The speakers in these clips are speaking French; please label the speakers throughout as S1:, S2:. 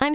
S1: I'm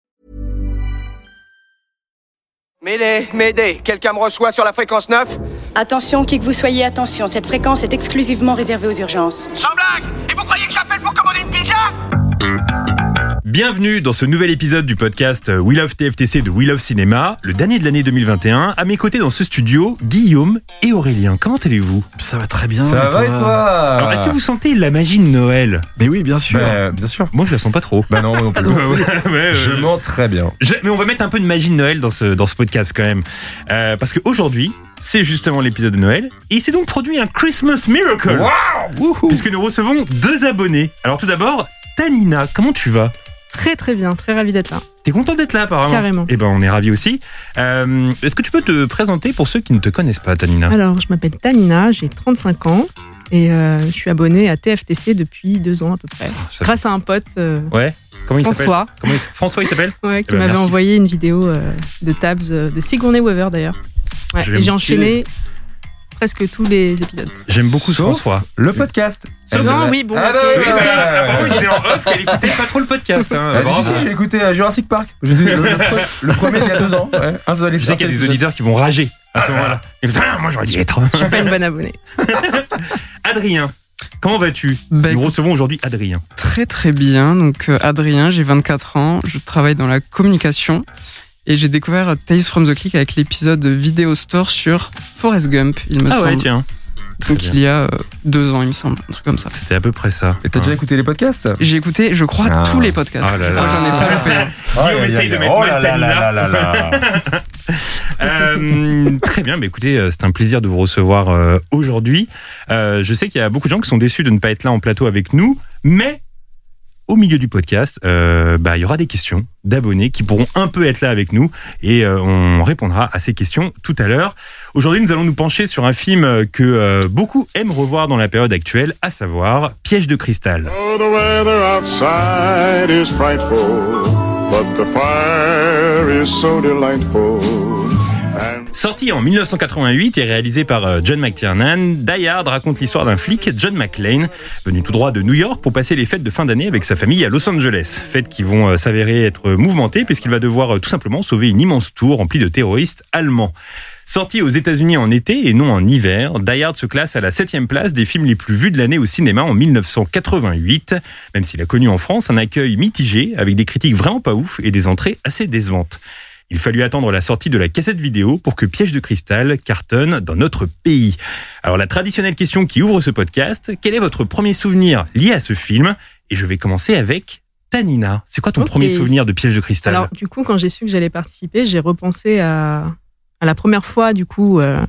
S2: M'aider, m'aider, quelqu'un me reçoit sur la fréquence 9
S3: Attention, qui que vous soyez, attention, cette fréquence est exclusivement réservée aux urgences.
S2: Sans blague Et vous croyez que j'appelle pour commander une pizza
S4: Bienvenue dans ce nouvel épisode du podcast euh, We Love TFTC de We Love Cinéma, le dernier de l'année 2021. À mes côtés dans ce studio, Guillaume et Aurélien. Comment allez-vous
S5: Ça va très bien.
S6: Ça va et toi
S4: Alors, est-ce que vous sentez la magie de Noël
S5: Mais oui, bien sûr.
S6: Bah, Bien sûr.
S4: Moi, je la sens pas trop.
S6: Bah non, moi non plus.
S4: Ouais, ouais, Oh. ouais,
S6: Je
S4: ouais.
S6: mens très bien.
S4: Je- mais on va mettre un peu de magie de Noël dans ce, dans ce podcast quand même. Euh, parce qu'aujourd'hui, c'est justement l'épisode de Noël. Et il s'est donc produit un Christmas Miracle. Puisque nous recevons deux abonnés. Alors tout d'abord, Tanina, comment tu vas
S7: Très très bien, très ravi d'être là.
S4: T'es content d'être là apparemment
S7: Carrément.
S4: Eh ben on est ravis aussi. Euh, Est-ce que tu peux te présenter pour ceux qui ne te connaissent pas Tanina
S7: Alors, je m'appelle Tanina, j'ai 35 ans et euh, je suis abonnée à TFTC depuis deux ans à peu près.
S4: ça-
S7: Grâce à un pote, euh,
S4: Ouais Comment il s'appelle
S7: François,
S4: Comment il s- François il s'appelle
S7: ouais, qui
S4: Eh ben,
S7: m'avait
S4: merci.
S7: envoyé une vidéo euh, de Tabs euh, de Sigourney Weaver d'ailleurs. Ouais,
S4: Je l'ai
S7: et j'ai
S4: mis
S7: enchaîné presque tous les épisodes.
S4: J'aime beaucoup ce
S6: Sauf-
S4: François.
S6: Le podcast.
S4: Sauf-
S6: Elle
S7: non,
S6: va-
S7: oui, bon,
S6: Ah
S7: ok.
S6: bah oui,
S4: Oui,
S6: bah,
S4: bah,
S6: ouais,
S4: apparemment,
S6: ouais,
S4: il disait en off qu'elle écoutait pas trop le podcast. hein.
S6: Elle dit,
S4: Bravo.
S6: Ah, bah, si, si, j'ai écouté euh, Jurassic Park. Je sais, le, le- le premier il y a deux ans. Ouais. Un seul
S4: Je sais qu'il y a des auditeurs qui vont rager à ce moment-là.
S6: Ah,
S4: Et
S6: bah.
S4: putain, moi j'aurais dû y être.
S7: Je suis pas une bonne abonnée.
S4: Adrien, comment vas-tu
S8: Bah,
S4: Nous
S8: écoute,
S4: recevons aujourd'hui Adrien.
S8: très très bien. Donc euh, Adrien, j'ai 24 ans, je travaille dans la communication et j'ai découvert Tales from the Click avec l'épisode Vidéo Store sur Forrest Gump, il me
S4: ah ouais,
S8: semble.
S4: tiens. très
S8: Donc
S4: bien.
S8: il y a euh, deux ans, il me semble, un truc comme ça.
S4: C'était à peu près ça.
S6: Et t'as déjà
S4: Hein.
S6: écouté les podcasts
S8: J'ai écouté, je crois,
S6: Ah.
S8: tous les podcasts.
S4: Oh là
S8: Je crois
S4: là.
S8: que j'en ai pas loupé. un.
S4: Guillaume essaye de mettre mal Tanina.
S8: Ah
S4: Euh, très bien, mais écoutez, euh, c'est un plaisir de vous recevoir euh, aujourd'hui. Euh, je sais qu'il y a beaucoup de gens qui sont déçus de ne pas être là en plateau avec nous, mais au milieu du podcast, euh, bah, il y aura des questions d'abonnés qui pourront un peu être là avec nous et euh, on répondra à ces questions tout à l'heure. Aujourd'hui, nous allons nous pencher sur un film euh, que euh, beaucoup aiment revoir dans la période actuelle, à savoir Piège de cristal.
S9: Oh, the weather outside is frightful, but the fire is so delightful. And
S4: Sorti en 1988 et réalisé par euh, John McTiernan, Die Hard raconte l'histoire d'un flic, John McClane, venu tout droit de New York pour passer les fêtes de fin d'année avec sa famille à Los Angeles. Fêtes qui vont euh, s'avérer être euh, mouvementées puisqu'il va devoir euh, tout simplement sauver une immense tour remplie de terroristes allemands. Sorti aux États-Unis en été et non en hiver, Die Hard se classe à la septième place des films les plus vus de l'année au cinéma en 1988, même s'il a connu en France un accueil mitigé avec des critiques vraiment pas ouf et des entrées assez décevantes. Il fallut attendre la sortie de la cassette vidéo pour que Piège de cristal cartonne dans notre pays. Alors la traditionnelle question qui ouvre ce podcast, quel est votre premier souvenir lié à ce film Et je vais commencer avec Tanina. C'est quoi ton
S7: Ok.
S4: premier souvenir de Piège de cristal
S7: Alors, du coup, quand j'ai su que j'allais participer, j'ai repensé à, à la première fois, du coup, euh,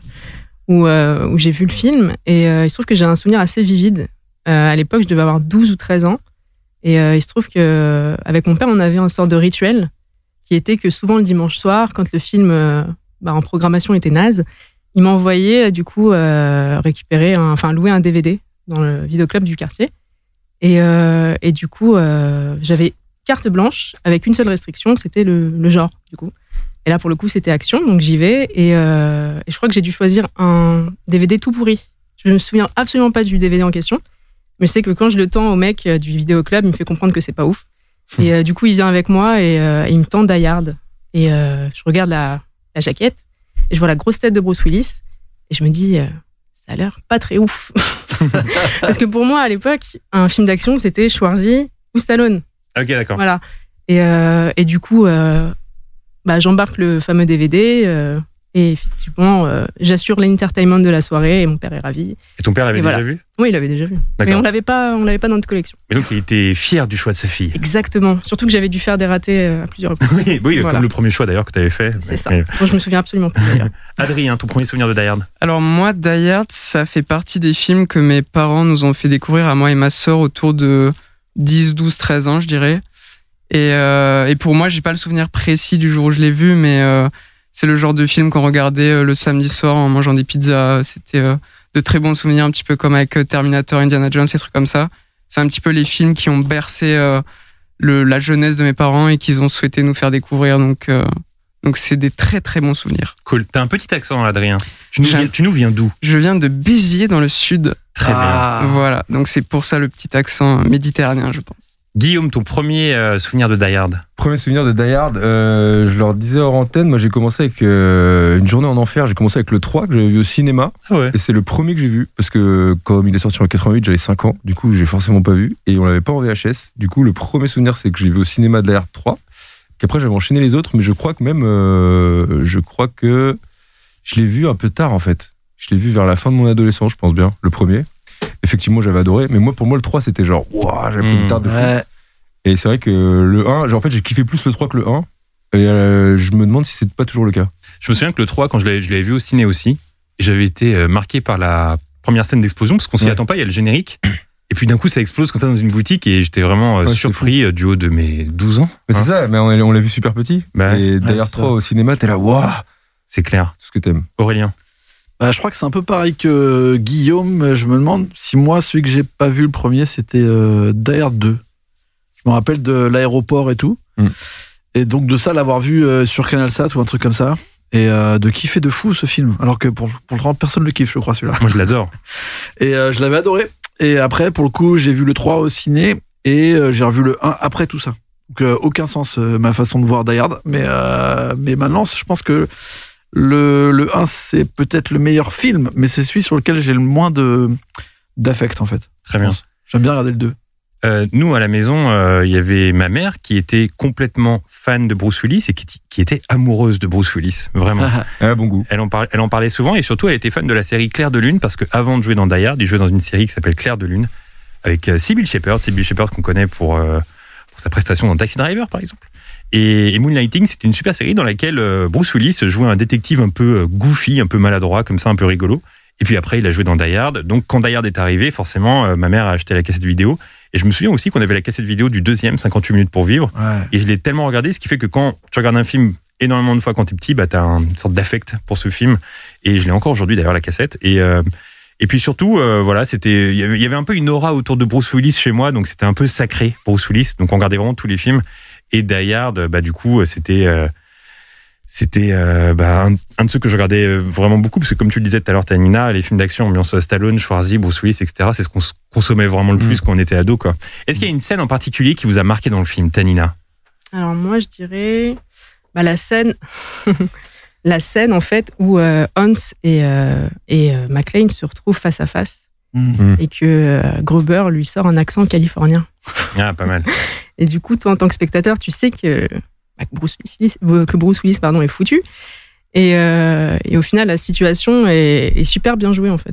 S7: où, euh, où j'ai vu le film. Et euh, il se trouve que j'ai un souvenir assez vivide. Euh, à l'époque, je devais avoir 12 ou 13 ans. Et euh, il se trouve que euh, avec mon père, on avait un sorte de rituel qui était que souvent le dimanche soir, quand le film euh, bah, en programmation était naze, il m'envoyait euh, du coup euh, récupérer, un- enfin louer un DVD dans le vidéoclub du quartier. Et, euh, et du coup, euh, j'avais carte blanche avec une seule restriction, c'était le, le genre, du coup. Et là, pour le coup, c'était action, donc j'y vais. Et, euh, et je crois que j'ai dû choisir un DVD tout pourri. Je me souviens absolument pas du DVD en question, mais je sais que quand je le tends au mec euh, du vidéoclub, il me fait comprendre que c'est pas ouf. Et euh, du coup, il vient avec moi et, euh, et il me tend Die Hard. Et euh, je regarde la, la jaquette et je vois la grosse tête de Bruce Willis et je me dis, euh, ça a l'air pas très ouf. Parce que pour moi, à l'époque, un film d'action, c'était Schwarzy ou Stallone.
S4: Ok d'accord.
S7: Voilà. Et, euh, et du coup, euh, bah, j'embarque le fameux DVD. euh, et effectivement, euh, j'assure l'entertainment de la soirée et mon père est ravi.
S4: Et ton père l'avait
S7: Et
S4: déjà
S7: voilà.
S4: vu
S7: Oui, il l'avait déjà vu. Mais on
S4: D'accord.
S7: l'avait pas, on l'avait pas dans notre collection.
S4: Mais donc il était fier du choix de sa fille.
S7: Exactement. Surtout que j'avais dû faire des ratés euh, à plusieurs reprises.
S4: Oui, oui,
S7: Voilà.
S4: comme le premier choix d'ailleurs que tu avais fait.
S7: C'est
S4: Mais-
S7: ça.
S4: mais-
S7: Moi, je me souviens absolument plus d'ailleurs.
S4: Adrien, ton premier souvenir de Die Hard
S8: Alors moi, Die Hard, ça fait partie des films que mes parents nous ont fait découvrir à moi et ma sœur autour de 10, 12, 13 ans, je dirais. Et, euh, et pour moi, j'ai pas le souvenir précis du jour où je l'ai vu, mais euh, c'est le genre de film qu'on regardait euh, le samedi soir en mangeant des pizzas. C'était euh, de très bons souvenirs, un petit peu comme avec euh, Terminator, Indiana Jones, ces trucs comme ça. C'est un petit peu les films qui ont bercé euh, le, la jeunesse de mes parents et qu'ils ont souhaité nous faire découvrir. Donc, euh, donc c'est des très très bons souvenirs.
S4: Cool. T'as un petit accent, Adrien. Tu nous
S8: J'aime.
S4: viens, tu nous viens d'où
S8: Je viens de Béziers dans le sud.
S4: Très bien.
S8: Voilà, donc c'est pour ça le petit accent méditerranéen, je pense.
S4: Guillaume, ton premier euh, souvenir de Die Hard
S6: Premier souvenir de Die Hard, euh, je leur disais hors antenne, moi j'ai commencé avec euh, Une journée en enfer, j'ai commencé avec le 3 que j'avais vu au cinéma,
S4: Ah ouais.
S6: et c'est le premier que j'ai vu, parce que comme il est sorti en 88, j'avais 5 ans, du coup j'ai forcément pas vu, et on l'avait pas en VHS, du coup le premier souvenir c'est que j'ai vu au cinéma Die Hard 3, qu'après j'avais enchaîné les autres, mais je crois que même, euh, je crois que je l'ai vu un peu tard en fait, je l'ai vu vers la fin de mon adolescence, je pense bien, le premier, effectivement j'avais adoré, mais moi pour moi le 3 c'était genre, waouh, j'avais pris
S4: Hmm.
S6: une tarte de fou. Et c'est vrai que le 1, genre, en fait, j'ai kiffé plus le 3 que le 1. Et euh, je me demande si c'est pas toujours le cas.
S4: Je me souviens que le 3, quand je l'avais je l'avais vu au ciné aussi, j'avais été euh, marqué par la première scène d'explosion, parce qu'on s'y
S6: Ouais.
S4: attend pas, il y a le générique. Et puis d'un coup, ça explose comme ça dans une boutique, et j'étais vraiment euh,
S6: Ouais, c'est
S4: surpris euh, du haut de mes 12 ans.
S6: Mais
S4: Hein
S6: c'est ça, mais on, on l'a vu super petit.
S4: Bah,
S6: et d'ailleurs,
S5: c'est
S6: 3
S5: ça.
S6: au cinéma, t'es là, waouh,
S4: C'est clair.
S6: tout ce que t'aimes.
S4: Aurélien.
S5: Bah, je crois que c'est un peu pareil que euh, Guillaume. Je me demande si moi, celui que j'ai pas vu le premier, c'était euh, Die Hard 2. Je me rappelle de l'aéroport et tout.
S6: Mm.
S5: Et donc de ça, l'avoir vu euh, sur CanalSat ou un truc comme ça. Et euh, de kiffer de fou ce film. Alors que pour, pour le temps, personne le kiffe, je crois, celui-là.
S4: Moi, je l'adore.
S5: Et euh, je l'avais adoré. Et après, pour le coup, j'ai vu le 3 au ciné et euh, j'ai revu le 1 après tout ça. Donc euh, aucun sens euh, ma façon de voir Die Hard. Mais, euh, mais maintenant, je pense que le, le 1, c'est peut-être le meilleur film, mais c'est celui sur lequel j'ai le moins de d'affect en fait.
S4: Très bien.
S5: J'aime bien regarder le 2.
S4: Euh, nous, à la maison, euh, il y avait ma mère qui était complètement fan de Bruce Willis et qui, qui était amoureuse de Bruce Willis. Vraiment.
S6: Ah, bon goût.
S4: Elle en, par- elle en parlait souvent et surtout elle était fan de la série Claire de Lune parce que avant de jouer dans Die Hard, il jouait dans une série qui s'appelle Claire de Lune avec euh, Sybil Shepherd, Sybil Shepherd qu'on connaît pour, euh, pour sa prestation dans Taxi Driver par exemple. Et, et Moonlighting, c'était une super série dans laquelle euh, Bruce Willis jouait un détective un peu euh, goofy, un peu maladroit, comme ça, un peu rigolo. Et puis après, il a joué dans Die Hard. Donc quand Die Hard est arrivé, forcément, euh, ma mère a acheté la cassette vidéo. Et je me souviens aussi qu'on avait la cassette vidéo du deuxième, 58 minutes pour vivre.
S5: Ouais.
S4: Et je l'ai tellement regardé, ce qui fait que quand tu regardes un film énormément de fois quand t'es petit, bah t'as une sorte d'affect pour ce film. Et je l'ai encore aujourd'hui d'ailleurs la cassette. Et euh, et puis surtout, euh, voilà, c'était il y avait- il y avait un peu une aura autour de Bruce Willis chez moi, donc c'était un peu sacré Bruce Willis. Donc on regardait vraiment tous les films. Et Die Hard, bah du coup, euh, c'était euh, c'était euh, bah, un, un de ceux que je regardais euh, vraiment beaucoup parce que comme tu le disais tout à l'heure, Tanina, les films d'action, ambiance euh, Stallone, Schwarzy, Bruce Willis, etc. C'est ce qu'on s- consommait vraiment le plus quand on était ado, quoi. Est-ce qu'il y a une scène en particulier qui vous a marqué dans le film, Tanina
S7: Alors moi, je dirais bah, la scène, la scène en fait où euh, Hans et euh, et euh, McLean se retrouvent face à face
S4: Mm.
S5: Mhm.
S7: et que euh, Gruber lui sort un accent californien.
S4: Ah, pas mal.
S7: Et du coup, toi, en tant que spectateur, tu sais que, bah, que Bruce Willis, que Bruce Willis, pardon, est foutu. Et, euh, et au final, la situation est, est super bien jouée en fait.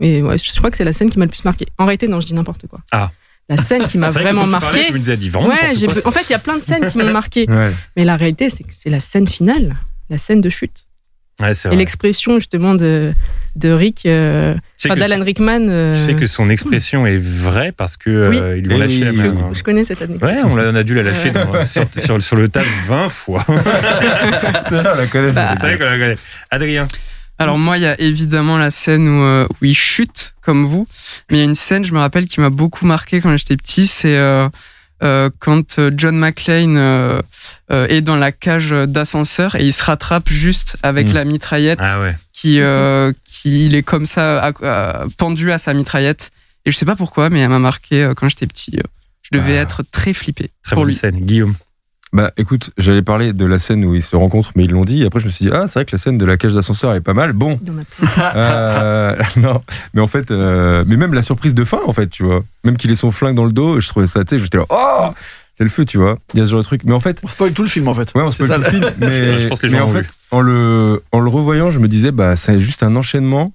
S7: Et ouais, je je crois que c'est la scène qui m'a le plus marqué. En réalité, non, je dis n'importe quoi.
S4: Ah.
S7: La scène qui m'a
S4: C'est vrai que
S7: vraiment
S4: quand tu parlais,
S7: marqué.
S4: Je me disais, dis vraiment.
S7: Ouais,
S4: n'importe
S7: j'ai
S4: quoi.
S7: peu- en fait, il y a plein de scènes qui m'ont marqué.
S6: Ouais.
S7: Mais la réalité, c'est que c'est la scène finale, la scène de chute.
S4: Ouais, c'est
S7: Et
S4: vrai.
S7: l'expression, justement, de, de Rick, euh,
S4: Je sais
S7: enfin,
S4: que-
S7: d'Alan Rickman. euh,
S4: Je sais que son expression est vraie parce que
S7: Oui.
S4: euh, ils lui ont
S6: Et
S4: lâché
S6: oui,
S4: la
S7: je,
S4: main.
S7: je connais cette anecdote.
S4: Ouais, on l'a- on a dû la lâcher
S7: Ouais.
S4: dans- sur, sur- sur le table 20 fois.
S6: Ça, on la connaît,
S7: Bah.
S4: C'est vrai qu'on la connaît. Adrien,
S8: Alors moi, il y a évidemment la scène où, euh, où il chute, comme vous, mais il y a une scène, je me rappelle, qui m'a beaucoup marqué quand j'étais petit, c'est euh, euh, quand euh, John McClane euh, euh, est dans la cage d'ascenseur et il se rattrape juste avec
S4: Mm.
S8: la mitraillette,
S4: ah ouais,
S8: qui, euh, qui il est comme ça à- à- pendu à sa mitraillette. Et je sais pas pourquoi, mais elle m'a marqué euh, quand j'étais petit. euh, Je devais
S4: Ah.
S8: être très flippé
S4: très
S8: pour
S4: bonne
S8: lui.
S4: scène. Guillaume,
S6: Bah écoute, j'allais parler de la scène où ils se rencontrent, mais ils l'ont dit. Et après, je me suis dit, ah, c'est vrai que la scène de la cage d'ascenseur est pas mal. Bon,
S7: Il y en a plein.
S6: euh, non, mais en fait, euh, mais même la surprise de fin, en fait, tu vois. Même qu'il ait son flingue dans le dos, je trouvais ça, tu sais, j'étais là, oh, c'est le feu, tu vois. Il y a ce genre de truc. Mais en fait,
S5: On spoil tout le film en fait.
S6: Ouais, on
S5: C'est
S6: spoil
S5: ça,
S6: tout
S5: la-
S6: le film, mais,
S4: Je pense que les
S6: mais
S4: gens
S6: en
S4: l'ont
S6: fait,
S4: vu.
S6: en le, en le revoyant, je me disais, bah, c'est juste un enchaînement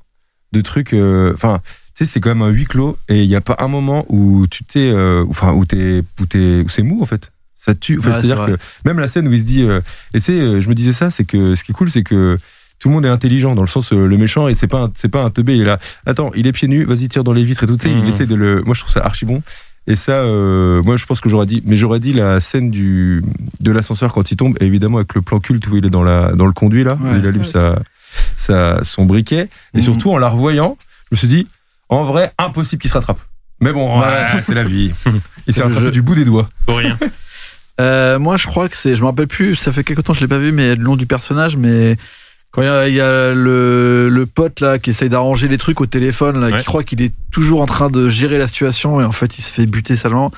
S6: de trucs. euh, Enfin, tu sais, c'est quand même un huis clos et il n'y a pas un moment où tu t'es, euh, enfin, où t'es, où t'es, où c'est mou en fait. Ça tue. Enfin,
S5: Ouais, c'est
S6: C'est-à-dire
S5: vrai.
S6: que même la scène où il se dit, euh, et tu sais, euh, je me disais ça, c'est que ce qui est cool, c'est que tout le monde est intelligent dans le sens euh, le méchant et c'est pas un- c'est pas un teubé il est là attends il est pieds nus vas-y tire dans les vitres et tout tu sais
S4: Mhm.
S6: il essaie de le moi je trouve ça archi bon Et ça, euh, moi, je pense que j'aurais dit, mais j'aurais dit la scène du, de l'ascenseur quand il tombe, et évidemment avec le plan culte où il est dans, la, dans le conduit, là, où
S5: Ouais.
S6: il allume
S7: Ouais,
S6: sa, sa- son briquet. Et
S5: Mhm.
S6: surtout, en la revoyant, je me suis dit, en vrai, impossible qu'il se rattrape. Mais bon,
S5: Ouais.
S6: ouais, c'est la vie. Il s'est
S5: le
S6: rattrapé
S5: jeu.
S6: du bout des doigts.
S4: Pour rien.
S5: Euh, moi, je crois que c'est. Je me rappelle plus. Ça fait quelque temps que je l'ai pas vu, mais le nom du personnage. Mais quand il y a, il y a le, le pote là qui essaye d'arranger les trucs au téléphone, là,
S4: Ouais.
S5: qui croit qu'il est toujours en train de gérer la situation et en fait, il se fait buter salement.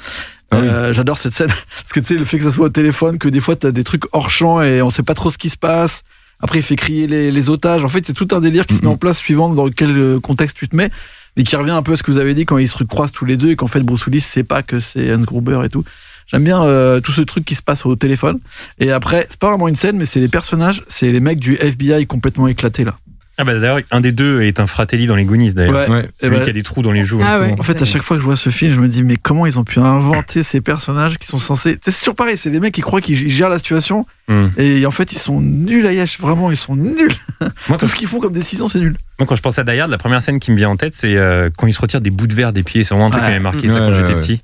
S6: Ah oui.
S5: Euh, J'adore cette scène parce que tu sais le fait que ça soit au téléphone, que des fois t'as des trucs hors champ et on sait pas trop ce qui se passe. Après, il fait crier les, les otages. En fait, c'est tout un délire qui se
S6: Mhm.
S5: met en place suivant dans quel euh, contexte tu te mets et qui revient un peu à ce que vous avez dit quand ils se croisent tous les deux et qu'en fait Bruce Willis sait pas que c'est Hans Gruber et tout. J'aime bien euh, tout ce truc qui se passe au téléphone. Et après, c'est pas vraiment une scène, mais c'est les personnages, c'est les mecs du FBI complètement éclatés là.
S4: Ah bah d'ailleurs, un des deux est un Fratelli dans les Goonies
S5: Ouais.
S4: d'ailleurs.
S6: Ouais.
S5: Et
S4: Celui
S5: bah,
S4: qui a des trous dans les joues.
S7: Eh
S4: hein.
S7: Ah ouais.
S5: en fait, à chaque fois que je vois ce film, je me dis mais comment ils ont pu inventer ces personnages qui sont censés. C'est toujours pareil, c'est les mecs qui croient qu'ils gèrent la situation
S6: Hmm.
S4: Hum.
S5: et en fait ils sont nuls à Yesh. Vraiment, ils sont nuls.
S4: Moi, quand
S5: Tout ce qu'ils font comme décision, c'est nul.
S4: Moi, quand je pense à Die Hard, la première scène qui me vient en tête, c'est euh, quand il se retire des bouts de verre des pieds. C'est vraiment un truc
S5: Ouais.
S4: qui m'avait marqué ça
S6: Ouais,
S4: quand
S6: ouais,
S4: j'étais
S6: ouais.
S4: petit.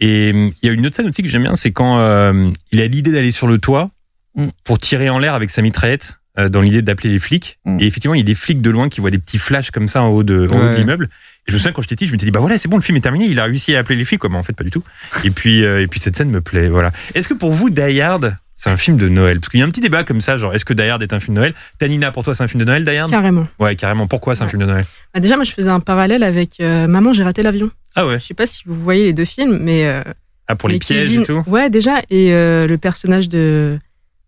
S4: Et hum, il y a une autre scène aussi que j'aime bien, c'est quand euh, il a l'idée d'aller sur le toit
S5: Mm.
S4: pour tirer en l'air avec sa mitraillette, euh, dans l'idée d'appeler les flics.
S5: Mm.
S4: Et effectivement, il y a des flics de loin qui voient des petits flashs comme ça en haut de, en haut de
S6: Ouais.
S4: l'immeuble. Et je me souviens quand j'étais petit, je m'étais dit bah voilà, c'est bon, le film est terminé, il a réussi à appeler les flics, quoi. Mais en fait, pas du tout. Et puis, euh, et puis cette scène me plaît, voilà. Est-ce que pour vous, Die Hard, c'est un film de Noël Parce qu'il y a un petit débat comme ça, genre est-ce que Die Hard est un film de Noël Tanina, pour toi, c'est un film de Noël, Die Hard
S7: Carrément.
S4: Ouais, carrément. Pourquoi c'est un
S7: Ouais.
S4: film de Noël
S7: Bah, déjà, moi, je faisais un parallèle avec euh, Maman, j'ai raté l'avion.
S4: Ah ouais.
S7: Je sais pas si vous voyez les deux films, mais. euh,
S4: Ah, pour les
S7: mais
S4: pièges
S7: Kevin-
S4: et tout
S7: Ouais, déjà. Et euh, le personnage de,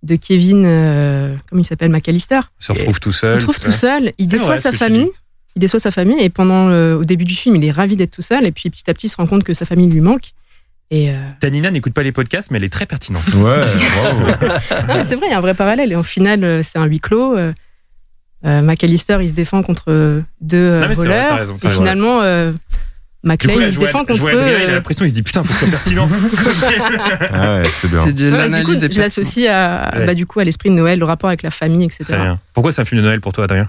S7: de Kevin, euh, comment il s'appelle McAllister.
S4: On se retrouve tout
S7: Il
S4: seul.
S7: se retrouve
S4: tout
S7: tout
S4: ça.
S7: seul, il
S4: C'est
S7: déçoit
S4: vrai, ce
S7: sa
S4: que tu
S7: famille.
S4: dis.
S7: Il déçoit sa famille et pendant le- au début du film, il est ravi d'être tout seul et puis petit à petit, il se rend compte que sa famille lui manque. Et euh,
S4: Tanina n'écoute pas les podcasts, mais elle est très pertinente.
S6: Ouais, bravo.
S7: non, mais c'est vrai, il y a un vrai parallèle. Et en finale, euh, c'est un huis clos. euh, euh, McAllister, il se défend contre euh, deux euh,
S4: Non, mais c'est vrai, t'as
S7: voleurs.
S4: raison, t'as
S7: et
S4: raison.
S7: finalement, euh,
S4: Du coup,
S7: McLean,
S4: là,
S7: il
S4: je
S7: se
S4: vois-
S7: défend
S4: je
S7: contre
S4: vois
S7: eux.
S4: Adrien, il a
S7: euh,
S4: l'impression, il se dit putain, faut que je sois pertinent.
S6: Ah ouais, c'est bien.
S8: C'est de
S7: ouais, du coup,
S8: l'analyse des
S7: je
S8: personnes.
S7: l'associe à,
S4: Ouais.
S7: bah, du coup, à l'esprit de Noël, le rapport avec la famille, etc.
S4: Très bien. Pourquoi c'est un film de Noël pour toi, Adrien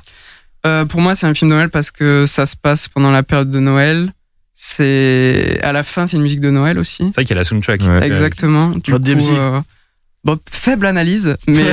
S8: Euh, Pour moi, c'est un film de Noël parce que ça se passe pendant la période de Noël. C'est à la fin, c'est une musique de Noël aussi.
S4: C'est vrai qu'il y a la soundtrack.
S6: Ouais.
S4: Euh,
S8: Exactement. Du
S5: Rod DMC.
S8: coup, euh, bon, faible analyse, mais,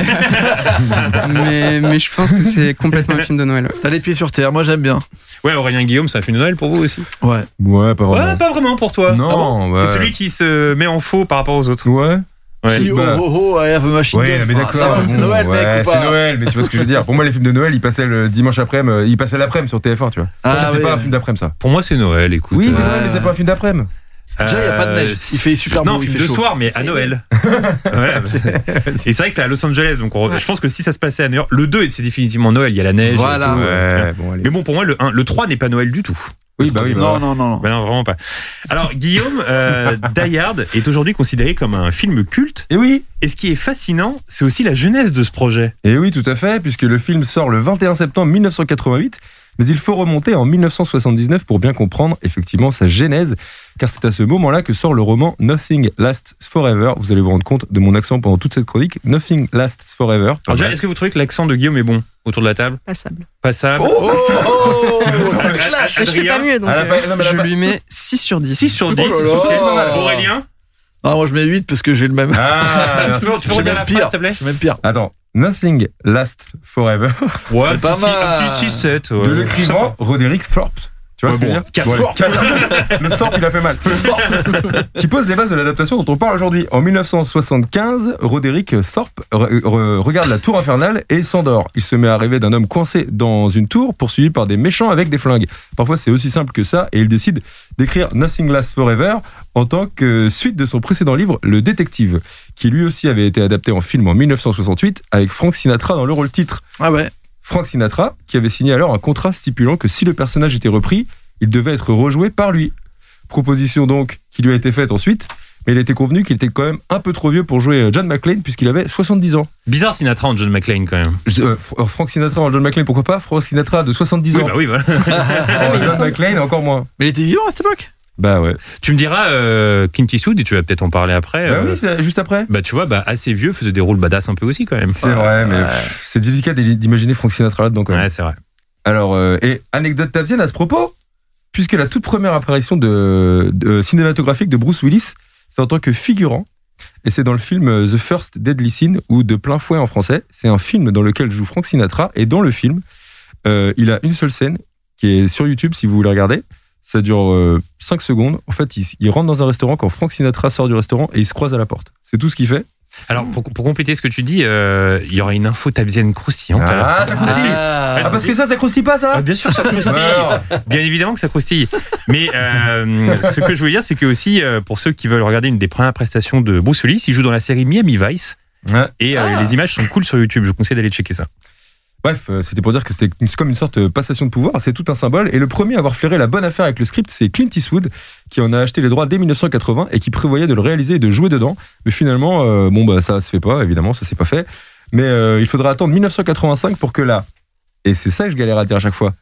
S8: mais mais je pense que c'est complètement un film de Noël. ouais.
S5: T'as les pieds sur terre. Moi, j'aime bien.
S4: Ouais, Aurélien Guillaume, c'est un film de Noël pour vous aussi
S5: Ouais.
S6: Ouais, pas
S4: Ouais,
S6: vraiment.
S4: pas vraiment pour toi.
S6: Non, bah
S4: Ah bon
S5: bah
S6: ouais.
S4: T'es celui qui se met en faux par rapport aux autres.
S6: Ouais.
S4: Ouais.
S5: Si,
S6: bah-
S5: oh, oh, oh, I have a machine
S6: Ouais,
S5: gun.
S6: mais
S5: Enfin, ça
S6: d'accord.
S5: va, c'est
S6: bon,
S5: Noël,
S6: ouais,
S5: mec, ou
S6: c'est
S5: pas
S6: Noël, mais tu vois ce que je veux dire. Pour moi, les films de Noël, ils passaient le dimanche après-midi, euh, ils passaient l'après-midi sur TF1, tu vois.
S5: Ah,
S6: ça, c'est
S5: ouais.
S6: pas un film d'après-midi, ça.
S4: Pour moi, c'est Noël, écoute.
S6: Oui,
S4: Euh,
S6: c'est
S5: ouais.
S6: Noël, mais c'est pas un film d'après-midi.
S5: Déjà, il y a pas de neige. Il fait super
S4: non,
S5: beau, il
S4: film
S5: fait
S4: de
S5: chaud.
S4: soir, mais à
S7: C'est-
S4: Noël. Voilà. Et c'est vrai que c'est à Los Angeles, donc on-
S7: Ouais.
S4: je pense que si ça se passait à New York, le 2, c'est définitivement Noël, il y a la neige. et
S5: Voilà.
S4: tout.
S6: Ouais, bon, allez.
S4: Mais bon, pour moi, le 1, le 3 n'est pas Noël du tout.
S6: Oui, bah oui, bah,
S5: Non, non, non.
S4: Bah non, vraiment pas. Alors, Guillaume, euh, Die Hard est aujourd'hui considéré comme un film culte.
S6: Et oui,
S4: Et ce qui est fascinant, c'est aussi la jeunesse de ce projet.
S6: et Eh oui, tout à fait, puisque le film sort le 21 septembre 1988, mais il faut remonter en 1979 pour bien comprendre effectivement sa genèse, car c'est à ce moment-là que sort le roman Nothing Lasts Forever. Vous allez vous rendre compte de mon accent pendant toute cette chronique. Nothing Lasts Forever.
S4: Alors, déjà, est-ce que vous trouvez que l'accent de Guillaume est bon Ah, autour de la table
S7: Passable.
S4: Passable
S5: Oh, oh, oh, ça clash.
S7: Mais je fais pas
S4: Adrien
S7: mieux, donc.
S6: Ah, la
S7: euh,
S6: pa- non, mais la Oh
S8: Je
S6: pa-
S8: lui mets 6 sur 10.
S4: 6 sur 10.
S5: là là.
S4: Ok. Aurélien
S5: Ah, moi, je mets 8 parce que j'ai le même.
S6: Ah,
S4: Tu peux, tu
S5: C'est
S4: peux redire
S5: même
S4: la phrase,
S5: pire.
S4: s'il te plaît
S5: C'est même pire.
S6: Attends, Nothing Lasts Forever
S4: Ouais,
S5: pas
S4: petit six- un
S5: mal.
S4: petit 6-7. ouais.
S6: de l'écrivain Roderick Thorpe. Tu vois
S4: Ouais,
S6: ce que je
S4: bon,
S6: veux dire
S4: quatre
S6: Bon, allez,
S4: Thorpe.
S6: quatre. Le Thorpe, il a fait mal. qui pose les bases de l'adaptation dont on parle aujourd'hui. En 1975, Roderick Thorpe re- re- regarde la tour infernale et s'endort. Il se met à rêver d'un homme coincé dans une tour, poursuivi par des méchants avec des flingues. Parfois, c'est aussi simple que ça, et il décide d'écrire Nothing Lasts Forever en tant que suite de son précédent livre, Le Détective, qui lui aussi avait été adapté en film en 1968 avec Frank Sinatra dans le rôle titre.
S5: Ah ouais.
S6: Frank Sinatra, qui avait signé alors un contrat stipulant que si le personnage était repris, il devait être rejoué par lui. Proposition donc qui lui a été faite ensuite, mais il était convenu qu'il était quand même un peu trop vieux pour jouer euh, John McClane puisqu'il avait 70 ans.
S4: Bizarre Sinatra en John McClane quand même.
S6: Je- euh, Fr- euh, Frank Sinatra en John McClane, pourquoi pas Frank Sinatra de 70
S4: Oui,
S6: ans.
S4: bah oui, voilà.
S6: En
S7: mais il me
S6: John
S7: semble-
S6: McClane encore moins.
S5: Mais il était vivant à cette époque.
S6: Bah ouais.
S4: Tu me diras, euh, Clint Eastwood, et tu vas peut-être en parler après.
S6: Bah
S4: euh,
S6: oui, c'est juste après.
S4: bah tu vois, bah assez vieux, faisait des rôles badass un peu aussi quand même.
S6: C'est vrai, mais pff, c'est délicat d'imaginer Frank Sinatra là-dedans quand même.
S4: Ouais, c'est vrai.
S6: Alors, euh, et anecdote tavienne à ce propos puisque la toute première apparition de, de- cinématographique de Bruce Willis, c'est en tant que figurant. Et c'est dans le film euh, The First Deadly Sin, ou De plein fouet en français. C'est un film dans lequel joue Frank Sinatra. Et dans le film, euh, il a une seule scène qui est sur YouTube, si vous voulez regarder. Ça dure 5 secondes. En fait, il, s- il rentre dans un restaurant quand Frank Sinatra sort du restaurant et il se croise à la porte. C'est tout ce qu'il fait.
S4: Alors, pour, pour compléter ce que tu dis, euh, il y aura une info tabzienne croustillante. à la fin.
S6: Ah, ça
S4: Ah, parce que
S6: ça, ça croustille pas,
S4: Ah,
S6: ça
S4: bien sûr, ça croustille. bien évidemment que ça croustille. Mais euh, ce que je veux dire, c'est que aussi, euh, pour ceux qui veulent regarder une des premières prestations de Bruce Willis, il joue dans la série Miami Vice. Et euh, les images sont cool sur YouTube. Je vous conseille d'aller checker ça.
S6: Bref, euh, c'était pour dire que c'était une- comme une sorte de passation de pouvoir, c'est tout un symbole. Et le premier à avoir flairé la bonne affaire avec le script, c'est Clint Eastwood, qui en a acheté les droits dès 1980 et qui prévoyait de le réaliser et de jouer dedans. Mais finalement, euh, bon, bah, ça se fait pas, évidemment, ça s'est pas fait. Mais euh, il faudra attendre 1985 pour que la. Et c'est ça que je galère à dire à chaque fois.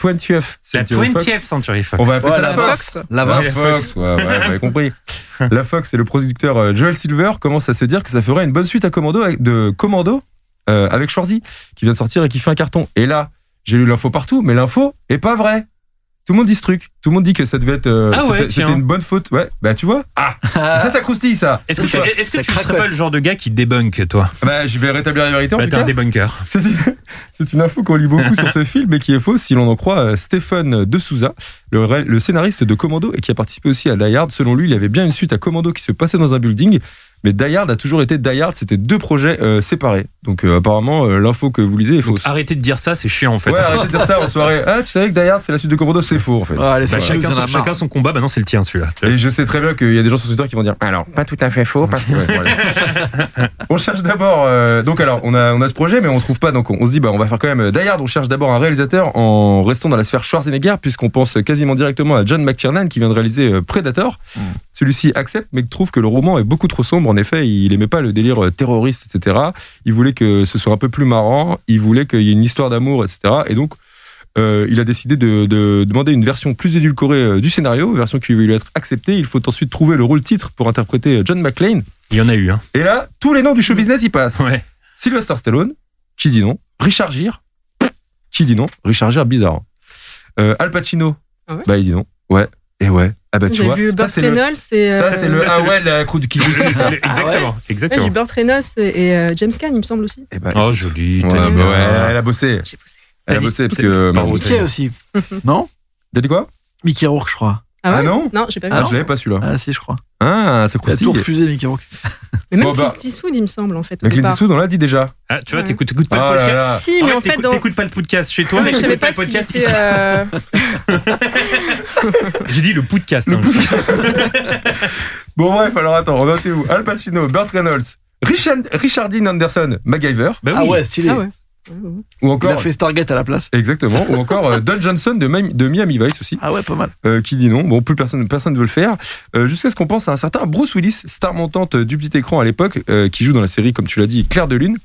S6: 20th.
S4: La
S6: Century Fox.
S4: 20th Century Fox.
S6: On va appeler
S10: Ouais,
S6: ça Oh, la
S10: la
S6: Fox.
S7: Fox.
S6: La
S10: La Vince
S6: Fox, ouais, ouais, vous avez compris. La Fox et le producteur euh, Joel Silver commencent à se dire que ça ferait une bonne suite à Commando avec- de Commando euh, avec Schwarzy qui vient de sortir et qui fait un carton. Et là, j'ai lu l'info partout, mais l'info est pas vraie. Tout le monde dit ce truc. Tout le monde dit que ça devait être. euh,
S4: Ah ouais,
S6: c'était-
S4: tiens.
S6: C'était une bonne faute. Ouais, bah tu vois. Ah, ça, ça croustille ça.
S4: Est-ce que, tu-
S10: Ça-
S4: est-ce que
S10: ça
S4: tu ne serais
S10: cracote.
S4: pas le genre de gars qui débunk, toi
S6: Bah, je vais rétablir la vérité en
S4: Bah,
S6: tout
S4: T'es un
S6: cas.
S4: débunker.
S6: C'est une, c'est une info qu'on lit beaucoup sur ce film et qui est fausse si l'on en croit euh, Stéphane De Souza, le, ré- le scénariste de Commando et qui a participé aussi à Die Hard. Selon lui, il y avait bien une suite à Commando qui se passait dans un building, mais Die Hard a toujours été Die Hard, c'était deux projets euh, séparés. Donc euh, apparemment, euh, l'info que vous lisez est fausse.
S4: Arrêtez de dire ça, c'est chiant en fait.
S6: ouais, arrêtez de dire ça en soirée. Ah, tu savais que Die Hard, c'est la suite de Commando, c'est faux en fait.
S5: Ah, les
S4: Bah,
S5: fake news,
S4: chacun,
S5: on en
S4: son,
S5: a marre.
S4: chacun son combat, bah non, c'est le tien celui-là.
S6: Et je sais très bien qu'il y a des gens sur Twitter qui vont dire alors pas tout à fait faux parce que Ouais, bon, allez. on cherche d'abord euh, donc alors on a on a ce projet mais on trouve pas donc on, on se dit bah on va faire quand même euh, Die Hard on cherche d'abord un réalisateur en restant dans la sphère Schwarzenegger puisqu'on pense quasiment directement à John McTiernan qui vient de réaliser euh, Predator celui-ci accepte mais trouve que le roman est beaucoup trop sombre en effet il aimait pas le délire euh, terroriste etc il voulait que ce soit un peu plus marrant il voulait qu'il y ait une histoire d'amour etc et donc euh, il a décidé de, de demander une version plus édulcorée euh, du scénario, version qui lui être acceptée. Il faut ensuite trouver le rôle titre pour interpréter euh, John McClane.
S4: Il y en a eu, hein.
S6: Et là, tous les noms du show business y passent.
S4: Ouais.
S6: Sylvester Stallone, qui dit non. Richard Gere, qui dit non. Richard Gere, bizarre. Euh, Al Pacino,
S7: Ah ouais
S6: bah il dit non. Ouais, et ouais. Ah bah tu
S7: J'ai
S6: vois,
S7: vu
S6: ça
S7: Burt
S6: c'est le, Ah,
S7: Reynolds et.
S6: ça,
S7: euh,
S6: c'est le
S4: ça, c'est
S6: ah
S4: le-
S6: ouais, la croûte qui croustille ça.
S4: Exactement,
S7: ouais, j'ai
S4: exactement.
S7: vu Burt Reynolds et, et, euh, James Caan, il me semble aussi.
S6: Eh bah,
S4: Oh, joli.
S6: ouais,
S4: t'as
S6: bah
S4: dit-
S6: ouais, elle a bossé.
S7: J'ai poussé.
S6: Elle
S4: T'as
S6: a
S4: dit-
S6: bossé parce
S4: t'as
S6: que.
S4: dit- pardon.
S5: Mickey aussi. non
S6: T'as dit quoi
S5: Mickey Rourke, je crois.
S7: Ah ouais
S6: Ah non
S7: Non, j'ai pas vu.
S6: Ah, je l'avais pas celui-là.
S5: Ah si, je crois.
S6: Ah, ça
S5: Il a
S6: croustille.
S5: tout refusé, Mickey Rourke.
S7: mais même
S6: Bon, bah.
S7: Clint Eastwood, il me semble, en fait. Au
S6: Mais Clint
S7: départ.
S6: Eastwood, on l'a dit déjà.
S4: Ah, tu vois,
S7: Ouais.
S4: t'écoutes t'écoutes pas
S6: Ah
S4: le
S6: là
S4: podcast.
S6: là.
S7: Si, mais en fait,
S4: t'écoutes-
S7: dans.
S4: t'écoutes pas le podcast chez toi.
S7: Non, mais je savais
S4: t'écoutes
S7: pas
S4: le
S7: qu'il
S4: podcast.
S7: était. euh,
S4: J'ai dit le podcast. hein.
S6: Bon bref, alors attends, on où Al Pacino, Burt Reynolds, Richard, Richard Dean Anderson, MacGyver,
S4: Bah
S5: Ah
S4: oui.
S5: ouais, stylé.
S7: Ah
S6: Oh.
S7: ouais.
S6: ou
S5: Il a
S6: encore...
S5: fait Stargate à la place.
S6: Exactement, ou encore euh, Don Johnson de, Mi- de Miami Vice aussi,
S5: Ah ouais, pas mal.
S6: euh, qui dit non, bon plus personne personne ne veut le faire, Euh, jusqu'à ce qu'on pense à un certain Bruce Willis, star montante du petit écran à l'époque, euh, qui joue dans la série, comme tu l'as dit, Claire de Lune,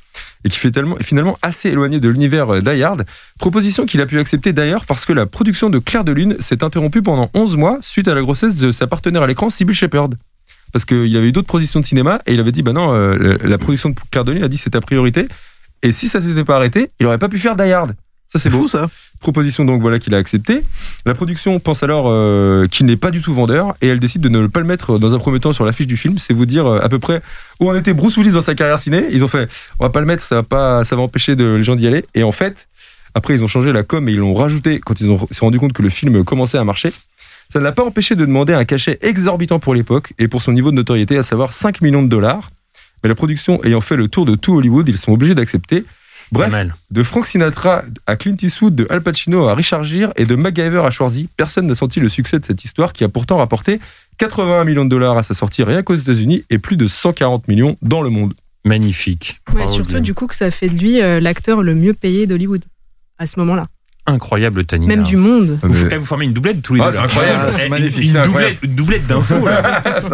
S6: et qui fait tellement, finalement assez éloigné de l'univers euh, Die Hard, proposition qu'il a pu accepter d'ailleurs parce que la production de Claire de Lune s'est interrompue pendant 11 mois suite à la grossesse de sa partenaire à l'écran, Sybil Shepherd. parce qu'il avait eu d'autres productions de cinéma et il avait dit bah non euh, le- la production de Claire Denis a dit c'est ta priorité et si ça s'était pas arrêté il aurait pas pu faire Die Hard ça c'est
S5: C'est
S6: beau
S5: fou ça.
S6: proposition donc voilà qu'il a acceptée la production pense alors euh, qu'il n'est pas du tout vendeur et elle décide de ne pas le mettre dans un premier temps sur l'affiche du film c'est vous dire euh, à peu près où en était Bruce Willis dans sa carrière ciné ils ont fait on va pas le mettre ça va pas ça va empêcher de, les gens d'y aller et en fait après ils ont changé la com et ils l'ont rajouté quand ils ont se sont rendu compte que le film commençait à marcher ça ne l'a pas empêché de demander un cachet exorbitant pour l'époque et pour son niveau de notoriété, à savoir 5 millions de dollars. Mais la production ayant fait le tour de tout Hollywood, ils sont obligés d'accepter.
S4: Pas
S6: Bref,
S4: mal.
S6: de Frank Sinatra à Clint Eastwood, de Al Pacino à Richard Gere et de MacGyver à Schwarzy, personne n'a senti le succès de cette histoire qui a pourtant rapporté 81 millions de dollars à sa sortie rien qu'aux États-Unis et plus de 140 millions dans le monde.
S4: Magnifique.
S7: Ouais,
S4: Bravo,
S7: surtout
S4: Guillaume.
S7: du coup que ça fait de lui euh, l'acteur le mieux payé d'Hollywood à ce moment-là,
S4: Incroyable, Tanina.
S7: même du monde.
S4: Vous, eh, vous formez une doublette tous les
S6: Ah,
S4: deux.
S6: c'est incroyable,
S4: Eh,
S6: c'est
S4: une-
S6: magnifique,
S4: Une
S6: c'est
S4: doublette, une doublette d'infos, là. c'est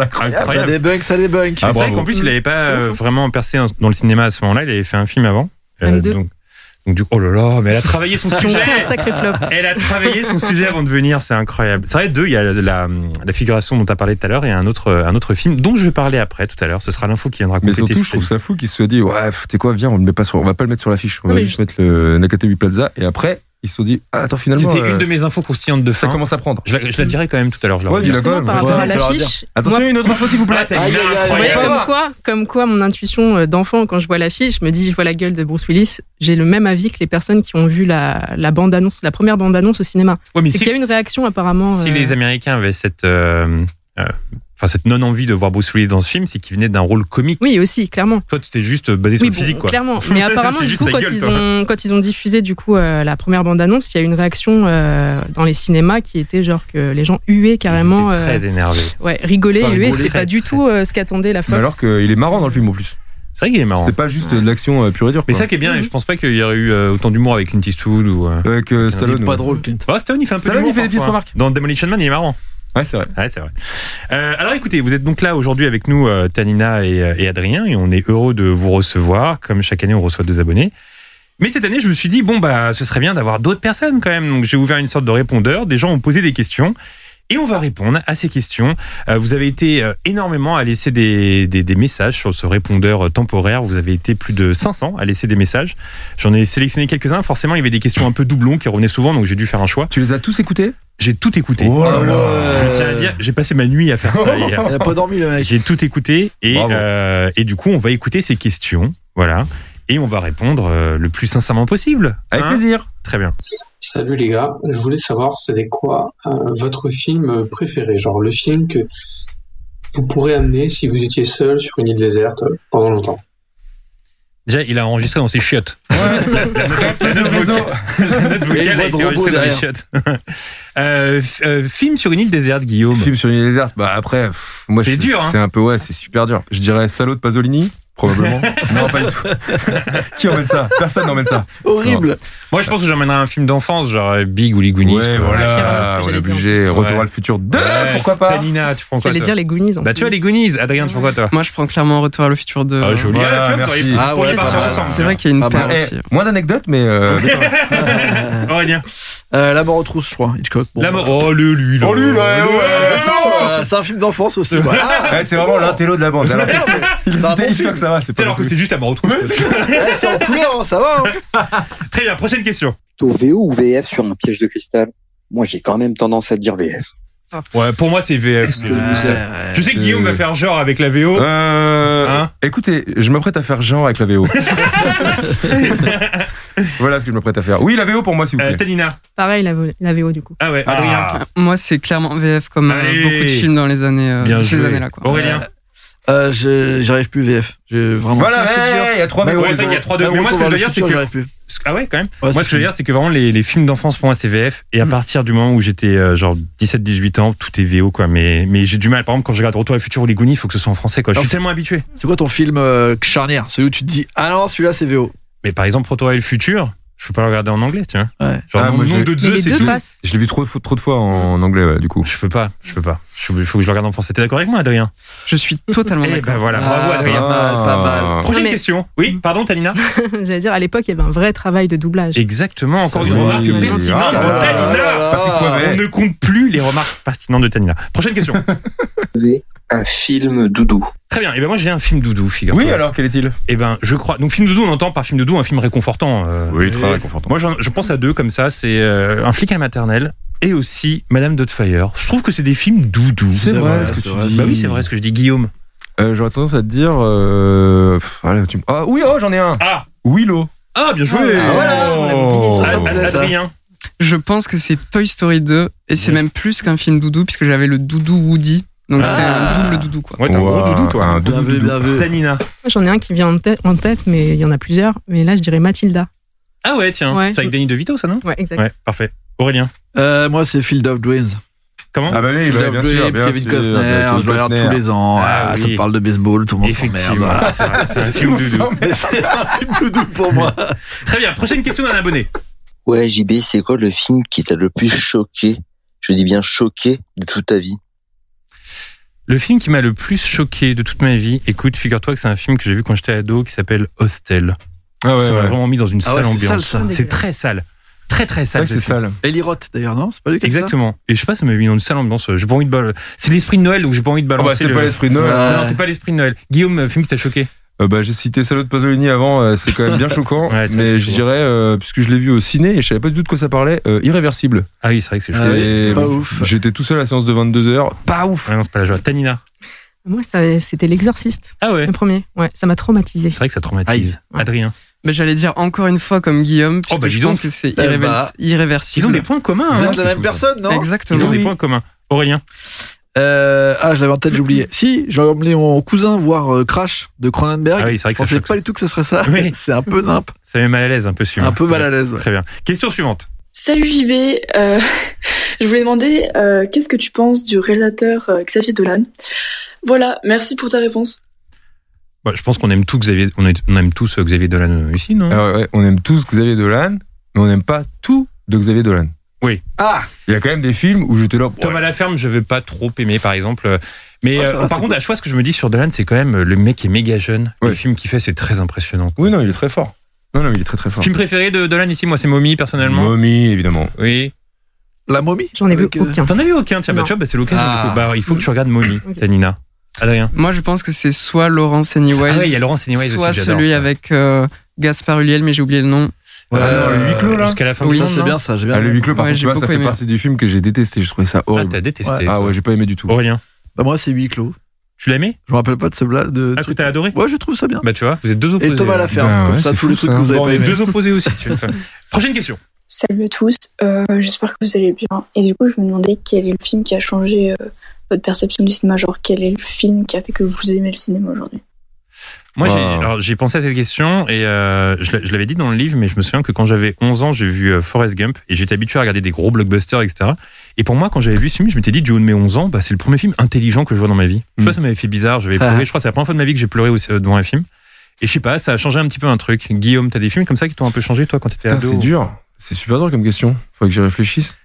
S4: incroyable.
S5: Ça débunk, ça débunk.
S6: Ah,
S4: c'est vrai
S6: bravo.
S4: qu'en plus, il n'avait pas
S7: C'est
S4: euh,
S7: fou.
S4: vraiment percé en- dans le cinéma à ce moment-là. Il avait fait un film avant. Euh,
S7: Même deux.
S4: donc, donc, du coup, oh là là, mais elle a travaillé son
S7: Qui ont
S4: sujet.
S7: fait un sacré flop.
S4: Elle a travaillé son sujet avant de venir, c'est incroyable. C'est vrai, deux, il y a la, la- la figuration dont tu as parlé tout à l'heure et un autre, un autre film dont je vais parler après tout à l'heure. Ce sera l'info qui viendra
S6: Mais
S4: compléter
S6: surtout,
S4: ce
S6: je trouve
S4: que
S6: ça fou qu'il se soit dit, ouais, pff, t'es quoi, viens, on le met pas sur, on va pas le mettre sur l'affiche, on
S7: Non,
S6: va
S7: mais
S6: juste mettre le Nakatomi Plaza et après, ils se sont dit, ah, attends, finalement,
S4: C'était
S6: euh,
S4: une de mes infos croustillantes de
S6: ça
S4: fin.
S6: commence à prendre.
S4: Je la, je la dirai quand même tout à l'heure. je la
S6: Ouais,
S4: redis.
S6: dis-la.
S7: Justement,
S6: quand même,
S7: par
S6: ouais.
S7: rapport à
S6: Faut leur dire.
S7: l'affiche,
S6: Attention,
S7: moi,
S6: une autre info, s'il vous
S4: Ah,
S6: plaît.
S4: t'as une
S5: Aïe, aïe, aïe,
S7: vous voyez,
S4: incroyable.
S7: comme quoi, comme quoi mon intuition euh, d'enfant, quand je vois l'affiche, je me dis, je vois la gueule de Bruce Willis, j'ai le même avis que les personnes qui ont vu la, la bande-annonce, la première bande-annonce au cinéma.
S4: Ouais, mais
S7: C'est
S4: si-
S7: qu'il y a eu une réaction apparemment.
S4: Si
S7: euh,
S4: les Américains avaient cette, euh, euh, enfin cette non envie de voir Bruce Willis dans ce film, c'est qu'il venait d'un rôle comique.
S7: Oui, aussi, clairement.
S4: Toi, tu t'es juste basé sur
S7: Oui,
S4: le
S7: bon,
S4: physique, quoi.
S7: clairement. Mais apparemment,
S4: C'était
S7: du
S4: juste
S7: coup,
S4: sa
S7: quand,
S4: gueule,
S7: ils
S4: toi.
S7: ont, quand ils ont diffusé du coup euh, la première bande-annonce, il y a eu une réaction euh, dans les cinémas qui était genre que les gens huaient carrément,
S4: Ils étaient
S7: euh,
S4: très énervé.
S7: ouais, rigolaient,
S4: Enfin,
S7: huaient.
S4: rigolaient,
S7: C'était
S4: très,
S7: pas du
S4: très.
S7: tout euh, ce qu'attendait la
S6: Mais
S7: Fox.
S6: alors qu'il est marrant dans le film en plus.
S4: C'est vrai qu'il est marrant.
S6: C'est pas juste de l'action euh, pure et dure.
S4: Mais
S6: quoi.
S4: ça qui est
S5: Mhm.
S4: bien, et je pense pas qu'il y aurait eu euh, autant d'humour avec Clint Eastwood ou. euh,
S6: Avec euh, Stallone.
S5: pas
S6: ouais.
S5: drôle, Clint.
S4: Bah, Stallone, il fait un peu
S6: Stallone,
S4: d'humour
S6: il fait des petites
S4: parfois, hein.
S6: remarques.
S4: Dans Demolition Man, il est marrant.
S6: Ouais, c'est vrai.
S4: Ouais, c'est vrai. Euh, alors écoutez, vous êtes donc là aujourd'hui avec nous, euh, Tanina et, euh, et Adrien, et on est heureux de vous recevoir. Comme chaque année, on reçoit deux abonnés. Mais cette année, je me suis dit, bon, bah, ce serait bien d'avoir d'autres personnes quand même. Donc j'ai ouvert une sorte de répondeur. Des gens ont posé des questions. Et on va répondre à ces questions. Euh, vous avez été euh, énormément à laisser des, des- des messages sur ce répondeur euh, temporaire. Vous avez été plus de 500 à laisser des messages. J'en ai sélectionné quelques-uns. Forcément, il y avait des questions un peu doublons qui revenaient souvent, donc j'ai dû faire un choix.
S6: Tu les as tous écoutés
S4: J'ai tout écouté.
S6: Oh
S11: Ah
S6: là là.
S4: Je tiens à dire, j'ai passé ma nuit à faire ça. hier.
S5: Il a pas dormi, le mec.
S4: J'ai tout écouté et,
S6: Bravo.
S4: euh, et du coup, on va écouter ces questions. Voilà. Et on va répondre euh, le plus sincèrement possible.
S6: Avec
S4: Hein
S6: plaisir.
S4: Très bien.
S10: Salut les gars, je voulais savoir c'était quoi euh, votre film préféré, genre le film que vous pourrez amener si vous étiez seul sur une île déserte euh, pendant longtemps.
S4: Déjà, il a enregistré dans ses chiottes. La note vocale- la note
S5: Et une voix
S4: vocale a
S5: de
S4: été
S5: robot
S4: enregistrée dans les
S5: derrière.
S4: chiottes. Euh, f- euh, Film sur une île déserte, Guillaume.
S6: Film sur une déserte. Bah après, pff, moi, je-
S4: C'est dur, hein.
S6: C'est un peu, ouais, c'est super dur. Je dirais Salaud de Pasolini, probablement. non, pas du tout. Qui emmène ça Personne n'emmène ça.
S5: Horrible.
S4: Moi, je pense que j'emmènerais un film d'enfance, genre euh, Big ou les Goonies.
S6: ouais,
S4: quoi.
S7: clairement, ce que
S6: voilà, on est
S7: j'allais dire.
S6: obligé. Retour
S4: Ouais.
S6: à le futur 2,
S4: Ouais.
S6: pourquoi pas
S4: Tanina, tu prends quoi
S7: J'allais
S4: toi
S7: dire les Goonies. hein. en
S4: Bah,
S7: plus.
S4: tu vois, les Goonies. Adrien, tu prends quoi, toi
S8: Moi, je prends clairement Retour à le futur de.
S4: Ah, joli.
S6: Voilà,
S4: Ah, tu vois,
S6: merci.
S4: vous auriez-
S5: Ah
S4: pourriez
S5: ouais,
S4: partir
S5: bah,
S4: ensemble.
S8: C'est vrai qu'il y a une
S5: Ah bah,
S8: paire
S6: Eh,
S8: aussi.
S6: moins d'anecdotes, mais euh,
S4: Aurélien.
S5: Euh, la mort aux trousses, je crois. Hitchcock. Bon,
S4: La
S5: bah.
S4: mort. Oh, le lui, là.
S6: Oh, lui, là, ouais.
S5: Euh, C'est un film d'enfance aussi. voilà. Euh,
S6: ouais, c'est vraiment l'intello de la bande. Alors, il
S5: C'est un
S6: c'était
S5: bon
S6: Hitchcock, ça va, c'est
S4: Tu sais,
S6: pas
S4: alors que
S6: beaucoup.
S4: c'est juste la mort aux trousses.
S5: Eh, C'est en couleur, hein, ça va. hein.
S4: Très bien, prochaine question.
S10: Au VO ou VF sur un piège de cristal Moi j'ai quand même tendance à dire VF.
S4: Ouais, pour moi, c'est VF. Je sais que
S6: Euh,
S4: Guillaume va faire genre avec la VO.
S6: Euh,
S4: Hein
S6: écoutez, je m'apprête à faire genre avec la VO. voilà ce que je m'apprête à faire. Oui, la VO pour moi, s'il vous
S4: Euh,
S6: plaît.
S4: Tanina.
S7: Pareil, la, vo- la VO du coup.
S4: Ah ouais,
S6: Ah.
S4: Adrien.
S8: Moi, c'est clairement VF comme euh,
S4: Allez.
S8: beaucoup de films dans les années, euh,
S4: Bien
S8: ces
S4: joué.
S8: années-là. quoi.
S4: Aurélien.
S5: Euh, je- J'y arrive plus, VF. Je- Vraiment.
S6: Voilà,
S5: c'est
S6: hey, il y a trois
S4: Ouais,
S6: VO.
S4: ouais,
S6: les
S4: c'est vrai
S6: autres.
S4: qu'il y a trois deux.
S5: Là,
S4: Mais moi, ce que je
S5: retour vers
S4: veux dire,
S5: le
S4: c'est
S5: futur, j'y
S4: que.
S5: arrive plus.
S4: Ah ouais, quand même.
S5: Ouais,
S4: Moi,
S5: c'est
S4: ce que je veux
S5: fini.
S4: dire, c'est que vraiment, les, les films d'enfance, pour moi, c'est VF. Et à
S5: Mm.
S4: partir du moment où j'étais euh, genre 17-18 ans, tout est VO, quoi. Mais, mais j'ai du mal. Par exemple, quand je regarde Retour à Futur ou Les Goonies, il faut que ce soit en français, quoi. Je
S5: Alors,
S4: suis tellement habitué.
S5: Ah, C'est quoi ton film euh, charnière Celui où tu te dis Ah non, celui-là c'est VO.
S4: Mais par exemple, Retour à le futur, je peux pas le regarder en anglais, tu vois.
S5: Ouais.
S4: Genre,
S6: Ah,
S4: mon
S6: moi,
S4: nom
S6: j'ai-
S4: de
S7: Mais
S4: Dieu,
S7: les
S4: c'est
S7: deux
S4: tout.
S7: passent.
S6: Je l'ai vu trop, trop de fois en anglais, ouais, du coup.
S4: Je peux pas, je peux pas. Je- Il faut que je le regarde en français. T'es d'accord avec moi, Adrien
S8: Je suis totalement
S4: Eh
S8: d'accord.
S4: ben voilà, bravo,
S5: Ah,
S4: Adrien.
S5: bah. mal, pas mal.
S6: Ah.
S4: Prochaine
S7: Non, mais- Mm.
S4: question. Oui, pardon, Tanina
S7: J'allais dire, à l'époque, il y avait un vrai travail de doublage.
S4: Exactement, encore
S5: Ça
S4: une
S5: va,
S4: remarque
S5: oui, oui,
S4: pertinente
S5: oui.
S4: de
S5: Ah là là là
S4: Tanina.
S5: là.
S4: Patrick Poivet.
S6: Ah.
S4: On ne compte plus les remarques pertinentes de Tanina. Prochaine question.
S10: Un film doudou.
S4: Très bien. Et ben moi j'ai un film doudou, figure.
S6: Oui, alors quel est-il
S4: Et ben je crois. Donc film doudou, on entend par film doudou un film réconfortant. euh.
S6: Oui, très réconfortant.
S4: Moi j'en- je pense à deux comme ça. C'est euh, un flic à la maternelle et aussi Madame Doubtfire. Je trouve que c'est des films doudou.
S6: C'est vrai
S5: vrai,
S6: ce que
S5: c'est
S6: tu
S5: vrai,
S6: dis.
S4: Bah oui, c'est vrai ce que je dis, Guillaume.
S6: Euh, J'aurais tendance à te dire. euh, pff, allez, tu me- Ah oui, oh, j'en ai un.
S4: Ah,
S6: Willow. Oh.
S4: ah, bien joué.
S5: Ah, voilà,
S7: on l'a oublié,
S4: Ad-
S5: ça, ça me plaît, ça.
S4: Adrien.
S8: Je pense que c'est Toy Story 2 et c'est
S4: Oui.
S8: même plus qu'un film doudou puisque j'avais le doudou Woody. Donc
S5: Ah.
S8: c'est un double doudou quoi.
S4: Ouais, t'es un gros
S6: Ouah,
S4: doudou toi.
S6: un
S5: Bien
S6: doudou
S5: vu,
S6: doudou.
S5: bien vu.
S4: Tanina.
S7: Moi, J'en ai un qui vient en tête, en tête, mais il y en a plusieurs. Mais là, je dirais Mathilda.
S4: Ah ouais, tiens.
S7: Ouais.
S4: C'est avec Danny DeVito ça Ah non
S7: Ouais, exact.
S4: Ouais, parfait. Aurélien.
S5: Euh, moi, c'est Field of Dreams.
S4: Comment
S6: Ah bah oui,
S5: Field
S6: bah,
S5: of
S6: bien
S5: Dreams,
S6: sûr. bien
S5: Kevin
S6: sûr,
S5: Costner,
S6: Kevin
S5: je le regarde
S6: Costner.
S5: tous les ans.
S4: Ah
S5: Ah,
S4: oui.
S5: Ça parle de baseball, tout le monde s'emmerde.
S4: Effectivement,
S5: Voilà.
S4: c'est vrai, c'est un film doudou.
S5: C'est un film doudou pour moi.
S4: Très bien, prochaine question d'un abonné.
S10: Ouais JB, c'est quoi le film qui t'a le plus choqué Je dis bien choqué de toute ta vie.
S4: Le film qui m'a le plus choqué de toute ma vie, écoute, figure-toi que c'est un film que j'ai vu quand j'étais ado qui s'appelle Hostel.
S6: Ah ouais,
S4: ça m'a
S6: ouais.
S4: vraiment mis dans une
S5: Ah ouais,
S4: sale
S5: c'est sale,
S4: ambiance.
S5: ça.
S4: C'est très sale. Très très
S6: Ouais,
S4: sale. ce
S6: c'est
S4: film.
S6: sale.
S5: Eli Roth, d'ailleurs, non C'est pas lui qui a fait ça
S4: Exactement. Et je sais pas, ça m'a mis dans une sale ambiance. euh, J'ai pas envie de bal- C'est l'esprit de Noël où j'ai pas envie de
S6: Ah bah,
S4: balancer.
S6: c'est pas
S4: le-
S6: l'esprit de Noël.
S4: Non, c'est pas l'esprit de Noël. Guillaume, film qui t'a choqué
S6: Euh, bah, j'ai cité Salo de Pasolini avant, euh, c'est quand même bien choquant.
S4: Ouais, c'est vrai que
S6: mais
S4: c'est
S6: je
S4: chaud.
S6: dirais, euh, puisque je l'ai vu au ciné et je savais pas du tout de quoi ça parlait, euh, Irréversible.
S4: Ah oui, c'est vrai que c'est chaud.
S5: Ah oui,
S6: Et
S5: pas
S6: bon,
S5: ouf.
S6: J'étais tout seul à la séance de 22h. Pas ouf
S4: Ah non, c'est pas la joie. Tanina.
S7: Moi, ça- c'était l'exorciste,
S4: Ah ouais.
S7: le premier. Ouais, ça m'a traumatisé.
S4: C'est vrai que ça traumatise.
S7: Aïe.
S4: Adrien.
S8: Mais Ben, j'allais dire encore une fois comme Guillaume, puisque
S4: bah, dis
S8: je
S4: donc.
S8: pense que c'est
S5: Eh
S8: irréver-
S5: bah.
S8: irréversible.
S4: Ils ont des points communs.
S5: Vous
S4: hein.
S5: êtes la même personne, non
S4: Ils
S8: Exactement.
S4: ont
S5: Oui.
S4: des points communs. Aurélien.
S5: Euh, ah, je l'avais en tête, j'ai oublié. Si, j'avais emmené mon cousin voir euh, Crash de Cronenberg.
S4: Ah oui, c'est vrai
S5: je
S4: que ça
S5: pensais
S4: choque,
S5: pas du tout que ce serait ça.
S4: Oui.
S5: C'est un peu nimp,
S4: Ça met mal à l'aise un peu celui-là.
S5: un peu mal à l'aise. ouais.
S4: Très bien. Question suivante.
S12: Salut JB, euh, je voulais demander euh, qu'est-ce que tu penses du réalisateur euh, Xavier Dolan Voilà, merci pour ta réponse.
S4: Bah, je pense qu'on aime tous Xavier, on est- on aime tous euh, Xavier Dolan euh, ici, non
S6: Alors, Ah ouais, on aime tous Xavier Dolan, mais on n'aime pas tout de Xavier Dolan.
S4: Oui.
S5: Ah
S6: Il y a quand même des films où j'étais là.
S4: Thomas Laferme, je vais pas trop aimer, par exemple. euh, Mais
S5: Ah, ça
S4: euh,
S5: reste
S4: par
S5: cool.
S4: contre, à choix, ce que je me dis sur Dolan, c'est quand même euh, le mec est méga jeune. Le
S6: Ouais.
S4: film qu'il fait, c'est très impressionnant.
S6: Oui, non, il est très fort. Non, non, il est très très fort.
S4: Film préféré de Dolan ici, moi, c'est Mommy, personnellement.
S6: Mommy, évidemment.
S4: Oui.
S5: La momie
S7: J'en ai vu
S5: Avec, euh,
S7: aucun.
S4: T'en as vu aucun, tiens, bah,
S7: Non.
S4: tu vois, bah, c'est l'occasion.
S5: Ah.
S4: du coup. Bah, il faut que tu regardes Mommy,
S7: Ok.
S4: Tanina. Adrien.
S8: Moi, je pense que c'est soit Laurence
S4: Ah
S8: Anyways,
S4: ouais, il y a Laurence Anyways aussi,
S8: soit
S4: j'adore
S8: celui
S4: ça.
S8: avec euh, Gaspard Ulliel, mais j'ai oublié le nom.
S4: Ouais,
S5: Ah
S6: Euh,
S4: non, le huis clos, là. Jusqu'à la fin
S8: Oui,
S4: du
S5: Ça,
S4: monde,
S5: c'est
S4: non
S5: bien ça, j'ai bien.
S6: Ah, le huis clos, par
S8: Ouais,
S6: contre,
S8: j'ai
S6: tu vois, ça
S8: beaucoup
S6: fait
S8: aimé.
S6: partie du film que j'ai détesté. Je trouvais ça
S4: Ah,
S6: horrible.
S4: t'as détesté.
S6: Ah ouais, j'ai pas aimé du tout.
S4: Aurélien.
S5: Bah, moi, c'est huis clos.
S4: Tu l'aimais
S5: Je me rappelle pas de ce blague. De...
S4: Ah, que t'as adoré
S5: Ouais, je trouve ça bien.
S4: Bah, tu vois, vous êtes deux opposés.
S5: Et Thomas
S4: là.
S5: Laferme,
S6: Bah
S5: comme
S6: ouais,
S5: ça,
S6: c'est
S5: tous les
S6: fou,
S5: trucs
S6: ça.
S5: que vous avez
S4: Bon, on
S5: pas
S4: est
S5: aimés.
S4: deux opposés aussi. tu vois. Prochaine question.
S12: Salut à tous, euh, j'espère que vous allez bien. Et du coup, je me demandais quel est le film qui a changé euh, votre perception du cinéma, genre quel est le film qui a fait que vous aimez le cinéma aujourd'hui
S4: Moi, j'ai-
S6: Wow.
S4: alors, j'ai pensé à cette question et euh, je l'a- je l'avais dit dans le livre, mais je me souviens que quand j'avais 11 ans, j'ai vu euh, Forrest Gump et j'étais habitué à regarder des gros blockbusters, etc. Et pour moi, quand j'avais vu ce film, je m'étais dit, du haut de mes 11 ans, bah, c'est le premier film intelligent que je vois dans ma vie. Je sais
S6: Mm.
S4: pas, ça m'avait fait bizarre, j'avais
S5: Ah.
S4: pleuré. Je crois que c'est la première fois de ma vie que j'ai pleuré aussi, euh, devant un film. Et je sais pas, ça a changé un petit peu un truc. Guillaume, t'as des films comme ça qui t'ont un peu changé, toi, quand t'étais
S6: Putain,
S4: ado
S6: c'est dur. C'est super dur comme question. Faudrait que j'y réfléchisse.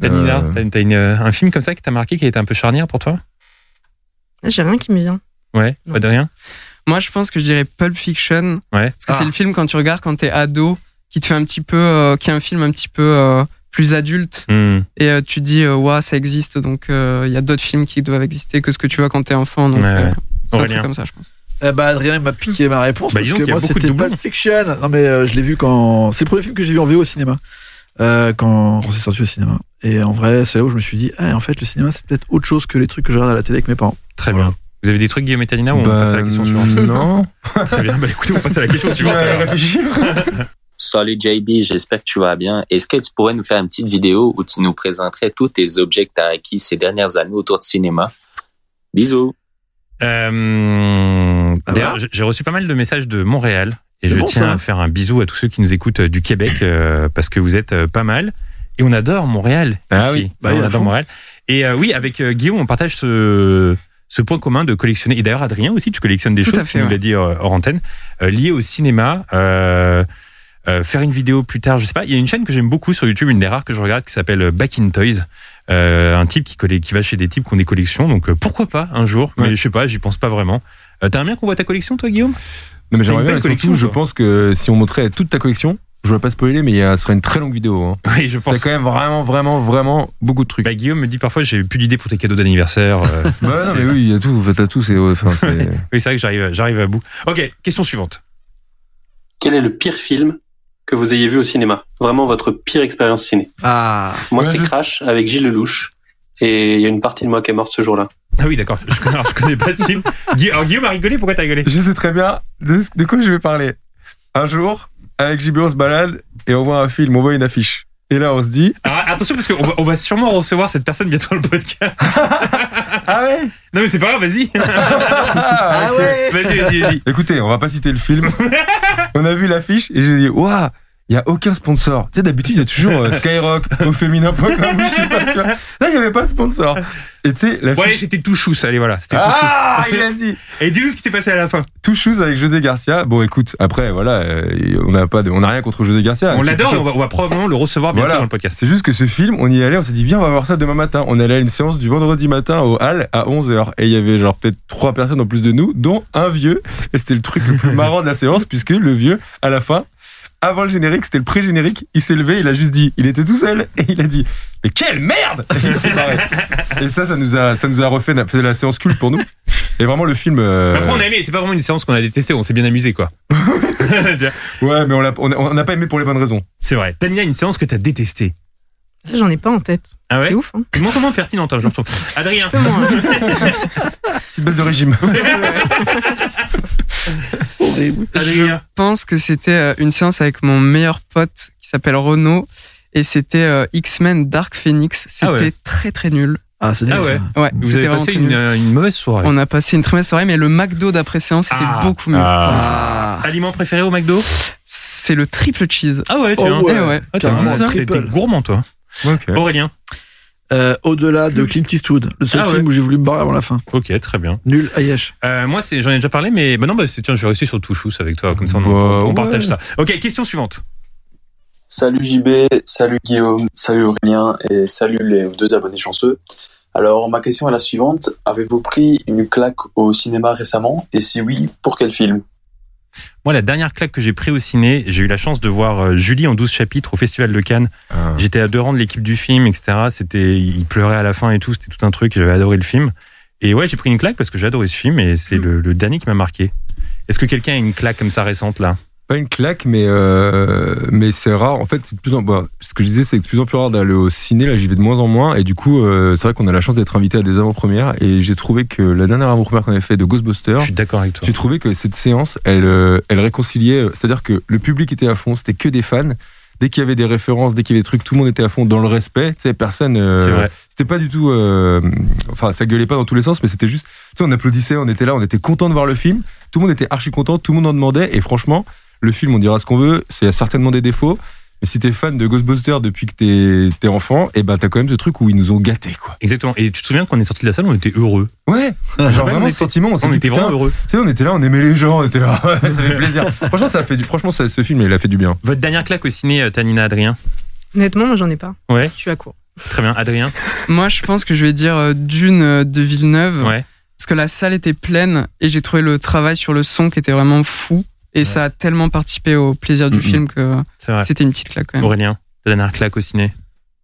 S4: T'as Nina,
S6: Euh,
S4: t'as- t'as une, euh, un film comme ça qui t'a marqué, qui a été un peu charnière pour toi
S7: J'ai rien qui me vient.
S4: Ouais,
S7: Non.
S4: pas de rien
S8: Moi, je pense que je dirais Pulp Fiction,
S4: Ouais.
S8: parce que
S5: Ah.
S8: c'est le film quand tu regardes quand t'es ado, qui te fait un petit peu, euh, qui est un film un petit peu euh, plus adulte,
S4: Hmm.
S8: et euh, tu te dis, euh, ouah, ça existe, donc euh, il y a d'autres films qui doivent exister que ce que tu vois quand t'es enfant, donc
S4: Ouais,
S8: euh,
S4: ouais.
S8: c'est un
S4: Aurélien.
S8: truc comme ça, je pense.
S5: Eh bah, Adrien il m'a piqué ma réponse.
S4: Bah, dis
S5: parce
S4: donc,
S5: que
S4: il y a
S5: moi,
S4: beaucoup de
S5: c'était
S4: doublons.
S5: Pulp Fiction. Non, mais euh, je l'ai vu quand. C'est le premier film que j'ai vu en VO au cinéma. Euh, quand quand c'est sorti au cinéma. Et en vrai, c'est là où je me suis dit, ah, en fait, le cinéma, c'est peut-être autre chose que les trucs que je regarde à la télé avec mes parents.
S4: Très
S5: Voilà.
S4: bien. Vous avez des trucs, Guillaume et Tanina, ou on
S6: bah,
S4: passe à la question suivante
S6: Non.
S4: Très bien, bah écoutez, on passe à la question
S6: Tu vas
S4: suivante. alors.
S6: réfléchir.
S13: Salut JB, j'espère que tu vas bien. Est-ce que tu pourrais nous faire une petite vidéo où tu nous présenterais tous tes objets que tu as acquis ces dernières années autour du cinéma? Bisous.
S4: Euh,
S5: Ah
S4: D'ailleurs,
S5: bah.
S4: j'ai- j'ai reçu pas mal de messages de Montréal et
S5: C'est
S4: je
S5: bon,
S4: tiens
S5: ça.
S4: à faire un bisou à tous ceux qui nous écoutent euh, du Québec euh, parce que vous êtes euh, pas mal et on adore Montréal.
S6: Ah
S4: ici.
S6: oui.
S5: Bah
S4: on
S5: oui, à
S4: adore
S5: fond.
S4: Montréal. Et euh, oui, avec euh, Guillaume, on partage ce ce point commun de collectionner. Et d'ailleurs, Adrien aussi, tu collectionnes des
S8: Tout
S4: choses.
S8: à fait,
S4: tu nous
S8: ouais.
S4: l'as dit euh, hors antenne, euh, liées au cinéma. euh, euh, faire une vidéo plus tard, je sais pas. Il y a une chaîne que j'aime beaucoup sur YouTube, une des rares que je regarde, qui s'appelle Back in Toys. Euh, un type qui, colle- qui va chez des types qui ont des collections, donc euh, pourquoi pas un jour Mais
S6: Ouais.
S4: je sais pas, j'y pense pas vraiment. Euh, T'aimerais bien qu'on voit ta collection, toi, Guillaume
S6: Non, mais
S4: T'as une
S6: j'aimerais bien. et
S4: belle
S6: Surtout,
S4: collection,
S6: je
S4: toi.
S6: pense que si on montrait toute ta collection, je vais pas spoiler, mais il y a- ce serait une très longue vidéo. Hein.
S4: Oui, je
S6: T'as quand même vraiment, vraiment, vraiment beaucoup de trucs.
S4: Bah, Guillaume me dit parfois, j'ai plus d'idées pour tes cadeaux d'anniversaire. euh,
S6: Bah, non,
S4: c'est-
S6: mais oui, il y a tout. En fait, t'as tout. C'est. ouais, enfin, c'est-
S4: Oui, c'est vrai que j'arrive, j'arrive à bout. Ok, question suivante.
S11: Quel est le pire film que vous ayez vu au cinéma Vraiment votre pire expérience ciné.
S5: Ah.
S11: Moi,
S6: Ouais,
S11: c'est
S6: je sais.
S11: Crash avec Gilles Lelouch. Et il y a une partie de moi qui est morte ce jour-là.
S4: Ah oui, d'accord. Je, alors, je connais pas ce film. Gui- alors, Guillaume a rigolé. Pourquoi t'as rigolé
S6: Je sais très bien de, ce- de quoi je vais parler. Un jour, avec JB, on se balade et on voit un film, on voit une affiche. Et là, on se dit
S4: Alors, Ah, Attention, parce qu'on va, on va sûrement recevoir cette personne bientôt dans le podcast.
S6: Ah ouais
S4: Non, mais c'est pas grave. Vas-y.
S6: Ah
S4: vas-y, vas-y, vas-y.
S6: Écoutez, on va pas citer le film. on a vu l'affiche et j'ai dit Waouh il n'y a aucun sponsor. Tu sais, d'habitude, il y a toujours euh, Skyrock, au féminin.com, je sais pas, tu vois. Là, il n'y avait pas de sponsor. Et tu sais,
S4: Bon, allez,
S6: l'affiche.
S4: c'était tout chousse. Allez, voilà. C'était tout
S6: ah,
S4: chousse.
S6: il a dit
S4: Et dis-nous ce qui s'est passé à la fin.
S6: Tout chose avec José Garcia. Bon, écoute, après, voilà, euh, on n'a pas de- on n'a rien contre José Garcia. Ah,
S4: on
S6: C'est
S4: l'adore. et
S6: plutôt-
S4: On va, on va probablement le recevoir bientôt
S6: Voilà.
S4: dans le podcast.
S6: C'est juste que ce film, on y allait, on s'est dit, viens, on va voir ça demain matin. On allait à une séance du vendredi matin au Hall à 11h. Et il y avait genre peut-être trois personnes en plus de nous, dont un vieux. Et c'était le truc le plus marrant de la séance, puisque le vieux, à la fin, avant le générique, c'était le pré-générique. Il s'est levé, il a juste dit, il était tout seul et il a dit, mais quelle merde Et Il s'est barré. Et ça, ça nous a, ça nous a refait la, fait la séance culte pour nous. Et vraiment, le film. euh,
S4: Après, on a aimé, c'est pas vraiment une séance qu'on a détestée, on s'est bien amusé, quoi.
S6: ouais, mais on l'a- on a- on n'a pas aimé pour les bonnes raisons.
S4: C'est vrai. Tanina, une séance que t'as détestée.
S7: J'en ai pas en tête.
S4: Ah ouais
S7: C'est ouf. hein.
S4: Comment, comment pertinente, hein, je le retrouve. Adrien.
S6: Petite Ah, baisse de régime.
S8: Je pense que c'était euh, une séance avec mon meilleur pote qui s'appelle Renaud et c'était euh, X-Men Dark Phoenix. C'était
S4: Ah ouais.
S8: très très nul.
S5: Ah, c'est
S4: Ah ouais.
S8: Ouais,
S4: Vous
S8: c'était
S4: avez
S8: vraiment
S4: passé
S8: très
S4: une,
S8: nul.
S4: euh, une mauvaise soirée.
S8: On a passé une très mauvaise soirée, mais le McDo d'après séance était
S4: Ah.
S8: beaucoup mieux.
S4: Ah. Aliment préféré au McDo
S8: C'est le triple cheese.
S4: Ah ouais, tiens.
S8: Eh ouais.
S4: Ah, t'as
S5: Oh, Carrément,
S4: un- t'es-
S5: triple.
S4: t'es gourmand, toi. Aurélien.
S5: Euh, Au-delà de Clint Eastwood, le seul
S4: Ah ouais.
S5: film où j'ai voulu me barrer avant la fin.
S4: Ok, très bien.
S5: Nul, Ayesh.
S4: Euh, moi, c'est- j'en ai déjà parlé, mais bah non, bah, c'est- tiens, je vais rester sur Touchous avec toi, comme ça on,
S5: Bah,
S4: on partage ça. Ok, question suivante.
S14: Salut JB, salut Guillaume, salut Aurélien et salut les deux abonnés chanceux. Alors ma question est la suivante, avez-vous pris une claque au cinéma récemment et si oui, pour quel film
S4: Moi, la dernière claque que j'ai pris au ciné, j'ai eu la chance de voir euh, Julie en 12 chapitres au Festival de Cannes.
S6: Ah.
S4: J'étais à deux rangs de l'équipe du film, etc. C'était, il pleurait à la fin et tout, c'était tout un truc. J'avais adoré le film. Et ouais, j'ai pris une claque parce que j'ai adoré ce film et c'est le, le dernier qui m'a marqué. Est-ce que quelqu'un a une claque comme ça récente là
S6: Pas une claque, mais, euh, mais c'est rare. En fait, c'est de plus en bah, ce que je disais, c'est que c'est de plus en plus rare d'aller au ciné. Là, j'y vais de moins en moins. Et du coup, euh, c'est vrai qu'on a la chance d'être invité à des avant-premières. Et j'ai trouvé que la dernière avant-première qu'on avait fait de Ghostbusters, je suis
S4: d'accord avec toi.
S6: J'ai trouvé que cette séance, elle, euh, elle réconciliait. euh, C'est-à-dire que le public était à fond, c'était que des fans. Dès qu'il y avait des références, dès qu'il y avait des trucs, tout le monde était à fond dans le respect. Tu sais, personne. euh,
S4: C'est vrai.
S6: c'était pas du tout euh, enfin ça gueulait pas dans tous les sens mais c'était juste tu sais on applaudissait on était là on était content de voir le film tout le monde était archi content tout le monde en demandait et franchement le film on dira ce qu'on veut c'est certainement des défauts mais si t'es fan de Ghostbusters depuis que t'es- t'es enfant et ben t'as quand même ce truc où ils nous ont gâtés quoi
S4: Exactement. Et tu te souviens qu'on est sorti de la salle, on était heureux.
S6: Ouais,
S4: Ah,
S6: genre
S4: ouais, on
S6: vraiment
S4: était-
S6: ce sentiment, on, s'est
S4: on
S6: dit,
S4: était
S6: putain,
S4: vraiment heureux.
S6: Tu sais, on était là, on aimait les gens, on était là, ouais, ça fait plaisir. franchement, ça a fait du, franchement, ça- ce film, il a fait du bien.
S4: Votre dernière claque au ciné, euh, Tanina Adrien
S7: Honnêtement, moi, j'en ai pas.
S4: Ouais.
S7: Je suis à court.
S4: Très bien, Adrien.
S8: Moi, je pense que je vais dire euh, Dune euh, de Villeneuve. Parce que la salle était pleine et j'ai trouvé le travail sur le son qui était vraiment fou. Et ça a tellement participé au plaisir du film que
S4: C'est vrai.
S8: c'était une petite claque quand même.
S4: Aurélien, ta dernière claque au ciné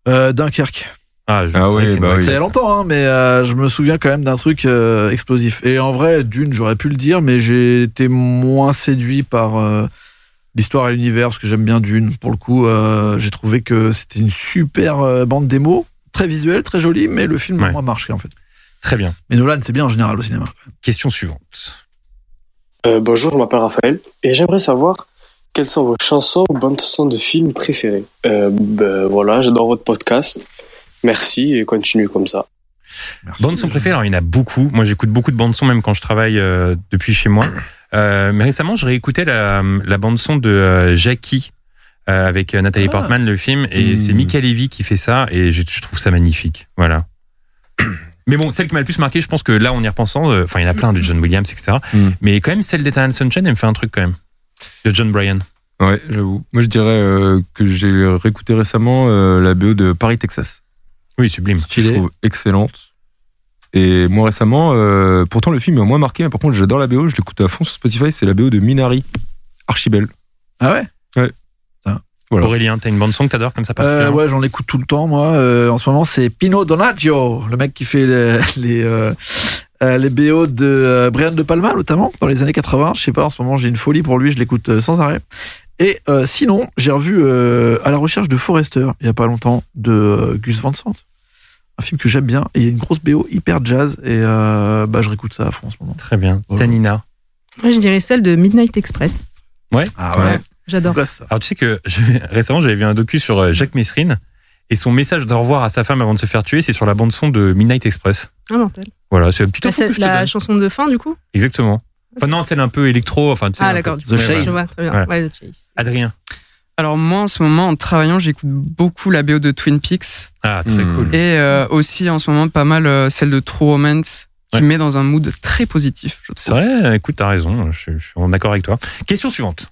S5: Euh, Dunkerque.
S4: Ah, je- c'est vrai
S6: bah
S4: que c'est une vraie
S5: C'était il y a
S4: claque, ça.
S5: longtemps, hein, mais euh, je me souviens quand même d'un truc euh, explosif. Et en vrai, d'une, j'aurais pu le dire, mais j'ai été moins séduit par euh, l'histoire et l'univers, parce que j'aime bien d'une. Pour le coup, euh, j'ai trouvé que c'était une super euh, bande démo, très visuelle, très jolie, mais le film, pour moi, marche en fait.
S4: Très bien.
S5: Mais Nolan, c'est bien en général au cinéma.
S4: Question suivante.
S15: Euh, bonjour, je m'appelle Raphaël et j'aimerais savoir quelles sont vos chansons ou bandes sons de films préférées. Euh, ben, voilà, j'adore votre podcast. Merci et continuez comme ça.
S4: Bande son préférée, alors il y en a beaucoup. Moi, j'écoute beaucoup de bande son même quand je travaille euh, depuis chez moi. Euh, mais récemment, je réécoutais la, la bande son de euh, Jackie euh, avec euh, Nathalie Portman, le film, et c'est Mika Levy qui fait ça, et je, je trouve ça magnifique. Voilà. Mais bon, celle qui m'a le plus marqué, je pense que là, en y repensant, euh, enfin, il y en a plein de John Williams, etc. Mais quand même, celle d'Eternal Sunshine, elle me fait un truc quand même. De John Bryan.
S6: Ouais, j'avoue. Moi, je dirais euh, que j'ai réécouté récemment euh, la BO de Paris, Texas.
S4: Oui, sublime.
S6: Je trouve excellente. Et moi, récemment, euh, pourtant, le film m'a moins marqué, mais par contre, j'adore la BO, je l'écoute à fond sur Spotify, c'est la BO de Minari. Archibel.
S5: Ah ouais
S6: Ouais. Voilà.
S4: Aurélien, t'as une bande son que t'adores comme ça
S5: Euh,
S4: particulièrement
S5: ouais, j'en écoute tout le temps, moi. Euh, en ce moment, c'est Pino Donaggio, le mec qui fait les, les, euh, euh, les BO de euh, Brian De Palma, notamment, dans les années 80. Je sais pas, en ce moment, j'ai une folie pour lui, je l'écoute euh, sans arrêt. Et euh, sinon, j'ai revu euh, À la recherche de Forrester, il y a pas longtemps, de euh, Gus Van Sant. Un film que j'aime bien, et il y a une grosse BO hyper jazz, et euh, bah, je réécoute ça à fond en ce moment.
S4: Très bien. Tanina.
S7: Moi, je dirais celle de Midnight Express.
S4: Ouais.
S7: Ouais, J'adore.
S4: Alors tu sais que je- récemment j'avais vu un docu sur euh, Jacques Messrine et son message d'au revoir à sa femme avant de se faire tuer, c'est sur la bande son de Midnight Express.
S7: Un mortel.
S4: Voilà, c'est plutôt
S7: Bah, c'est la chanson de fin, du coup
S4: exactement. Enfin non, celle un peu électro, enfin tu sais.
S7: Ah,
S4: un peu-
S7: d'accord. du
S4: Ouais,
S7: coup,
S4: voilà.
S7: Je vois, très bien.
S4: Voilà.
S7: Ouais, The Chase.
S4: Adrien.
S8: Alors moi, en ce moment, en travaillant, j'écoute beaucoup la BO de Twin Peaks.
S4: Ah, très cool.
S8: Et euh, aussi, en ce moment, pas mal euh, celle de True Romance, qui me met dans un mood très positif. je trouve.
S4: C'est vrai, écoute, t'as raison, je, suis- je suis en accord avec toi. Question suivante.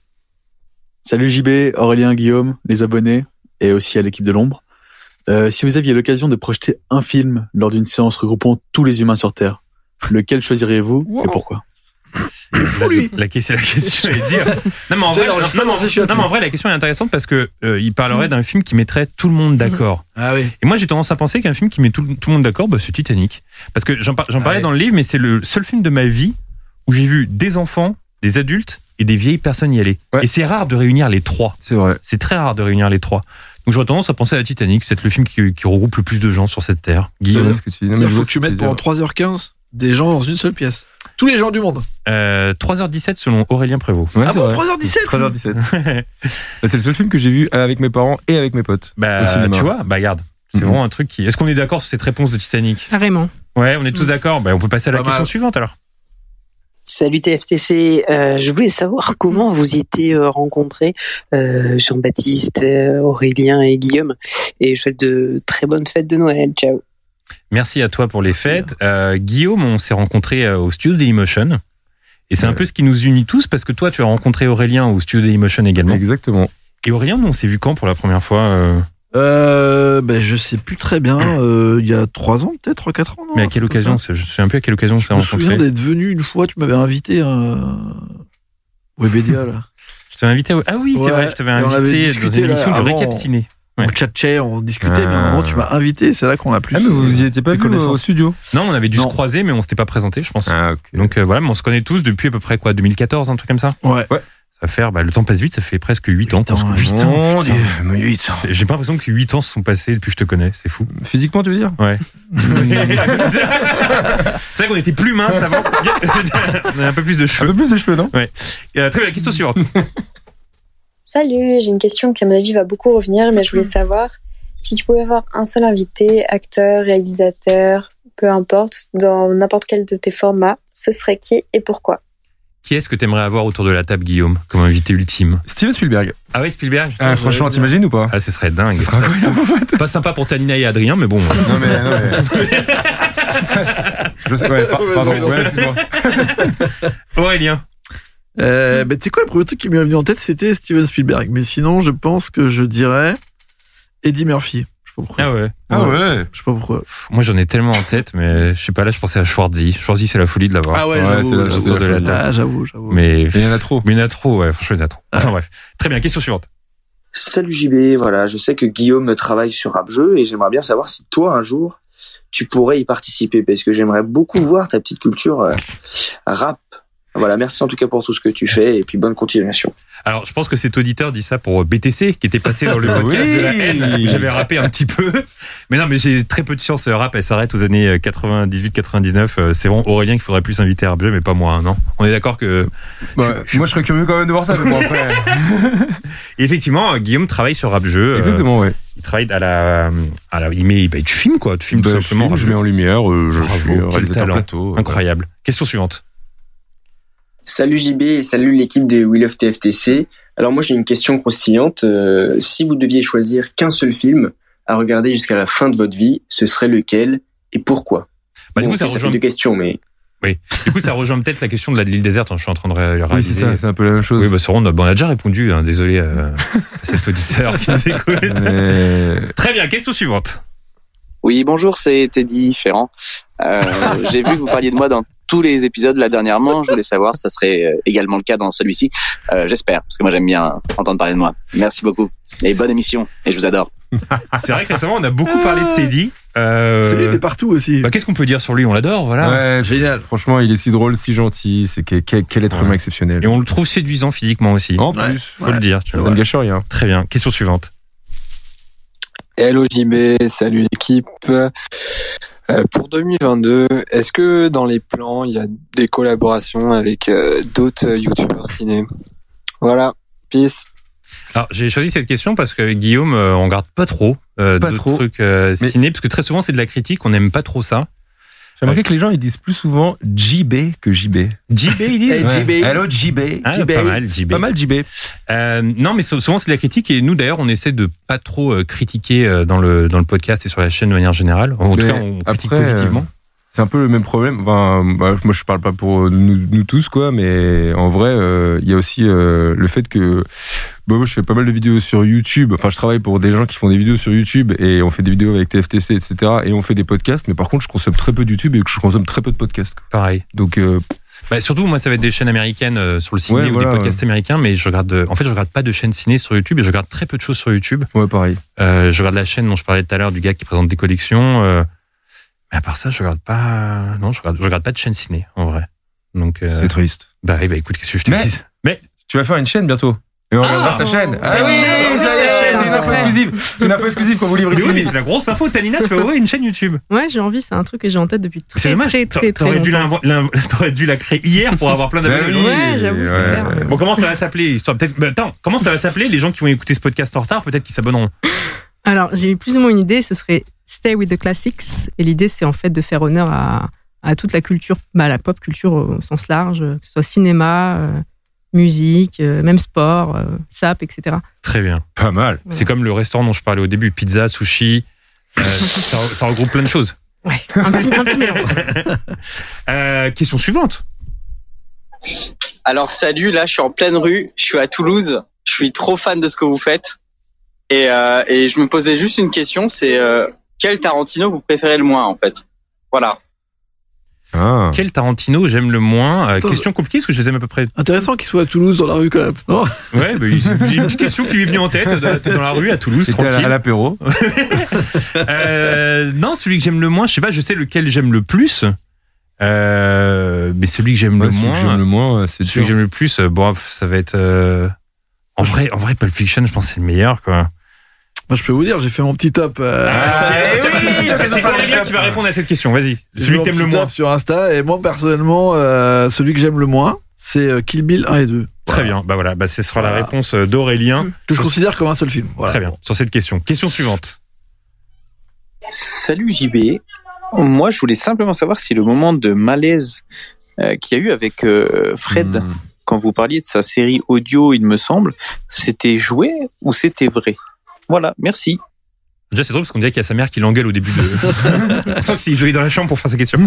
S16: Salut JB, Aurélien, Guillaume, les abonnés et aussi à l'équipe de l'ombre. Euh, si vous aviez l'occasion de projeter un film lors d'une séance regroupant tous les humains sur Terre, lequel choisiriez-vous et pourquoi
S4: fou, lui. La, question, la question, j'allais dire. Non, mais en vrai,
S5: Alors, je sais pas
S4: non, mais en-
S5: si je suis à
S4: non, mais en vrai, la question est intéressante parce que euh, il parlerait
S6: Mm.
S4: d'un film qui mettrait tout le monde d'accord.
S5: Ah oui.
S4: Et moi, j'ai tendance à penser qu'un film qui met tout, tout le monde d'accord, bah, c'est Titanic. Parce que j'en par-
S6: Ah
S4: j'en parlais dans le livre, mais c'est le seul film de ma vie où j'ai vu des enfants, des adultes et des vieilles personnes y aller. Et c'est rare de réunir les trois.
S6: C'est vrai.
S4: C'est très rare de réunir les trois. Donc j'aurais tendance à penser à Titanic, c'est le film qui, qui regroupe le plus de gens sur cette terre. Guillaume,
S6: vrai ce que tu dis. Non, mais
S5: Il
S6: je
S5: faut
S6: vois
S5: que tu
S6: ce que
S5: mettes
S6: tu veux
S5: pendant 3h15 des gens dans une seule pièce. Tous les gens du monde.
S4: Euh, 3h17 selon Aurélien Prévost.
S6: Ouais, c'est vrai.
S5: 3h17
S6: 3h17. Bah, c'est le seul film que j'ai vu avec mes parents et avec mes potes. au
S4: Bah,
S6: cinéma.
S4: tu vois, bah regarde, c'est
S6: Mhm.
S4: vraiment un truc qui. Est-ce qu'on est d'accord sur cette réponse de Titanic
S7: Carrément.
S4: Ouais, on est tous d'accord. Bah, on peut passer à la
S5: Pas mal.
S4: question suivante alors.
S17: Salut TFTC, euh, je voulais savoir comment vous étiez euh, rencontrés, euh, Jean-Baptiste, euh, Aurélien et Guillaume, et je souhaite de très bonnes fêtes de Noël, ciao.
S4: Merci à toi pour les
S5: hein.
S4: fêtes. Euh, Guillaume, on s'est rencontrés euh, au studio Dailymotion. Et c'est un peu ce qui nous unit tous parce que toi, tu as rencontré Aurélien au studio Dailymotion également.
S6: Exactement.
S4: Et Aurélien, nous, on s'est vu quand pour la première fois euh,
S5: Euh, ben, je sais plus très bien. euh, Il y a 3 ans, peut-être, 4 ans. non
S4: Mais à quelle occasion c'est- Je me souviens plus à quelle occasion on s'est
S5: Je me souviens
S4: rencontrés.
S5: d'être venu une fois, tu m'avais invité euh, au Webedia, là.
S4: Je t'avais invité. au- Ah oui, c'est
S5: Ouais,
S4: vrai, je t'avais
S5: et on avait
S4: invité dans
S5: discuté,
S4: une
S5: là,
S4: émission de
S5: avant.
S4: récapciné.
S5: On tchatchait, on discutait,
S4: Ah.
S5: mais à un moment, tu m'as invité, c'est là qu'on a plus.
S6: Ah, mais vous y étiez pas
S5: fait
S6: vus,
S5: connaissance.
S6: au studio
S4: Non, on avait dû se croiser, mais on s'était pas présenté, je pense.
S5: Ah,
S4: Donc euh, voilà, mais on se connaît tous depuis à peu près quoi, 2014, un truc comme ça
S5: Ouais.
S4: Ça va faire, bah, le temps passe vite, ça fait presque 8 ans. presque. Huit
S5: ouais. Mon
S4: putain.
S5: Dieu, mais huit ans.
S4: C'est- J'ai pas l'impression que 8 ans se sont passés depuis que je te connais, c'est fou.
S6: Physiquement, tu veux dire
S4: Ouais. c'est vrai qu'on était plus mince avant. on a un peu plus de cheveux. Un peu
S6: plus de cheveux, non
S4: Ouais. Euh, très bien, la question suivante.
S18: Salut, j'ai une question qui à mon avis va beaucoup revenir, mais je
S12: Mm.
S18: voulais savoir si tu pouvais avoir un seul invité, acteur, réalisateur, peu importe, dans n'importe quel de tes formats, ce serait qui et pourquoi
S4: Qui est-ce que t'aimerais avoir autour de la table, Guillaume, comme invité ultime
S6: Steven Spielberg.
S4: Ah ouais, Spielberg
S6: Ah, franchement, t'imagines ou pas
S4: Ah, ce serait dingue. Ce serait incroyable, Pas sympa pour Tanina et Adrien, mais bon.
S6: Non, mais. Non, mais... je sais, ouais, par- pardon, ouais, excuse-moi.
S4: Aurélien.
S5: Euh, ben, tu sais quoi, le premier truc qui m'est venu en tête, c'était Steven Spielberg. Mais sinon, je pense que je dirais Eddie Murphy. Je sais pas pourquoi.
S4: Ah ouais.
S5: Ah ouais.
S4: Je
S5: sais pas pourquoi.
S4: Moi j'en ai tellement en tête, mais je sais pas, là je pensais à Schwarzy. Schwarzy c'est la folie de l'avoir.
S5: Ah ouais, j'avoue,
S4: c'est la-
S5: j'avoue,
S4: autour de la
S5: j'avoue.
S4: table.
S5: Ah, j'avoue, j'avoue.
S4: Mais
S6: il y en a trop.
S4: Mais il y en a trop, ouais, franchement il y en a trop. Enfin bref. Très bien, question suivante.
S14: Salut JB, voilà, je sais que Guillaume travaille sur Rap Jeu et j'aimerais bien savoir si toi un jour tu pourrais y participer parce que j'aimerais beaucoup voir ta petite culture euh, rap. Voilà, merci en tout cas pour tout ce que tu fais et puis bonne continuation.
S4: Alors, je pense que cet auditeur dit ça pour BTC, qui était passé dans le podcast
S14: Oui.
S4: de la haine. J'avais rappé un petit peu. Mais non, mais j'ai très peu de chance. Le Rap, elle s'arrête aux années euh, 98-99. Euh, C'est vraiment Aurélien qu'il faudrait plus inviter à Rap Jeu, mais pas moi, hein, non On est d'accord que.
S6: Bah, Moi, je serais curieux quand même de voir ça, mais bon, après.
S4: Et Effectivement, euh, Guillaume travaille sur Rap Jeu. euh,
S6: Exactement, ouais.
S4: Il travaille à la. À la il met, bah, tu filmes, quoi. Tu filmes
S6: Bah,
S4: tout
S6: je
S4: simplement.
S6: filme,
S4: Rap
S6: je
S4: Jeu.
S6: mets en lumière, euh, je
S4: Bravo,
S6: suis
S4: quel
S6: réalisateur
S4: talent.
S6: plateau, euh,
S4: Incroyable. Question suivante.
S14: Salut JB et salut l'équipe de Will of TFTC. Alors moi j'ai une question croustillante. Euh, si vous deviez choisir qu'un seul film à regarder jusqu'à la fin de votre vie, ce serait lequel et pourquoi
S4: Bah, du
S14: Bon,
S4: coup, ça
S14: ok, fait
S4: rejoint-
S14: deux questions, mais
S4: Oui. Du coup, ça rejoint peut-être la question de la- de l'île déserte. hein, Je suis en train de ré- réaliser.
S6: ça, c'est un peu la même chose.
S4: Oui, bah, sur- on, a, bon, on a déjà répondu. hein, Désolé euh, à cet auditeur qui nous écoute. Très bien, question suivante.
S19: Oui, bonjour, c'est Teddy Ferrand. Euh, J'ai vu que vous parliez de moi dans tous les épisodes là dernièrement. Je voulais savoir si ça serait euh, également le cas dans celui-ci. Euh, J'espère, parce que moi j'aime bien entendre parler de moi. Merci beaucoup et bonne émission. Et je vous adore.
S4: C'est vrai que récemment, on a beaucoup
S6: Ah.
S4: parlé de Teddy. Euh,
S6: C'est lui, il est partout aussi.
S4: Bah, Qu'est-ce qu'on peut dire sur lui On l'adore, voilà.
S6: Ouais, génial. Franchement, il est si drôle, si gentil. C'est que- quel, quel être humain exceptionnel.
S4: Et on le trouve séduisant physiquement aussi.
S6: En
S4: Ouais.
S6: plus,
S4: Faut le dire, tu
S6: Ça
S4: vois.
S6: ne gâche rien.
S4: Très bien. Question suivante.
S20: Hello JB, salut l'équipe. Euh, pour 2022, est-ce que dans les plans, il y a des collaborations avec euh, d'autres euh, youtubeurs ciné Voilà, peace.
S4: Alors, j'ai choisi cette question parce que Guillaume, euh, on garde pas trop euh,
S6: Pas
S4: d'autres
S6: trop.
S4: trucs euh,
S6: Mais-
S4: ciné, parce que très souvent, c'est de la critique. On n'aime pas trop ça.
S6: J'ai remarqué que les gens ils disent plus souvent JB que JB.
S4: JB, ils disent
S6: Hey,
S4: Ouais.
S6: JB. Hello, JB.
S4: Ah,
S6: JB.
S4: Pas mal, JB.
S6: Pas mal, JB.
S4: Euh, non, mais sou- souvent, c'est de la critique. Et nous, d'ailleurs, on essaie de pas trop euh, critiquer euh, dans le, dans le podcast et sur la chaîne de manière générale. En tout
S6: Mais
S4: cas, on critique
S6: après,
S4: positivement.
S6: euh, C'est un peu le même problème. Enfin, bah, moi, je parle pas pour nous, nous tous, quoi, mais en vrai, euh, il y a aussi euh, le fait que bah, moi, je fais pas mal de vidéos sur YouTube. Enfin, je travaille pour des gens qui font des vidéos sur YouTube et on fait des vidéos avec TFTC, etc. Et on fait des podcasts, mais par contre, je consomme très peu de YouTube et que je consomme très peu de podcasts. quoi.
S4: Pareil.
S6: Donc, euh,
S4: Bah, surtout, moi, ça va être des chaînes américaines euh, sur le ciné
S6: Ouais,
S4: ou
S6: voilà,
S4: des podcasts
S6: ouais.
S4: américains, mais je regarde. euh, en fait, je regarde pas de chaînes ciné sur YouTube et je regarde très peu de choses sur YouTube. Euh,
S6: Ouais, pareil.
S4: je regarde la chaîne dont je parlais tout à l'heure du gars qui présente des collections. euh, mais à part ça, je regarde pas. Non, je regarde, je regarde pas de chaîne ciné en vrai. Donc. euh,
S6: C'est triste.
S4: Bah, eh ben, écoute, qu'est-ce que je te
S6: Mais-
S4: dise Mais
S6: tu vas faire une chaîne bientôt. Et on regardera sa chaîne. Ah oui, ça y est, c'est une info exclusive. C'est une info exclusive qu'on vous livre ici.
S4: Mais oui, mais c'est la grosse info. Tanina, tu vas ouvrir une chaîne YouTube.
S7: Ouais, j'ai envie, c'est un truc que j'ai en tête depuis
S4: C'est
S7: très,
S4: dommage.
S7: très,
S4: t'a-
S7: très, très
S4: T'aurais dû,
S7: longtemps.
S4: l'invo- l'in- t'aurais dû la créer hier pour avoir plein d'abonnés.
S7: Bah oui, Ouais, j'avoue, c'est ouais. clair.
S4: Bon, comment ça va s'appeler l'histoire Peut-être. bah, attends, comment ça va s'appeler Les gens qui vont écouter ce podcast en retard, peut-être qu'ils s'abonneront.
S7: Alors, j'ai eu plus ou moins une idée, ce serait Stay with the Classics. Et l'idée, c'est en fait de faire honneur à, à toute la culture, bah, la pop culture au sens large, euh, que ce soit cinéma, euh, musique, euh, même sport, euh, sap, etc.
S4: Très bien. Pas mal. C'est comme le restaurant dont je parlais au début pizza, sushi. euh, ça, ça regroupe plein de choses.
S7: Ouais, un petit, un petit mélange.
S4: Euh, question suivante.
S19: Alors salut, là je suis en pleine rue, je suis à Toulouse, je suis trop fan de ce que vous faites. Et, euh, et je me posais juste une question, c'est euh, quel Tarantino vous préférez le moins en fait Voilà.
S6: Ah.
S4: Quel Tarantino j'aime le moins Euh, Question compliquée parce que je les aime à peu près.
S5: Intéressant qu'il soit à Toulouse dans la rue quand même. non
S4: Ouais, bah, il- c'est une petite question qui lui est venue en tête. euh, T'es dans la rue à Toulouse,
S6: C'était à la-
S4: tranquille.
S6: à l'apéro.
S4: Euh, non, celui que j'aime le moins, je sais pas, je sais lequel j'aime le plus. Euh, mais celui que j'aime
S6: Ouais,
S4: le
S6: celui que
S4: moins.
S6: j'aime le moins, c'est
S4: Celui que
S6: dur.
S4: j'aime le plus, euh, bon, ça va être. euh, en vrai, en vrai, Pulp Fiction, je pense que c'est le meilleur, quoi.
S5: Moi, je peux vous dire, j'ai fait mon petit top. euh,
S4: Ah, c'est Aurélien qui va répondre à cette question, vas-y.
S5: j'ai
S4: Celui
S5: fait
S4: que
S5: mon
S4: t'aimes le
S5: petit
S4: moins.
S5: top sur Insta. Et moi, personnellement, euh, celui que j'aime le moins, c'est euh, Kill Bill 1 et 2.
S4: Très bien, bah voilà, bah, ce sera la réponse euh, d'Aurélien.
S5: Que je considère comme un seul film. Voilà.
S4: Très bien, sur cette question. Question suivante.
S1: Salut JB. Moi, je voulais simplement savoir si le moment de malaise euh, qu'il y a eu avec euh, Fred,
S21: Hmm.
S1: quand vous parliez de sa série audio, il me semble, c'était joué ou c'était vrai Voilà, merci.
S4: Déjà, c'est drôle parce qu'on dirait qu'il y a sa mère qui l'engueule au début de. On sent qu'il s'est isolé dans la chambre pour faire sa question.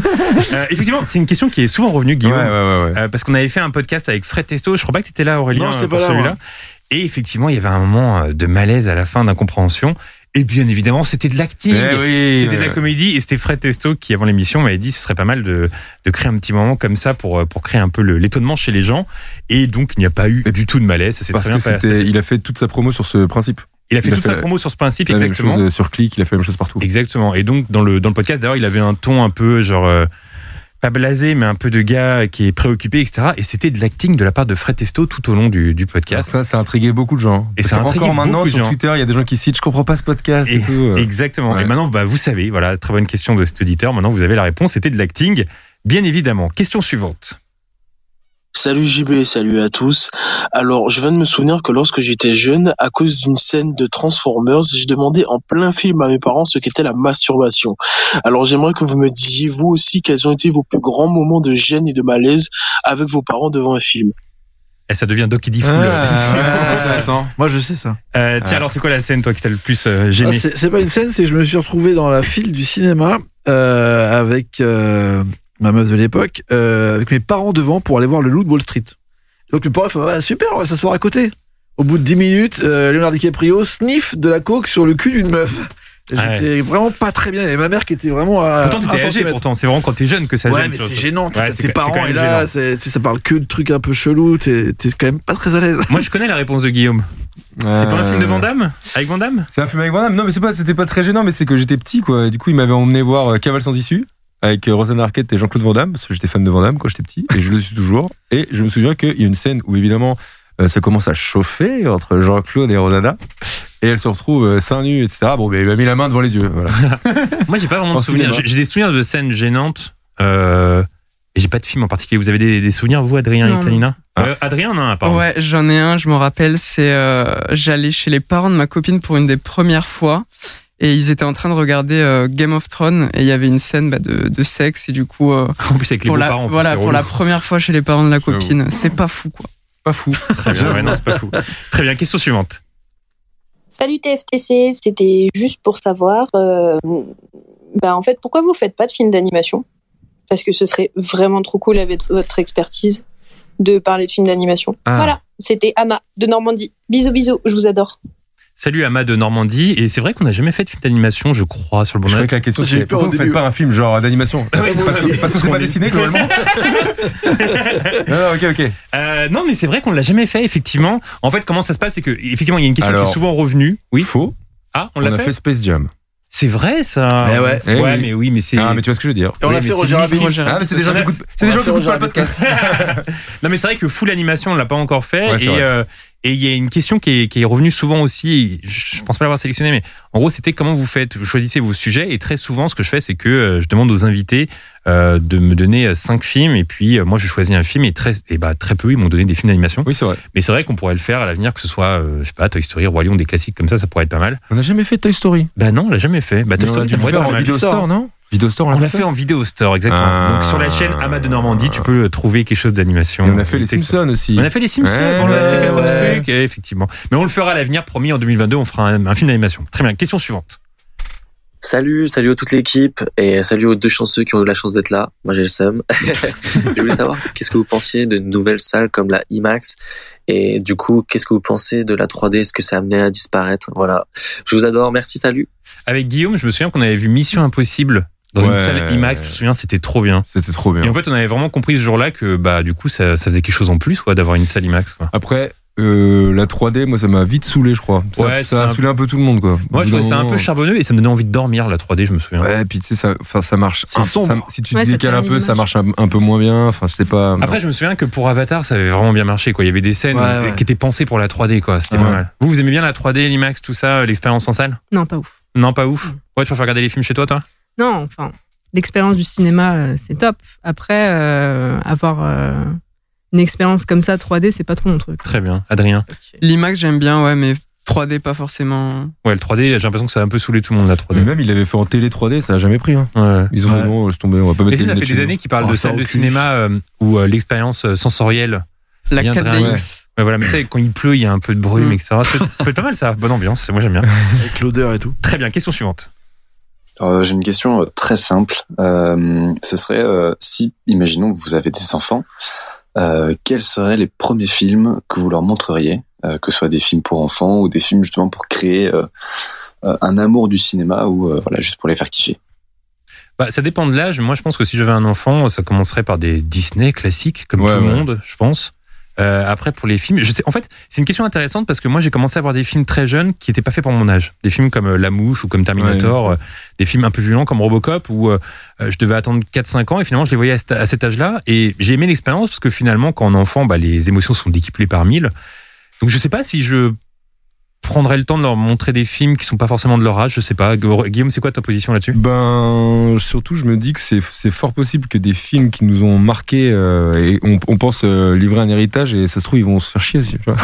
S4: Euh, effectivement, c'est une question qui est souvent revenue, Guillaume. Euh, parce qu'on avait fait un podcast avec Fred Testo. Je crois pas que tu étais là, Aurélien,
S5: Non, j'étais
S4: euh, pour
S5: pas là,
S4: celui-là.
S5: moi.
S4: Et effectivement, il y avait un moment euh, de malaise à la fin d'incompréhension. Et bien évidemment, c'était de l'acting.
S6: Eh oui,
S4: c'était de la
S6: ouais.
S4: comédie. Et c'était Fred Testo qui, avant l'émission, m'avait dit ce serait pas mal de, de créer un petit moment comme ça pour, euh, pour créer un peu le- l'étonnement chez les gens. Et donc, il n'y a pas eu du tout de malaise. Ça s'est
S6: Parce
S4: très
S6: que
S4: bien passé.
S6: c'était, il a fait toute sa promo sur ce principe.
S4: Il a fait toute sa
S6: la-
S4: promo sur ce principe,
S6: la même
S4: exactement.
S6: chose, euh, sur Click, il a fait la même chose partout.
S4: Exactement. Et donc, dans le, dans le podcast, d'ailleurs, il avait un ton un peu, genre, euh, pas blasé, mais un peu de gars qui est préoccupé, etc. Et c'était de l'acting de la part de Fred Testo tout au long du, du podcast.
S6: Ça, ça a intrigué beaucoup de gens.
S4: Et
S6: Parce
S4: ça a
S6: qu'encore
S4: intrigué
S6: maintenant,
S4: beaucoup de
S6: sur
S4: gens.
S6: Twitter, il y a des gens qui citent, je comprends pas ce podcast et,
S4: Et-
S6: tout. euh.
S4: Exactement.
S6: Ouais.
S4: Et maintenant, bah, vous savez, voilà, très bonne question de cet auditeur. Maintenant, vous avez la réponse. C'était de l'acting, bien évidemment. Question suivante.
S21: Salut JB, salut à tous. Alors, je viens de me souvenir que lorsque j'étais jeune, à cause d'une scène de Transformers, j'ai demandé en plein film à mes parents ce qu'était la masturbation. Alors, j'aimerais que vous me disiez, vous aussi, quels ont été vos plus grands moments de gêne et de malaise avec vos parents devant un film.
S4: Et Eh, ça devient Doc Eddy Fool.
S6: Ah,
S5: Moi, je sais ça.
S4: Euh, tiens,
S5: Ah.
S4: alors, c'est quoi la scène, toi, qui t'a le plus euh,
S5: Ah,
S4: gêné
S5: c'est c'est pas une scène, c'est que je me suis retrouvé dans la file du cinéma euh, avec euh, ma meuf de l'époque, euh, avec mes parents devant pour aller voir le loup de Wall Street. Donc mes parents ils font, Ah, super, on va s'asseoir à côté. Au bout de 10 minutes, euh, Leonardo DiCaprio sniff de la coke sur le cul d'une meuf.
S4: Ouais.
S5: J'étais vraiment pas très bien. Et ma mère qui était vraiment à.
S4: Pourtant,
S5: un
S4: t'étais âgé,
S5: centimètre.
S4: pourtant. C'est vraiment quand t'es jeune que ça
S5: ouais,
S4: gêne.
S5: mais
S4: sur-
S5: c'est gênant.
S4: Ouais,
S5: t'as
S4: c'est-
S5: tes
S4: c'est quand
S5: parents
S4: même
S5: et
S4: gênant.
S5: là, c'est- si ça parle que de trucs un peu chelous, t'es t'es quand même pas très à l'aise.
S4: Moi, je connais la réponse de Guillaume. C'est pas un film de Van Damme Avec Van Damme
S6: C'est un film avec Van Damme. Non, mais c'est pas, c'était pas très gênant, mais c'est que j'étais petit, quoi. Et Du coup, il m'avait emmené voir euh, Cavale sans issue avec euh, Rosanna Arquette et Jean-Claude Van Damme, parce que j'étais fan de Van Damme quand j'étais petit, et je le suis toujours. Et je me souviens qu'il y a une scène où, évidemment, euh, ça commence à chauffer entre Jean-Claude et Rosanna, et elle se retrouve euh, seins nus, etc. Bon, mais il m'a mis la main devant les yeux. Voilà.
S4: Moi, j'ai pas vraiment
S6: En
S4: de souvenirs.
S6: cinéma.
S4: J'ai j'ai des souvenirs de scènes gênantes. Euh, et j'ai pas de film en particulier. Vous avez des, des souvenirs, vous, Adrien
S8: Non.
S4: et Tanina Euh, Adrien en a un, pardon.
S8: Ouais, j'en ai un, je m'en rappelle, c'est euh, j'allais chez les parents de ma copine pour une des premières fois et ils étaient en train de regarder euh, Game of Thrones et il y avait une scène bah, de, de sexe et du coup euh,
S4: En plus, avec les
S8: pour la,
S4: beaux-parents, en plus,
S8: voilà,
S4: c'est
S8: pour
S4: relou.
S8: la première fois chez les parents de la copine, c'est pas fou quoi.
S6: Pas fou.
S4: Très bien, ouais, non, c'est pas fou. Très bien, question suivante.
S18: Salut TFTC, c'était juste pour savoir, euh, bah en fait, pourquoi vous faites pas de film d'animation Parce que ce serait vraiment trop cool avec votre expertise de parler de films d'animation.
S4: Ah.
S18: Voilà, c'était Ama de Normandie. Bisous bisous, je vous adore.
S4: Salut Ama de Normandie. Et c'est vrai qu'on n'a jamais fait de film d'animation, je crois, sur le bon
S6: Je crois
S4: net.
S6: que la question c'est pourquoi vous faites pas un film genre d'animation
S4: Oui, moi
S6: Parce que-
S4: aussi.
S6: parce que c'est pas dessiné globalement.
S4: non, ok, ok. Euh, non, mais c'est vrai qu'on l'a jamais fait, effectivement. En fait, comment ça se passe C'est que, effectivement, il y a une question qui
S6: Alors,
S4: est souvent revenue. Oui.
S6: Faux.
S4: Ah, on
S6: On,
S4: l'a
S6: a fait Space Jam.
S4: C'est vrai ça.
S6: Eh ouais. Eh oui.
S4: mais oui, mais c'est.
S6: Ah, mais tu vois ce que je veux dire. Et on l'a fait Roger Rabbit.
S4: Roger
S6: Ah, mais c'est des gens qui écoutent- c'est des gens qui écoutent pas le
S4: non, mais c'est vrai que full animation, on l'a pas encore fait.
S6: Ouais, c'est
S4: et
S6: vrai.
S4: euh, et il y a une question qui est, qui est revenue souvent aussi. Je je pense pas l'avoir sélectionnée, mais en gros, c'était comment vous faites. Vous choisissez vos sujets et très souvent, ce que je fais, c'est que euh, je demande aux invités euh, de me donner euh, cinq films et puis euh, moi, je choisis un film et très, et bah très peu ils m'ont donné des films d'animation.
S6: Oui, c'est vrai.
S4: Mais c'est vrai qu'on pourrait le faire à l'avenir, que ce soit euh, je sais pas Toy Story, Roi Lion, des classiques comme ça, ça pourrait être pas mal.
S6: On n'a jamais fait Toy Story.
S4: Bah non, on l'a jamais fait. Bah,
S6: Mais
S4: Toy
S6: on
S4: Story,
S6: a dû
S4: ça
S6: le
S4: pourrait
S6: ben, faire
S4: être
S6: en
S4: mal.
S6: vidéo store, non Vidéo store,
S4: On l'a fait en vidéo store, exactement.
S6: Ah.
S4: Donc sur la chaîne Ama de Normandie, tu peux euh, trouver quelque chose d'animation.
S6: Et on a fait les
S4: Texte.
S6: Simpsons aussi.
S4: On a fait les Simpsons,
S6: Ouais,
S4: on l'a fait
S6: ouais,
S4: comme
S6: ouais.
S4: truc, et effectivement. Mais on le fera à l'avenir, promis, en 2022, on fera un, un film d'animation. Très bien, question suivante.
S22: Salut, salut à toute l'équipe et salut aux deux chanceux qui ont eu la chance d'être là. Moi j'ai le seum. je voulais savoir qu'est-ce que vous pensiez de nouvelles salles comme la IMAX et du coup qu'est-ce que vous pensez de la 3D Est-ce que ça amenait à disparaître Voilà. Je vous adore, merci, salut.
S4: Avec Guillaume, je me souviens qu'on avait vu Mission Impossible dans une
S6: Ouais.
S4: salle IMAX, je me souviens, c'était trop bien.
S6: C'était trop bien.
S4: Et en fait, on avait vraiment compris ce jour-là que, bah, du coup, ça, ça faisait quelque chose en plus, quoi, d'avoir une salle IMAX, quoi.
S6: Après, euh, la 3D, moi, ça m'a vite saoulé, je crois. Ça,
S4: Ouais,
S6: ça a
S4: c'était un-
S6: saoulé un peu tout le monde, quoi.
S4: Moi, je trouvais ça un
S6: euh,
S4: peu charbonneux et ça me donnait envie de dormir, la 3D, je me souviens.
S6: Ouais, puis tu sais, ça, enfin, ça marche.
S4: C'est
S6: un-
S4: sombre.
S6: ça- si tu te
S4: Ouais, ça
S6: décales un
S4: ternit
S6: peu, ça
S4: l'image.
S6: marche un, un peu moins bien. Enfin, c'était pas.
S22: Ah,
S4: Après, Ah, je me souviens que pour Avatar, ça avait vraiment bien marché. Quoi. Il y avait des scènes
S6: Ouais, ouais.
S4: qui étaient pensées pour la 3D. quoi. C'était
S6: Ouais.
S4: pas mal. Vous, vous aimez bien la 3D, l'IMAX, tout ça, euh, l'expérience en salle
S7: Non, pas ouf.
S4: Non, pas ouf. Ouais, tu préfères regarder les films chez toi, toi
S7: Non, enfin, l'expérience du cinéma, euh, c'est top. Après, euh, avoir euh, une expérience comme ça 3D, c'est pas trop mon truc.
S4: Très bien. Adrien
S8: L'IMAX, j'aime bien, ouais, mais 3D, pas forcément.
S4: Ouais, le 3D, j'ai l'impression que ça a un peu saoulé tout le monde, la 3D.
S6: Mais même, il l'avait fait en télé 3D, ça a jamais pris. hein. Ils ont
S4: Ouais.
S6: fait non, laisse tomber, on va pas
S4: Et
S6: mettre
S4: ça,
S6: les
S4: ça fait
S6: lunettes chez
S4: des
S6: nous.
S4: années qu'ils parlent
S6: Oh,
S4: de
S6: ça
S4: salles
S6: au
S4: de
S6: cul.
S4: cinéma euh, où euh, l'expérience euh, sensorielle.
S8: La
S4: vient de-
S8: 4DX.
S4: Ouais, voilà, mais tu sais, quand il pleut, il y a un peu de brume, etc. Ça, peut- ça peut être pas mal, ça. Bonne ambiance, moi j'aime bien. Avec
S5: l'odeur et tout.
S4: Très bien, question suivante.
S3: Euh, J'ai une question euh, très simple. Euh, ce serait euh, si, imaginons, que vous avez des enfants, euh, quels seraient les premiers films que vous leur montreriez, euh, que ce soit des films pour enfants ou des films justement pour créer euh, euh, un amour du cinéma ou euh, voilà juste pour les faire kiffer.
S4: Bah, ça dépend de l'âge. Moi, je pense que si j'avais un enfant, ça commencerait par des Disney classiques, comme
S6: Ouais,
S4: tout le
S6: ouais.
S4: monde, je pense. Euh, après, pour les films, je sais. En fait, c'est une question intéressante parce que moi, j'ai commencé à voir des films très jeunes qui n'étaient pas faits pour mon âge. Des films comme euh, La Mouche ou comme Terminator, euh, des films un peu violents comme Robocop où euh, euh, je devais attendre 4-5 ans et finalement, je les voyais à, cet- à cet âge-là. Et j'ai aimé l'expérience parce que finalement, quand on est enfant, bah, les émotions sont décuplées par mille. Donc, je sais pas si je prendrais le temps de leur montrer des films qui sont pas forcément de leur âge. Je sais pas. Gu- Guillaume, c'est quoi ta position là-dessus
S6: Ben, surtout, je me dis que c'est c'est fort possible que des films qui nous ont marqués euh, et on, on pense euh, livrer un héritage et ça se trouve, ils vont se faire chier. tu vois.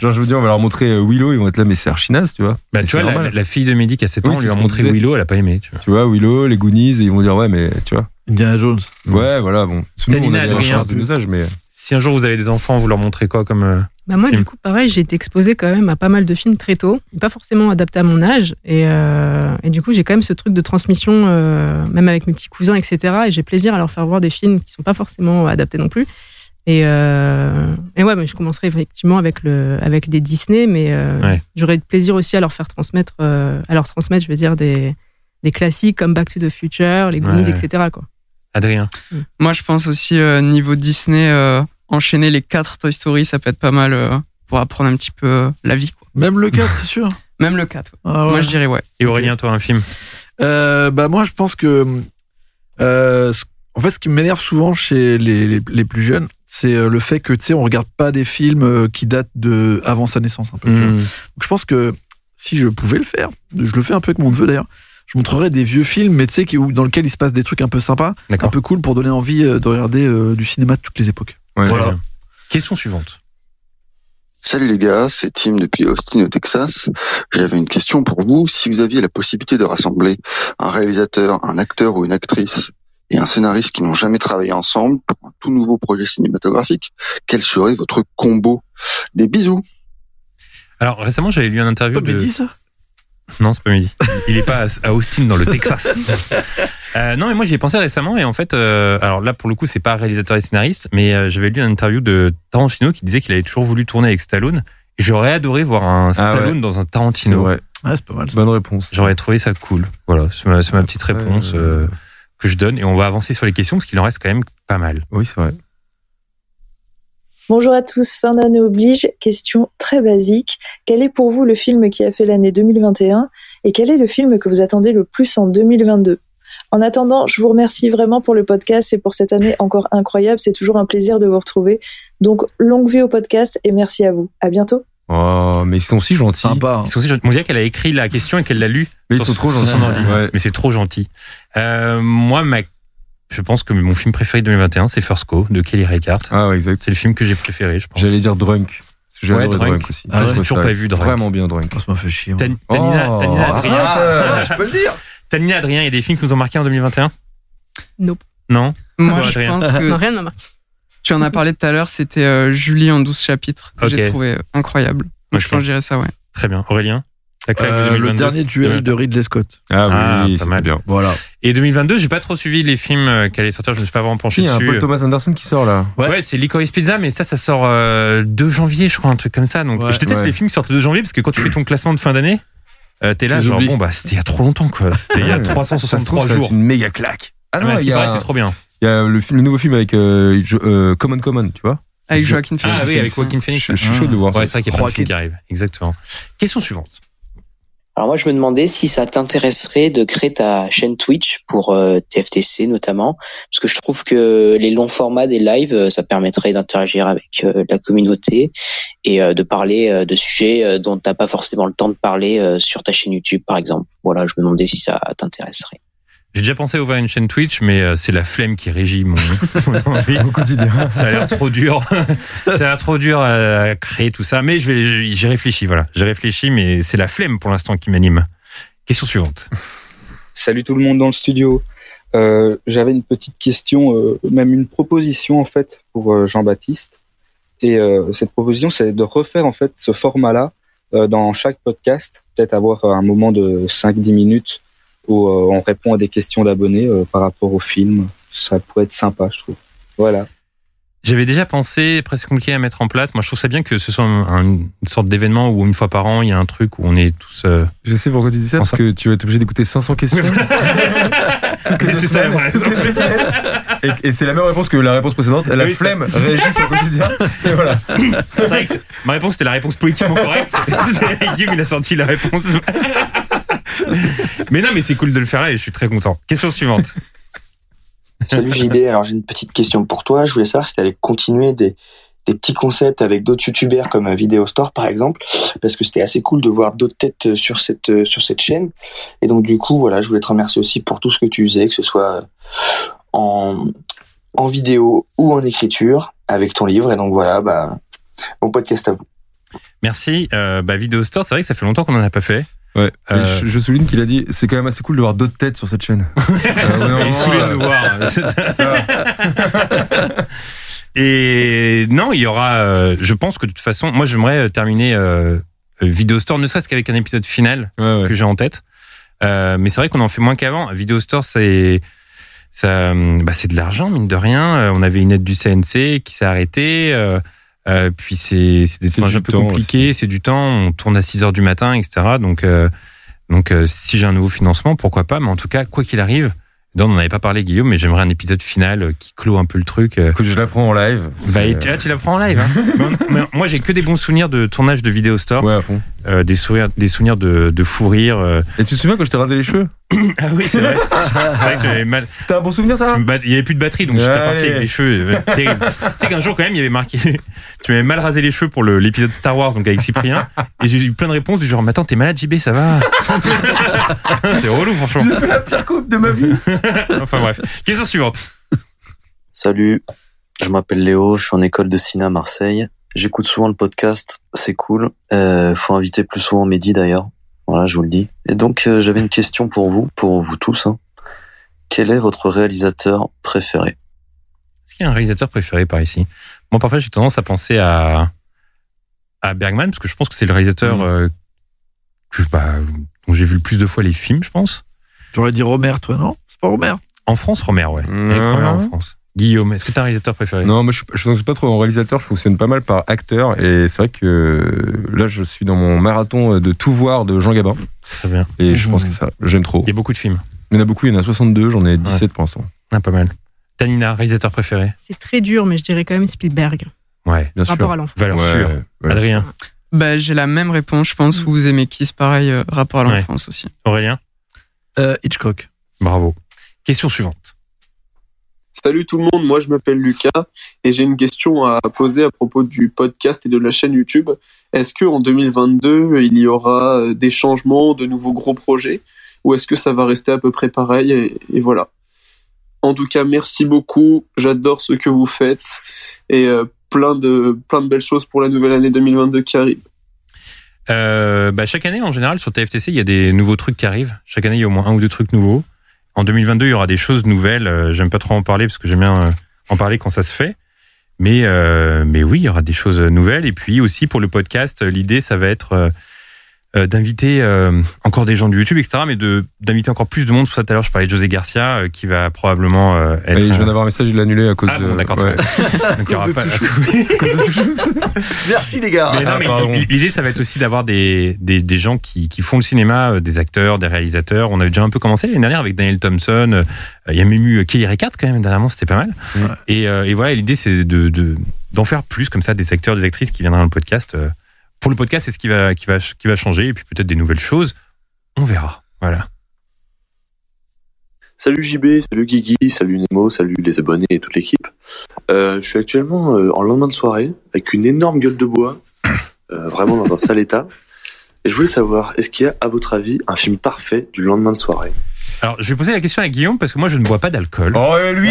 S6: Genre, je veux dire, on va leur montrer euh, Willow, ils vont être là, mais c'est archi naze, tu vois.
S4: Bah,
S6: Et
S4: tu
S6: c'est
S4: vois, la,
S6: normal.
S4: la- la fille de Mehdi qui a 7 ans,
S6: Oui,
S4: on
S6: c'est
S4: lui a
S6: ce qu'on
S4: montré
S6: disait.
S4: Willow, elle a pas aimé. Tu vois.
S6: Tu vois, Willow, les Goonies, et ils vont dire, ouais, mais tu vois.
S5: Indiana Jones.
S6: Ouais, voilà, bon. Nous, on
S4: Tanina,
S6: avait la
S4: Adrien.
S6: chance de nos âges, mais. euh,
S4: Si un jour vous avez des enfants, vous leur montrez quoi comme. euh,
S7: Bah moi,
S4: film
S7: du coup, pareil, j'ai été exposée quand même à pas mal de films très tôt, pas forcément adaptés à mon âge. Et, euh, et du coup, j'ai quand même ce truc de transmission, euh, même avec mes petits cousins, etc. Et j'ai plaisir à leur faire voir des films qui sont pas forcément adaptés non plus. Et, euh, et ouais, mais je commencerai effectivement avec, le, avec des Disney, mais euh,
S4: Ouais.
S7: j'aurais de plaisir aussi à leur faire transmettre, euh, à leur transmettre, je veux dire, des, des classiques comme Back to the Future, les Goonies,
S8: Ouais.
S7: etc. Quoi.
S4: Adrien.
S8: Moi, je pense aussi euh, niveau Disney, euh, enchaîner les quatre Toy Story, ça peut être pas mal euh, pour apprendre un petit peu euh, la vie. Quoi.
S5: Même le 4, c'est sûr
S8: Même le 4. ouais.
S5: Ah ouais.
S8: Moi, je dirais ouais.
S4: Et Aurélien, toi, un film
S5: Euh, bah moi je pense que euh, ce- en fait ce qui m'énerve souvent chez les, les, les plus jeunes c'est euh, le fait que tu sais on regarde pas des films euh, qui datent de avant sa naissance un peu tu vois.
S6: Mmh.
S4: Mhm.
S5: donc je pense que si je pouvais le faire je le fais un peu avec mon neveu d'ailleurs je montrerais des vieux films mais tu sais qui- où- dans lesquels il se passe des trucs un peu sympas un peu cool pour donner envie euh, de regarder euh, du cinéma de toutes les époques voilà
S4: Question suivante.
S23: Salut les gars, c'est Tim depuis Austin au Texas. J'avais une question pour vous. Si vous aviez la possibilité de rassembler un réalisateur, un acteur ou une actrice et un scénariste qui n'ont jamais travaillé ensemble pour un tout nouveau projet cinématographique, quel serait votre combo Des bisous
S4: Alors récemment, j'avais lu un interview de.
S23: Mehdi,
S5: ça
S4: Non, c'est pas Mehdi. Il est pas à- à Austin dans le Texas. Euh, non, mais moi j'y ai pensé récemment et en fait, euh, alors là pour le coup, c'est pas réalisateur et scénariste, mais euh, j'avais lu une interview de Tarantino qui disait qu'il avait toujours voulu tourner avec Stallone J'aurais adoré voir un
S6: Ah
S4: Stallone
S6: ouais.
S4: dans un Tarantino.
S6: Ouais.
S5: Ouais, c'est pas mal.
S6: Bonne réponse.
S4: J'aurais trouvé ça cool. Voilà, c'est ma, c'est ma petite réponse euh, que je donne. Et on va avancer sur les questions parce qu'il en reste quand même pas mal.
S6: Oui, c'est vrai.
S24: Bonjour à tous, fin d'année oblige. Question très basique. Quel est pour vous le film qui a fait l'année 2021 et quel est le film que vous attendez le plus en 2022 En attendant, je vous remercie vraiment pour le podcast et pour cette année encore incroyable. C'est toujours un plaisir de vous retrouver. Donc, longue vie au podcast et merci à vous. À bientôt.
S6: Oh, mais ils sont si gentils.
S4: Ils sont aussi gentils. On dirait qu'elle a écrit la question et qu'elle l'a lue.
S6: Mais ils
S4: sur
S6: sont
S4: son-
S6: trop
S4: sur son
S6: gentils.
S4: ordi.
S6: Ouais.
S4: Mais c'est trop gentil. Euh, moi, ma- je pense que mon film préféré de 2021, c'est First Co de Kelly Reichardt.
S6: Ah ouais, exact.
S4: C'est le film que j'ai préféré, je pense.
S6: J'allais dire Drunk. J'ai
S4: Ouais,
S6: adoré
S4: Drunk.
S6: aussi.
S4: Ah,
S6: Je
S4: j'ai
S6: trouve
S4: toujours
S6: ça
S4: pas vu Drunk.
S6: Vraiment bien Drunk.
S5: Ça m'a fait chier.
S4: Tan- Tanina,
S6: Oh,
S4: Tanina Adrien.
S6: arrête. euh,
S4: je peux le dire. Tanina Adrien, il y a des films qui nous ont marqué en 2021
S7: Nope.
S4: Non
S8: Moi,
S4: Toi,
S8: je
S4: Adrien
S8: pense que-
S7: Non, rien ne m'a marqué.
S8: Tu en as parlé tout à l'heure, c'était euh, Julie en 12 chapitres. que
S4: Ok.
S8: J'ai trouvé euh, incroyable. Donc, Je pense que je dirais ça, ouais.
S4: Très bien. Aurélien ta claque de
S5: Euh, le
S4: 2022?
S5: dernier duel de Ridley Scott.
S6: Ah oui,
S4: pas
S6: c'était
S4: mal.
S6: bien.
S5: Voilà.
S4: Et 2022, j'ai pas trop suivi les films euh, qui allaient sortir, je me suis pas vraiment penché
S6: Il y a un
S4: dessus. euh.
S6: Paul Thomas Anderson qui sort là.
S4: Ouais, c'est Licorice Pizza, mais ça, ça sort euh, 2 janvier, je crois, un truc comme ça. Donc,
S6: Ouais.
S4: je déteste
S6: Ouais.
S4: les films qui sortent le 2 janvier parce que quand tu fais ton classement de fin d'année, euh, t'es là,
S6: Tu les
S4: genre,
S6: oublies.
S4: bon, bah, c'était il y a trop longtemps, quoi. C'était il y a
S6: Ah Ouais, mais ça se trouve,
S4: 363
S6: ça va être
S4: jours.
S6: une méga claque.
S4: Ah
S6: Ah
S4: non,
S6: non,
S4: mais à ce
S6: il
S4: qui
S6: y a-
S4: paraît, c'est trop bien.
S6: Il y a le, film- le nouveau film avec euh, Jo- euh, Common Common, tu vois
S8: Avec Joaquin Phoenix.
S4: Ah oui, avec Joaquin Phoenix.
S6: Je, je suis chaud de le voir.
S4: Ouais,
S6: ça.
S4: c'est vrai qu'il y a plein de films qui arrivent. Exactement. Question suivante.
S25: Alors moi, je me demandais si ça t'intéresserait de créer ta chaîne Twitch pour euh, TFTC notamment, parce que je trouve que les longs formats des lives, euh, ça permettrait d'interagir avec euh, la communauté et euh, de parler euh, de sujets euh, dont t'as pas forcément le temps de parler euh, sur ta chaîne YouTube, par exemple. Voilà, je me demandais si ça t'intéresserait.
S4: J'ai déjà pensé à ouvrir une chaîne Twitch, mais euh, c'est la flemme qui régit mon, mon envie. Ça a l'air trop dur. ça a l'air trop dur à créer tout ça. Mais je vais, j'ai réfléchi, voilà. J'ai réfléchi, mais c'est la flemme pour l'instant qui m'anime. Question suivante.
S14: Salut tout le monde dans le studio. Euh, J'avais une petite question, euh, même une proposition en fait pour euh, Jean-Baptiste. Et euh, cette proposition, c'est de refaire en fait ce format-là euh, dans chaque podcast. Peut-être avoir un moment de 5-10 minutes où euh, on répond à des questions d'abonnés euh, par rapport au film. Ça pourrait être sympa, je trouve. Voilà.
S4: J'avais déjà pensé, presque compliqué à mettre en place. Moi, je trouve ça bien que ce soit un- une sorte d'événement où une fois par an, il y a un truc où on est tous. euh,
S6: Je sais pourquoi tu dis ça, parce que tu vas être obligé d'écouter 500 questions. Toutes les deux
S4: C'est ça,
S6: semaines,
S4: ouais.
S6: toutes les deux semaines. Et, et c'est la même réponse que la réponse précédente. La
S4: Oui, ça-
S6: flemme réagit sur le quotidien. Et voilà.
S4: C'est vrai que c'est- ma réponse c'était la réponse politiquement correcte. C'est- Guillaume il a sorti la réponse. mais non, mais c'est cool de le faire là et je suis très content. Question suivante.
S26: Salut JB, alors j'ai une petite question pour toi. Je voulais savoir si tu allais continuer des, des petits concepts avec d'autres youtubeurs comme euh, Video Store par exemple, parce que c'était assez cool de voir d'autres têtes euh, sur cette, euh, sur cette chaîne. Et donc du coup, voilà, je voulais te remercier aussi pour tout ce que tu faisais, que ce soit euh, en, en vidéo ou en écriture avec ton livre. Et donc voilà, bah, bon podcast à vous.
S4: Merci. Euh, bah, Video Store, c'est vrai que ça fait longtemps qu'on en a pas fait.
S6: Ouais.
S4: Euh,
S6: Je, je souligne qu'il a dit c'est quand même assez cool de voir d'autres têtes sur cette chaîne. Euh,
S4: Il est saoulé de nous voir. Et non, il y aura. euh, je pense que de toute façon, moi, j'aimerais euh, terminer euh, euh, Video Store, ne serait-ce qu'avec un épisode final que j'ai en tête. Euh, mais c'est vrai qu'on en fait moins qu'avant. Video Store, c'est ça, hum, bah, c'est de l'argent mine de rien. Euh, On avait une aide du CNC qui s'est arrêtée. euh, euh, puis c'est c'est des tournages un peu
S6: temps
S4: compliqués, c'est du temps. On tourne à 6 heures du matin, etc. Donc euh, donc euh, si j'ai un nouveau financement, pourquoi pas. Mais en tout cas, quoi qu'il arrive. Non, on n'en avait pas parlé, Guillaume, mais j'aimerais un épisode final euh, qui clôt un peu le truc. euh.
S6: Je la prends en live.
S4: Bah,
S6: C'est-
S4: et tu, ah, tu la prends en live. hein. Mais on- mais moi, j'ai que des bons souvenirs de tournage de Vidéo Store. Euh, des, sourires, des souvenirs de, de fou rire. euh.
S6: Et tu te souviens quand je t'ai rasé les cheveux
S4: Ah oui, c'est vrai. C'est vrai que j'avais mal.
S6: C'était un bon souvenir, ça
S4: Il n'y avait plus de batterie, donc j'étais
S6: Ouais.
S4: parti avec des cheveux euh, terribles. tu sais qu'un jour, quand même, il y avait marqué. tu m'avais mal rasé les cheveux pour le- l'épisode Star Wars, donc avec Cyprien. et j'ai eu plein de réponses du genre Mais attends, t'es malade, JB, ça va C'est relou, franchement.
S6: J'ai fait la pire coupe de ma vie.
S4: enfin bref. Question suivante.
S10: Salut, je m'appelle Léo, je suis en école de ciné à Marseille. J'écoute souvent le podcast, c'est cool. Euh, faut inviter plus souvent Mehdi d'ailleurs. Voilà, je vous le dis. Et donc euh, j'avais une question pour vous, pour vous tous. hein. Quel est votre réalisateur préféré
S4: Est-ce qu'il y a un réalisateur préféré par ici Moi, parfois, j'ai tendance à penser à, à Bergman, parce que je pense que c'est le
S5: Mm.
S4: réalisateur euh, que, bah, dont j'ai vu le plus de fois les films, je pense.
S5: J'aurais dit Romère, toi, non C'est pas Romère
S4: En France, Romère, ouais. Eric Romer en France. Guillaume, est-ce que t'as un réalisateur préféré
S6: Non, moi je ne fonctionne pas trop en réalisateur, je fonctionne pas mal par acteur. Et c'est vrai que euh, là, je suis dans mon marathon de tout voir de Jean Gabin.
S4: Très bien.
S6: Et je pense que ça, j'aime trop. Il y a
S4: beaucoup de films.
S6: Il y en a beaucoup, il y en a 62, j'en ai 17 pour l'instant.
S4: Ah, pas mal. Tanina, réalisateur préféré
S7: C'est très dur, mais je dirais quand même Spielberg.
S4: Ouais,
S7: bien Rapport sûr. à l'enfant.
S4: Valeur
S7: Ouais,
S4: sûre. Adrien,
S8: Bah, j'ai la même réponse, je pense. Vous aimez qui C'est pareil, euh, rapport à l'enfance aussi.
S4: Aurélien
S5: Euh, Hitchcock.
S4: Bravo. Question suivante.
S12: Salut tout le monde, moi je m'appelle Lucas et j'ai une question à poser à propos du podcast et de la chaîne YouTube. Est-ce que en 2022 il y aura euh, des changements, de nouveaux gros projets, ou est-ce que ça va rester à peu près pareil et, et voilà. En tout cas, merci beaucoup. J'adore ce que vous faites et euh, plein de plein de belles choses pour la nouvelle année 2022 qui arrive.
S4: Euh, bah, chaque année, en général, sur TFTC, il y a des nouveaux trucs qui arrivent. Chaque année, il y a au moins un ou deux trucs nouveaux. En 2022, il y aura des choses nouvelles. Euh, J'aime pas trop en parler parce que j'aime bien euh, en parler quand ça se fait. Mais, euh, mais oui, il y aura des choses euh, nouvelles. Et puis aussi, pour le podcast, euh, l'idée, ça va être euh, euh, d'inviter euh, encore des gens du YouTube, etc. Mais de d'inviter encore plus de monde. Pour ça, tout à l'heure, je parlais de José Garcia, euh, qui va probablement euh, être...
S6: Et je viens d'avoir un message, il l'a annulé à cause
S4: Ah
S6: de.
S4: bon, d'accord.
S6: ouais.
S4: Donc, il y aura pas-
S5: Merci les gars.
S4: Mais non, mais L'idée, ça va être aussi d'avoir des, des, des gens qui, qui font le cinéma, euh, des acteurs, des réalisateurs. On avait déjà un peu commencé l'année dernière avec Daniel Thompson. euh, Il y a même eu Kelly Reichardt quand même, dernièrement, c'était pas mal. Et, euh, et voilà, l'idée, c'est de, de- d'en faire plus comme ça, des acteurs, des actrices qui viendront dans le podcast. euh. Pour le podcast, c'est ce qui va, qui, va, qui va changer, et puis peut-être des nouvelles choses. On verra. Voilà.
S27: Salut JB, salut Guigui, salut Nemo, salut les abonnés et toute l'équipe. Euh, je suis actuellement euh, en lendemain de soirée avec une énorme gueule de bois, euh, vraiment dans un sale état. Et je voulais savoir, est-ce qu'il y a, à votre avis, un film parfait du lendemain de soirée
S4: Alors, je vais poser la question à Guillaume parce que moi, je ne bois pas d'alcool.
S6: Oh, et lui,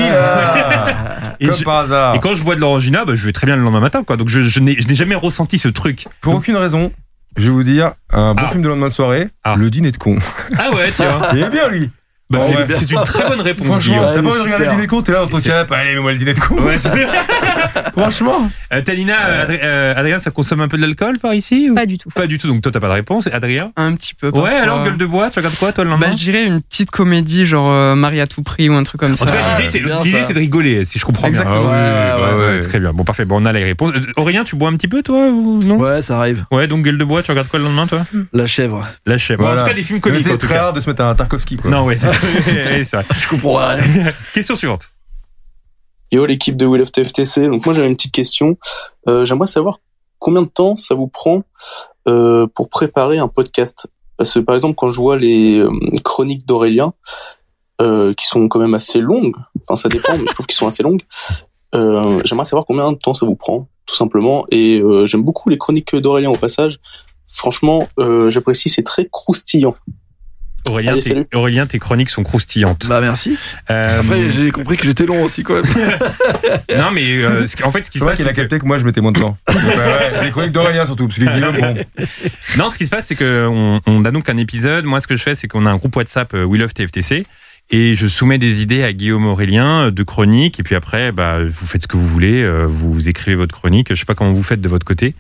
S4: et je- Et quand je bois de l'orangina, bah, je vais très bien le lendemain matin, quoi. Donc, je, je n'ai je n'ai jamais ressenti ce truc.
S6: Pour aucune raison, je vais vous dire, un bon film de lendemain de soirée, le dîner de con.
S4: Ah ouais, tiens.
S6: Il est bien, lui.
S4: Bah,
S6: Ah
S4: c'est-
S6: ouais.
S4: c'est une très bonne réponse,
S6: Franchement,
S4: Guillaume.
S6: t'as pas envie de regarder le
S4: Super.
S6: dîner de con, t'es là dans ton
S4: C'est-
S6: canapé, allez, mais moi le dîner de con.
S4: Ouais, c'est-
S6: Franchement.
S4: Euh, Tanina, euh, Adrien, euh, Adrien, ça consomme un peu de l'alcool par ici Pas
S7: du tout.
S4: Pas du tout, donc toi t'as pas de réponse. Et Adrien
S8: Un petit peu.
S4: Ouais,
S8: parfois.
S4: alors gueule de bois, tu regardes quoi toi le lendemain
S8: Bah, je dirais une petite comédie, genre euh, Marie à tout prix ou un truc comme ça.
S4: En tout cas, l'idée, c'est, l'idée, c'est de rigoler, si je comprends
S8: Exactement.
S4: bien.
S8: Ouais,
S4: Ah oui,
S8: ouais,
S4: ouais, Très bien. Bon, parfait. Bon, on a les réponses. Euh, Aurélien, tu bois un petit peu, toi, ou non
S5: Ouais, ça arrive.
S4: Ouais, donc gueule de bois, tu regardes quoi le lendemain, toi
S5: La chèvre.
S4: La chèvre. Bon, en tout cas, des films comiques. en
S6: C'est
S4: tout
S6: très
S4: cas.
S6: rare de se mettre à un Tarkovsky, quoi.
S4: Non, ouais. je
S5: comprends rien.
S4: Question suivante.
S27: Yo l'équipe de Will of TFTC, donc moi j'avais une petite question. Euh, J'aimerais savoir combien de temps ça vous prend euh, pour préparer un podcast. Parce que par exemple quand je vois les euh, chroniques d'Aurélien, euh, qui sont quand même assez longues, enfin ça dépend, mais je trouve qu'ils sont assez longues, euh, j'aimerais savoir combien de temps ça vous prend, tout simplement. Et euh, j'aime beaucoup les chroniques d'Aurélien au passage. Franchement, euh, j'apprécie, c'est très croustillant.
S4: Aurélien,
S27: Allez,
S4: tes-
S27: salut.
S4: Aurélien, tes chroniques sont croustillantes. Euh,
S5: Bah, merci. Après, j'ai compris que j'étais long aussi, quand même.
S4: non, mais euh, ce qui- en fait, ce qui
S6: C'est
S4: se
S6: vrai
S4: passe.
S6: qu'il a
S4: c'est que-
S6: capté que moi je mettais moins de temps. Donc, ouais, ouais, Les chroniques d'Aurélien surtout, parce que Guillaume, bon.
S4: Non, ce qui se passe, c'est qu'on on a donc un épisode. Moi, ce que je fais, c'est qu'on a un groupe WhatsApp euh, We Love TFTC. Et je soumets des idées à Guillaume Aurélien euh, de chronique. Et puis après, bah, vous faites ce que vous voulez. euh, Vous écrivez votre chronique. Je sais pas comment vous faites de votre côté.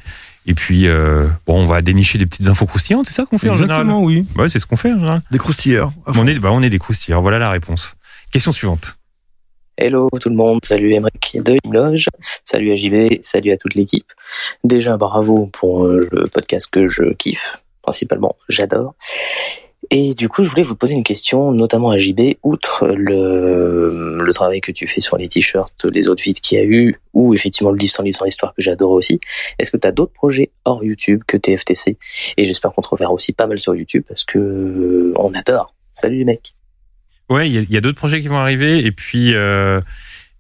S4: Et puis, euh, bon, on va dénicher des petites infos croustillantes. C'est ça qu'on fait en général Bah
S6: Exactement, oui.
S4: Ouais, c'est ce qu'on fait en général.
S5: Des croustilleurs.
S4: On est, bah, on est des croustilleurs. Voilà la réponse. Question suivante.
S13: Hello tout le monde, salut Emric de Limoges, salut à JB, salut à toute l'équipe. Déjà bravo pour euh, le podcast que je kiffe, principalement j'adore. Et du coup je voulais vous poser une question, notamment à JB, outre le, le travail que tu fais sur les t-shirts, les outfits qu'il y a eu, ou effectivement le livre sans livre sans histoire que j'adore aussi, est-ce que tu as d'autres projets hors YouTube que TFTC Et j'espère qu'on te reverra aussi pas mal sur YouTube parce que euh, on adore. Salut les mecs
S4: Ouais, il y a- il y a, d'autres projets qui vont arriver. Et puis, euh,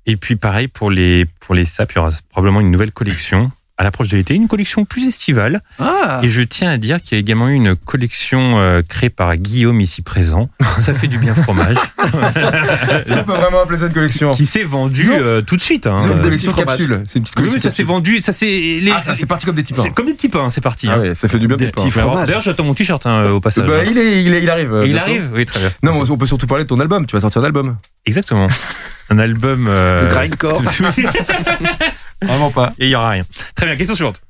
S4: et puis pareil, pour les, pour les SAP, il y aura probablement une nouvelle collection à l'approche de l'été, une collection plus estivale.
S5: Ah.
S4: Et je tiens à dire qu'il y a également eu une collection euh, créée par Guillaume ici présent. Ça fait du bien fromage.
S6: On peut vraiment appeler ça une collection.
S4: Qui s'est vendu euh, tout de suite. hein.
S6: C'est une
S4: Euh,
S6: collection
S4: petit fromage.
S6: capsule. Ah, C'est une petite
S4: Oui,
S6: collection
S4: mais ça s'est vendu. Ça c'est. c'est parti
S6: comme des
S4: C'est comme des petits pains, c'est parti.
S6: Ah ouais, ça fait du bien,
S4: Des
S6: des petits
S4: petits
S6: pains.
S4: fromages. ben, D'ailleurs, j'attends mon t-shirt hein, au passage.
S6: Bah, il, est, il, est- il arrive. euh,
S4: Et il
S6: bientôt.
S4: arrive Oui, très bien.
S6: Non, mais on- on peut surtout parler de ton album. Tu vas sortir un album.
S4: Exactement. Un album. euh,
S6: Le grindcore.
S4: Vraiment pas. Et il y aura rien. Très bien, question suivante.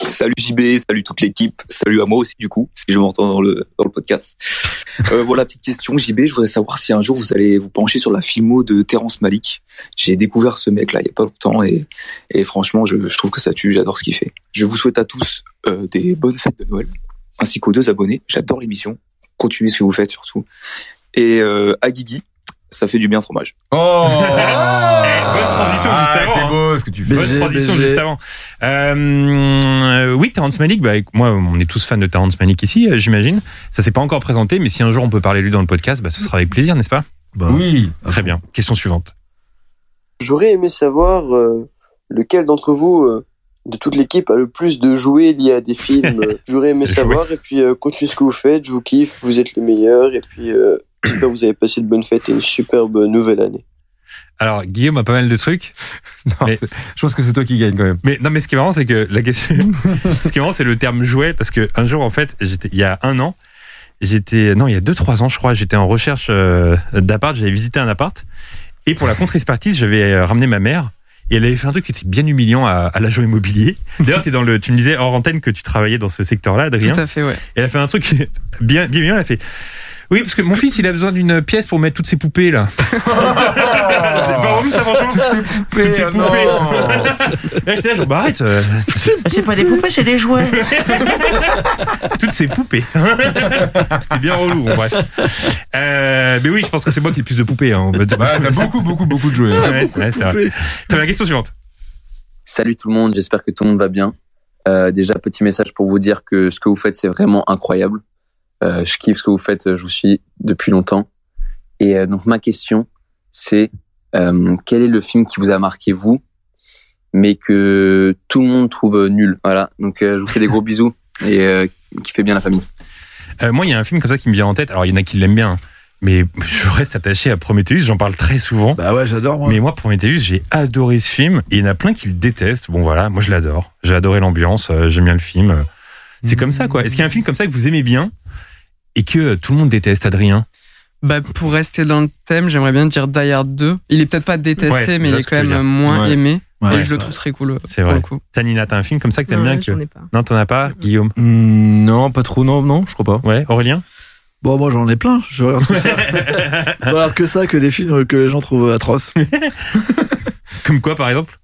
S11: Salut JB, salut toute l'équipe, salut à moi aussi du coup, si je m'entends dans le, dans le podcast. Euh, voilà, petite question, JB. Je voudrais savoir si un jour vous allez vous pencher sur la filmo de Terrence Malik. J'ai découvert ce mec-là il n'y a pas longtemps et, et franchement, je, je trouve que ça tue. J'adore ce qu'il fait. Je vous souhaite à tous euh, des bonnes fêtes de Noël, ainsi qu'aux deux abonnés. J'adore l'émission. Continuez ce que vous faites surtout. Et euh, à Guigui, ça fait du bien fromage.
S4: Oh Bonne transition
S6: Ah,
S4: juste avant.
S6: c'est
S4: hein.
S6: beau ce que tu fais.
S4: Bonne
S6: BG,
S4: transition
S6: BG.
S4: juste avant. Euh, euh, oui, Terrence Malick, bah, moi, on est tous fans de Terrence Malick ici, euh, j'imagine. Ça s'est pas encore présenté, mais si un jour on peut parler de lui dans le podcast, bah, ce sera avec plaisir, n'est-ce pas
S6: Oui.
S4: Très bien. Question suivante.
S14: J'aurais aimé savoir euh, lequel d'entre vous, euh, de toute l'équipe, a le plus de jouets liés à des films. Euh, J'aurais aimé savoir. Et puis, euh, continuez ce que vous faites. Je vous kiffe. Vous êtes les meilleurs. Et puis, euh, j'espère que vous avez passé de bonnes fêtes et une superbe nouvelle année.
S4: Alors, Guillaume a pas mal de trucs. mais, je pense que c'est toi qui gagne quand même. Mais non, mais ce qui est marrant, c'est que la question. ce qui est marrant, c'est le terme jouet, parce que un jour, en fait, j'étais, il y a un an, j'étais, non, il y a deux, trois ans, je crois, j'étais en recherche euh, d'appart, j'avais visité un appart, et pour la contrepartie, j'avais euh, ramené ma mère. Et elle avait fait un truc qui était bien humiliant à, à l'agent immobilier. D'ailleurs, t'es dans le, tu me disais hors antenne que tu travaillais dans ce secteur-là, Adrien.
S8: Tout à fait, ouais.
S4: Et elle a fait un truc bien, bien humiliant. Elle a fait, oui, parce que mon fils, il a besoin d'une pièce pour mettre toutes ses poupées là. c'est pas horrible ça franchement Toutes ces poupées Toutes ces
S6: Ah,
S4: poupées Là j'étais là genre bah arrête euh,
S15: C'est pas des poupées, c'est des jouets.
S4: Toutes ces poupées C'était bien relou bon, bref Euh, Mais oui je pense que c'est moi qui ai le plus de poupées hein, on va dire.
S6: Ouais, t'as beaucoup, beaucoup, beaucoup de jouets. hein.
S4: Ouais, c'est vrai, c'est vrai. T'as la question suivante
S16: Salut tout le monde, j'espère que tout le monde va bien. Euh, déjà, petit message pour vous dire que ce que vous faites, c'est vraiment incroyable. Euh, je kiffe ce que vous faites, je vous suis depuis longtemps. Et euh, donc, ma question, c'est euh, quel est le film qui vous a marqué, vous, mais que tout le monde trouve euh, nul Voilà, donc euh, je vous fais des gros bisous et euh, kiffez bien la famille.
S4: Euh, moi, il y a un film comme ça qui me vient en tête. Alors, il y en a qui l'aiment bien, hein. mais je reste attaché à Prometheus. J'en parle très souvent.
S5: Bah ouais, j'adore.
S4: Mais moi, Prometheus, j'ai adoré ce film. Et il y en a plein qui le détestent. Bon, voilà, moi, je l'adore. J'ai adoré l'ambiance. euh, J'aime bien le film. Euh, C'est comme ça, quoi. Est-ce qu'il y a un film comme ça que vous aimez bien et que euh, tout le monde déteste, Adrien
S8: Bah, pour rester dans le thème, j'aimerais bien dire Die Hard 2. Il est peut-être pas détesté,
S4: Ouais,
S8: mais
S4: je
S8: il
S4: vois
S8: est
S4: ce que
S8: quand
S4: tu veux
S8: même
S4: dire.
S8: moins
S4: Ouais.
S8: aimé.
S4: Ouais,
S8: et je le
S4: ouais.
S8: trouve très cool. euh,
S4: C'est
S8: pour
S4: vrai.
S8: le coup.
S4: Tanina, t'as un film comme ça que t'aimes
S8: Non,
S4: bien
S8: j'en
S4: que...
S8: ai pas.
S4: Non, t'en as pas, Guillaume
S6: Hmm, Non, pas trop, non, non, je crois pas.
S4: Ouais, Aurélien
S5: Bon, moi j'en ai plein. Je regarde que ça. Je regarde que ça, que des films que les gens trouvent atroces.
S4: Comme quoi, par exemple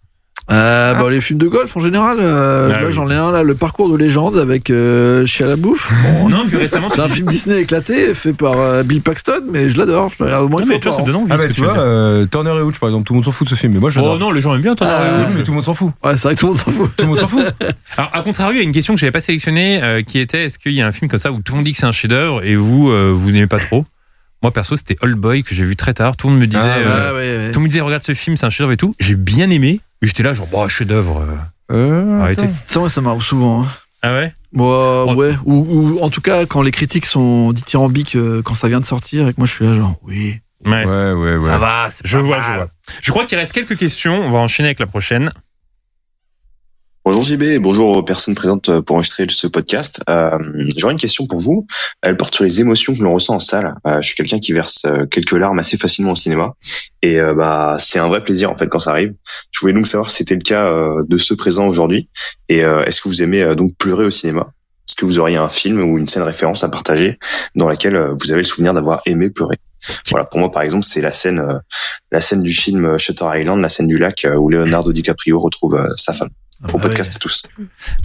S5: euh, bah, les films de golf en général. euh,
S4: Ah
S5: là,
S4: oui.
S5: j'en ai un là, le parcours de légende avec euh, Chia la bouffe.
S4: non, plus récemment,
S5: c'est un film Disney éclaté fait par euh, Bill Paxton, mais je l'adore. Je le regarde au moins une fois par an.
S6: Ah, bah, tu vois, euh, Turner et Hooch, par exemple, tout le monde s'en fout de ce film, mais moi j'adore.
S4: Oh non, les gens aiment bien Turner et
S6: Ah,
S4: Hooch.
S6: mais tout le monde s'en fout.
S5: Ouais, c'est vrai que tout le monde s'en fout.
S6: Tout le monde s'en
S5: Ah,
S6: fout.
S4: Alors, à contrario, il y a une question que j'avais pas sélectionnée, euh, qui était est-ce qu'il y a un film comme ça où tout le monde dit que c'est un chef-d'œuvre et vous, euh, vous n'aimez pas trop Moi, perso, c'était Old Boy que j'ai vu très tard. Tout le monde me disait,
S5: bah,
S6: Ah, ouais,
S4: euh,
S6: ouais, ouais.
S4: tout le monde disait, regarde ce film, c'est un chef-d'œuvre et tout. J'ai bien aimé. Et j'étais là, genre, bah, chef-d'œuvre. euh. Arrêtez.
S5: Attends. Ça, moi, ça m'arrive souvent. hein.
S4: Ah ouais
S5: Moi, ouais. Ou, ou en tout cas, quand les critiques sont dithyrambiques euh, quand ça vient de sortir et que moi je suis là, genre, oui.
S4: Ouais,
S6: ouais, ouais.
S4: Ça va, je vois, je vois. Je crois qu'il reste quelques questions. On va enchaîner avec la prochaine.
S17: Bonjour JB, bonjour aux personnes présentes pour enregistrer ce podcast. Euh, J'aurais une question pour vous. Elle porte sur les émotions que l'on ressent en salle. Euh, je suis quelqu'un qui verse euh, quelques larmes assez facilement au cinéma et euh, bah c'est un vrai plaisir en fait quand ça arrive. Je voulais donc savoir si c'était le cas euh, de ceux présents aujourd'hui et euh, est-ce que vous aimez euh, donc pleurer au cinéma Est-ce que vous auriez un film ou une scène référence à partager dans laquelle euh, vous avez le souvenir d'avoir aimé pleurer voilà, pour moi par exemple, c'est la scène, euh, la scène du film euh, Shutter Island, la scène du lac euh, où Leonardo DiCaprio retrouve euh, sa femme. Au podcast à tous.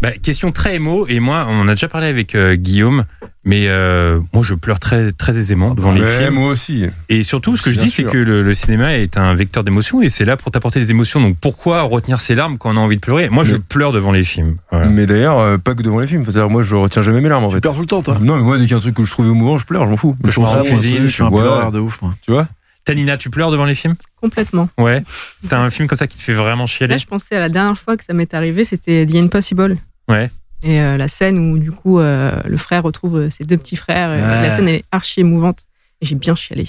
S4: Bah, question très émo. Et moi, on en a déjà parlé avec euh, Guillaume, mais euh, moi, je pleure très, très aisément devant les
S6: Ouais,
S4: films.
S6: moi aussi.
S4: Et surtout, ce que je
S6: Bien
S4: dis, c'est
S6: sûr.
S4: que le, le cinéma est un vecteur d'émotion et c'est là pour t'apporter des émotions. Donc pourquoi retenir ses larmes quand on a envie de pleurer Moi, je pleure devant les films.
S6: Mais d'ailleurs, euh, pas que devant les films. Enfin, C'est-à-dire, moi, je retiens jamais mes larmes, en fait. Tu
S5: pleures tout le temps, toi
S6: Non, mais moi, dès qu'il y a un truc que je trouve émouvant, je pleure, je m'en fous.
S4: Que je
S6: m'en
S4: pense à
S6: fous,
S4: la cuisine, je suis un
S6: ouais.
S4: pleureur de ouf, moi.
S6: Tu vois
S4: Tanina, tu pleures devant les films
S7: Complètement.
S4: Ouais. T'as un film comme ça qui te fait vraiment chialer
S7: Là, je pensais à la dernière fois que ça m'est arrivé, c'était The Impossible.
S4: Ouais.
S7: Et euh, la scène où, du coup, euh, le frère retrouve euh, ses deux petits frères. et
S4: Ouais.
S7: La scène, elle est archi émouvante. Et j'ai bien chialé.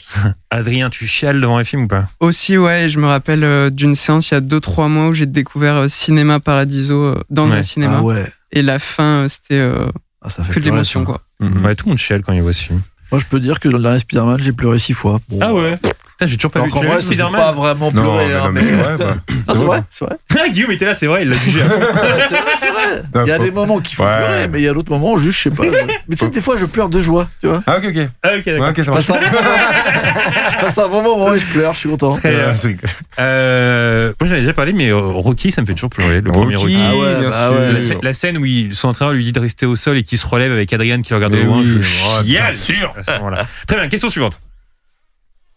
S4: Adrien, tu chiales devant les films ou pas
S8: Aussi, ouais, je me rappelle euh, d'une séance il y a 2-3 mois où j'ai découvert euh, Cinéma Paradiso euh, dans
S4: Ouais.
S8: un cinéma.
S4: Ah ouais.
S8: Et la fin, euh, c'était euh,
S5: fait
S8: que de
S5: pleurer,
S8: l'émotion,
S5: ça. Mm-hmm.
S8: quoi.
S4: Ouais, tout le monde chiale quand il voit ce film.
S5: Moi, je peux dire que dans le dernier Spider-Man, j'ai pleuré six fois. Bon,
S4: Ah ouais Putain, J'ai toujours pas vu
S5: Alors qu'en vrai,
S4: le
S5: je me suis pas vraiment
S4: Non,
S5: pleuré.
S4: mais
S5: hein,
S4: non, mais
S5: mais-
S4: c'est vrai, quoi.
S5: Ah, c'est vrai, c'est vrai.
S4: Guillaume était là, c'est vrai, il l'a jugé à fond.
S5: c'est vrai, c'est vrai. Il y a
S4: faut-
S5: des moments qui font
S4: Ouais.
S5: pleurer, mais il y a d'autres moments, juste, je sais pas. je- Mais tu sais, des fois, je pleure de joie, tu vois.
S6: Ah, ok, ok.
S4: Ah, ok, d'accord.
S6: ok, ça
S5: je, passe
S6: marche.
S5: un... je passe un bon moment et je pleure, je suis content.
S4: Très
S6: Ah,
S4: bien. Euh, moi j'en ai déjà parlé, mais euh, Rocky, ça me fait toujours pleurer. Le premier Rocky.
S5: Ah ouais, bien bah sûr. ouais.
S4: La, scè- la scène où il- son entraîneur lui dit de rester au sol et qu'il se relève avec Adrian qui le regarde de
S6: Mais
S4: loin.
S6: oui.
S4: je
S6: Oh,
S4: chiale.
S6: bien sûr.
S4: À ce moment-là. Très bien, question suivante.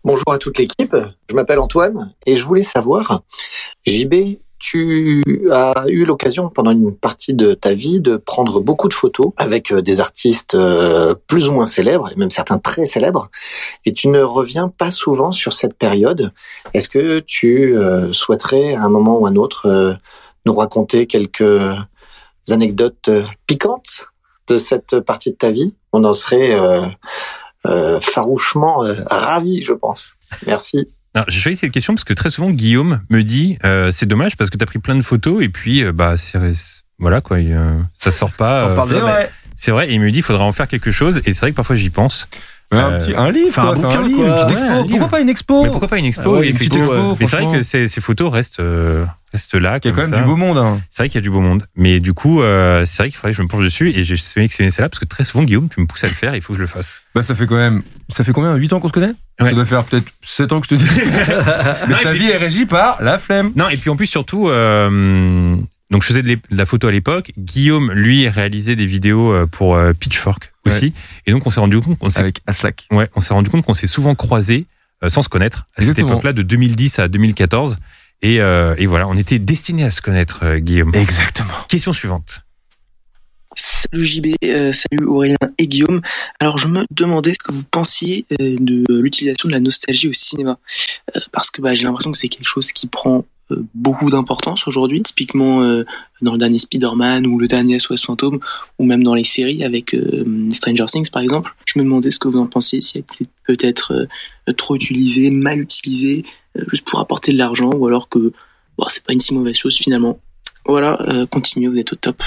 S1: Bonjour à toute l'équipe, je m'appelle Antoine et je voulais savoir, JB, tu as eu l'occasion pendant une partie de ta vie de prendre beaucoup de photos avec euh, des artistes euh, plus ou moins célèbres, et même certains très célèbres, et tu ne reviens pas souvent sur cette période. Est-ce que tu euh, souhaiterais à un moment ou à un autre euh, nous raconter quelques anecdotes euh, piquantes de cette partie de ta vie On en serait... euh, euh, farouchement euh, ravi, je pense. Merci.
S4: Alors, J'ai choisi cette question parce que très souvent Guillaume me dit euh, c'est dommage parce que t'as pris plein de photos et puis euh, bah c'est voilà quoi il, euh, ça sort pas.
S5: T'en parles
S4: c'est
S5: jamais.
S4: vrai. C'est vrai. Et il me dit faudra en faire quelque chose et c'est vrai que parfois j'y pense.
S6: Ouais, un petit- un livre,
S4: enfin,
S6: quoi, c'est un livre, une petite expo. Pourquoi pas une expo
S4: Mais pourquoi pas une expo
S6: Ah ouais,
S4: et
S6: une
S4: puis
S6: petite
S4: tout.
S6: expo,
S4: Mais c'est vrai
S6: franchement.
S4: que ces, ces photos restent, euh, restent là.
S6: Il y a
S4: comme
S6: quand même
S4: ça.
S6: du beau monde, hein.
S4: C'est vrai qu'il y a du beau monde. Mais du coup, euh, c'est vrai qu'il faudrait que je me penche dessus et j'ai sélectionné celle-là parce que très souvent, Guillaume, tu me pousses à le faire et il faut que je le fasse.
S6: Bah, ça fait quand même. Ça fait combien 8 ans qu'on se connaît Ça doit faire peut-être 7 ans que je te dis. Mais sa vie est régie par la flemme.
S4: Non, et puis en plus, surtout, euh, donc je faisais de l'ép- de la photo à l'époque. Guillaume, lui, réalisait des vidéos euh, pour euh, Pitchfork aussi. Et donc, on s'est rendu compte qu'on s'est.
S6: Avec Aslak.
S4: Ouais, on s'est rendu compte qu'on s'est souvent croisés euh, sans se connaître à cette
S6: Exactement.
S4: époque-là, de 2010 à 2014. Et, euh, et voilà, on était destinés à se connaître, euh, Guillaume.
S6: Exactement.
S4: Question suivante.
S1: Salut JB, euh, salut Aurélien et Guillaume. Alors je me demandais ce que vous pensiez euh, de l'utilisation de la nostalgie au cinéma. Euh, parce que bah, j'ai l'impression que c'est quelque chose qui prend euh, beaucoup d'importance aujourd'hui, typiquement euh, dans le dernier Spider-Man ou le dernier SOS Fantôme, ou même dans les séries avec euh, Stranger Things par exemple. Je me demandais ce que vous en pensiez, si elle était peut-être euh, trop utilisée, mal utilisée, euh, juste pour apporter de l'argent, ou alors que bon, c'est pas une si mauvaise chose finalement. Voilà, euh, continuez, vous êtes au top.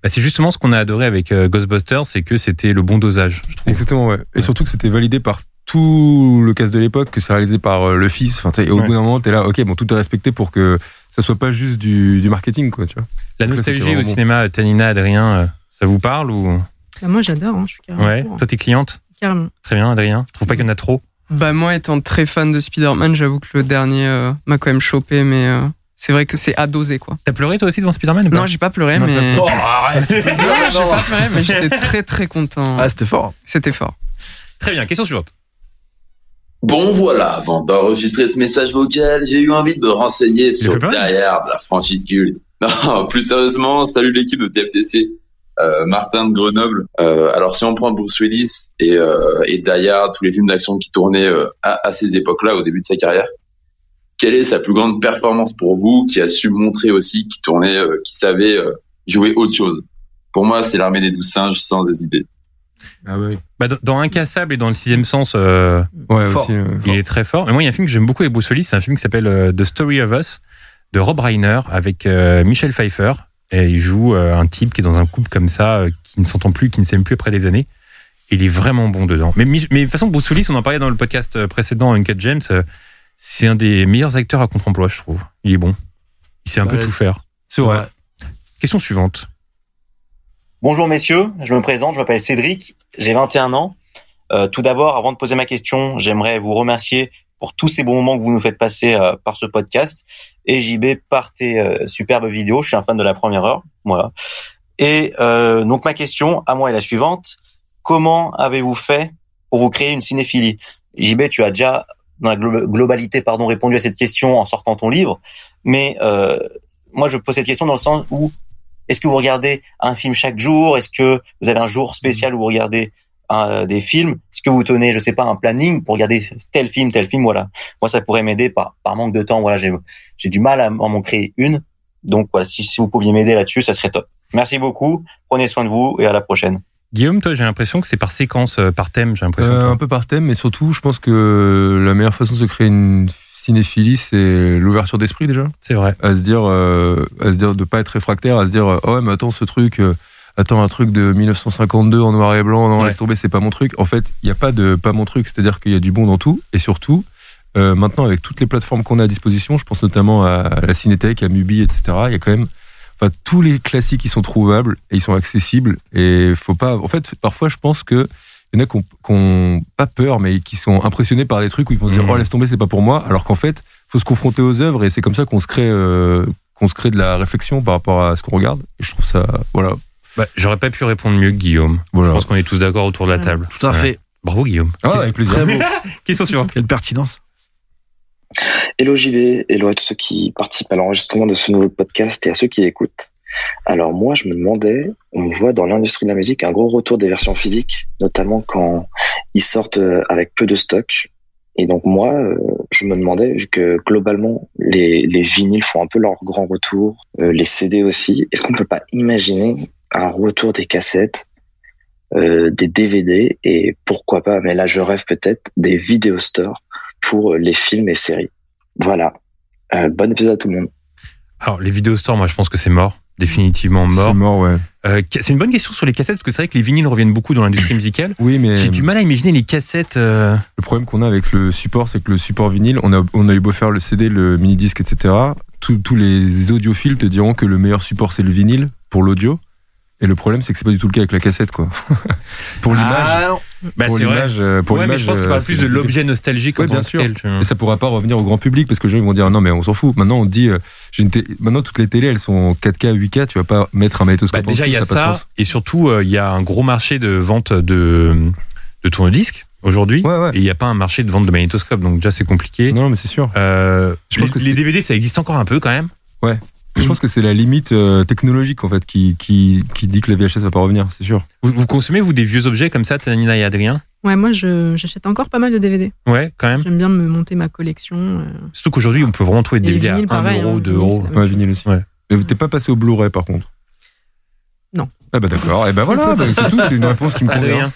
S4: Bah, c'est justement ce qu'on a adoré avec euh, Ghostbusters, c'est que c'était le bon dosage. je trouve.
S6: Exactement, ouais. Et surtout que c'était validé par tout le cast de l'époque, que c'est réalisé par euh, le fils. Enfin, t'sais, et au
S4: Ouais.
S6: bout d'un moment, t'es là, ok, bon, tout est respecté pour que ça soit pas juste du, du marketing, quoi, tu vois.
S4: La
S6: Donc ça, c'était
S4: nostalgie
S6: vraiment
S4: au
S6: bon.
S4: cinéma, Tanina, Adrien, euh, ça vous parle ou
S7: Bah, moi, j'adore, hein, je suis carrément.
S4: Ouais.
S7: pour, hein.
S4: Toi, t'es cliente.
S7: Carrément.
S4: Très bien, Adrien. Je trouve
S6: Mm.
S4: pas qu'il y en a trop.
S8: Bah moi étant très fan de Spider-Man, j'avoue que le dernier euh, m'a quand même chopé, mais euh, c'est vrai que c'est à doser quoi.
S4: T'as pleuré toi aussi devant Spider-Man ou pas
S8: Non, j'ai pas pleuré,
S4: Non, t'as
S8: mais...
S4: pas- Oh, arrête, tu peux
S8: Non,
S4: pleurer,
S8: j'ai
S4: non.
S8: pas pleuré, mais j'étais très très content.
S5: Ah, c'était fort.
S8: C'était fort.
S4: Très bien. Question suivante.
S18: Bon voilà, avant d'enregistrer ce message vocal, j'ai eu envie de me renseigner sur
S4: fait pas
S18: derrière de la franchise culte. Non, plus sérieusement, salut l'équipe de TFTC. Euh, Martin de Grenoble. Euh, alors si on prend Bruce Willis et, euh, et Die Hard, tous les films d'action qui tournaient euh, à, à ces époques-là, au début de sa carrière, quelle est sa plus grande performance pour vous qui a su montrer aussi qui tournait, euh, qui savait euh, jouer autre chose Pour moi, c'est l'armée des douze singes sans hésiter.
S6: Ah
S4: Bah, dans, dans Incassable et dans le sixième sens, euh,
S6: Ouais,
S4: fort.
S6: aussi, euh,
S4: il est très fort. Mais moi, il y a un film que j'aime beaucoup avec Bruce Willis, c'est un film qui s'appelle euh, The Story of Us de Rob Reiner avec euh, Michel Pfeiffer. Et il joue euh, un type qui est dans un couple comme ça, euh, qui ne s'entend plus, qui ne s'aime plus après des années. Il est vraiment bon dedans. Mais, Mich- mais de toute façon, Bruce Willis, on en parlait dans le podcast euh, précédent, Uncut James, euh, c'est un des meilleurs acteurs à contre-emploi, je trouve. Il est bon. Il sait un peu
S19: Ouais,
S4: tout
S19: c'est-
S4: faire.
S6: C'est vrai.
S4: Question suivante.
S19: Bonjour messieurs, je me présente, je m'appelle Cédric, j'ai 21 ans. Euh, tout d'abord, avant de poser ma question, j'aimerais vous remercier pour tous ces bons moments que vous nous faites passer euh, par ce podcast. Et JB, par tes euh, superbes vidéos, je suis un fan de la première heure. Voilà. Et euh, donc ma question à moi est la suivante. Comment avez-vous fait pour vous créer une cinéphilie JB, tu as déjà, dans la glo- globalité, pardon, répondu à cette question en sortant ton livre. Mais euh, moi, je pose cette question dans le sens où est-ce que vous regardez un film chaque jour Est-ce que vous avez un jour spécial où vous regardez euh, des films Est-ce que vous tenez, je sais pas, un planning pour regarder tel film, tel film Voilà. Moi, ça pourrait m'aider par, par manque de temps. Voilà, j'ai j'ai du mal à m- à m'en créer une. Donc voilà, si, si vous pouviez m'aider là-dessus, ça serait top. Merci beaucoup. Prenez soin de vous et à la prochaine.
S4: Guillaume, toi, j'ai l'impression que c'est par séquence, euh, par thème, j'ai l'impression.
S6: Euh, un peu par thème, mais surtout, je pense que la meilleure façon de se créer une cinéphilie, c'est l'ouverture d'esprit déjà.
S4: C'est vrai.
S6: À se dire, euh, à se dire de pas être réfractaire, à se dire, euh, oh ouais, mais attends ce truc, euh, attends un truc de 1952 en noir et blanc, non laisse tomber, c'est pas mon truc. En fait, il n'y a pas de pas mon truc, c'est-à-dire qu'il y a du bon dans tout, et surtout, euh, maintenant avec toutes les plateformes qu'on a à disposition, je pense notamment à, à la Cinétech, à Mubi, etc. Il y a quand même enfin tous les classiques ils sont trouvables et ils sont accessibles et faut pas en fait parfois je pense que il y en a qui ont, qui ont pas peur mais qui sont impressionnés par des trucs où ils vont se dire
S4: Mhm.
S6: oh laisse tomber c'est pas pour moi alors qu'en fait faut se confronter aux œuvres et c'est comme ça qu'on se crée euh, qu'on se crée de la réflexion par rapport à ce qu'on regarde et je trouve ça voilà
S4: Bah, J'aurais pas pu répondre mieux que Guillaume. Je pense qu'on est tous d'accord autour de la table.
S5: Tout à fait.
S4: Bravo Guillaume.
S6: Ah,
S4: Question-
S6: avec plaisir.
S4: Très beau. Question suivante.
S5: Quelle pertinence.
S13: Hello JV, hello à tous ceux qui participent à l'enregistrement de ce nouveau podcast et à ceux qui l'écoutent. Alors moi, je me demandais, on voit dans l'industrie de la musique un gros retour des versions physiques, notamment quand ils sortent euh, avec peu de stock. Et donc moi, euh, je me demandais, vu que globalement, les, les vinyles font un peu leur grand retour, euh, les CD aussi, est-ce qu'on peut pas imaginer un retour des cassettes euh, des DVD et pourquoi pas, mais là je rêve peut-être, des vidéo stores pour les films et séries. Voilà. Euh, bon épisode à tout le monde.
S4: Alors, les vidéostores, moi, je pense que c'est mort. Définitivement mort. Euh,
S6: C'est mort, ouais.
S4: c'est une bonne question sur les cassettes, parce que c'est vrai que les vinyles reviennent beaucoup dans l'industrie musicale.
S6: Oui, mais.
S4: J'ai du mal à imaginer les cassettes. euh,
S6: Le problème qu'on a avec le support, c'est que le support vinyle, on a, on a eu beau faire le CD, le mini-disque, etc. Tous- tous les audiophiles te diront que le meilleur support, c'est le vinyle pour l'audio. Et le problème, c'est que c'est pas du tout le cas avec la cassette, quoi. pour l'image.
S4: Bah,
S6: pour
S4: c'est vrai.
S6: l'image, euh, pour
S4: Ouais, mais
S6: l'image,
S4: je pense qu'il
S6: euh,
S4: parle plus
S6: c'est
S4: de
S6: compliqué.
S4: l'objet nostalgique en
S6: Ouais,
S4: tant
S6: bien
S4: que
S6: sûr.
S4: tel, tu vois.
S6: Et ça pourra pas revenir au grand public parce que les gens ils vont dire non mais on s'en fout. Maintenant on dit euh, j'ai une té- maintenant toutes les télés elles sont 4K, 8K, tu vas pas mettre un
S4: Bah,
S6: magnétoscope. en
S4: déjà, il y a
S6: dessous, ça a pas de
S4: ça,
S6: sens.
S4: et surtout, euh, il y a un gros marché de vente de, de tourne-disques aujourd'hui. Et il n'y a pas un marché de vente de magnétoscope, donc déjà, c'est compliqué.
S6: Non, mais c'est sûr.
S4: je pense que Euh, les DVD, ça existe encore un peu quand même.
S6: Ouais. Je pense que c'est la limite euh, technologique en fait qui, qui, qui dit que la VHS va pas revenir, c'est sûr.
S4: Vous, vous consommez, vous, des vieux objets comme ça, Tanina et Adrien
S7: Ouais, moi, je- j'achète encore pas mal de DVD.
S4: Ouais, quand même.
S7: J'aime bien me monter ma collection. euh.
S4: Surtout qu'aujourd'hui, on peut vraiment trouver des
S7: Et les
S4: DVD à
S7: vinyles,
S4: 1
S7: pareil,
S4: euro,
S7: hein,
S4: 2
S7: vinyle,
S4: euros.
S7: c'est la même
S6: vinyle
S4: aussi. Ouais.
S6: Mais vous t'es pas passé au Blu-ray par contre
S7: Non.
S6: Ah bah d'accord, et ben voilà, bah, c'est tout, c'est une réponse qui me convient.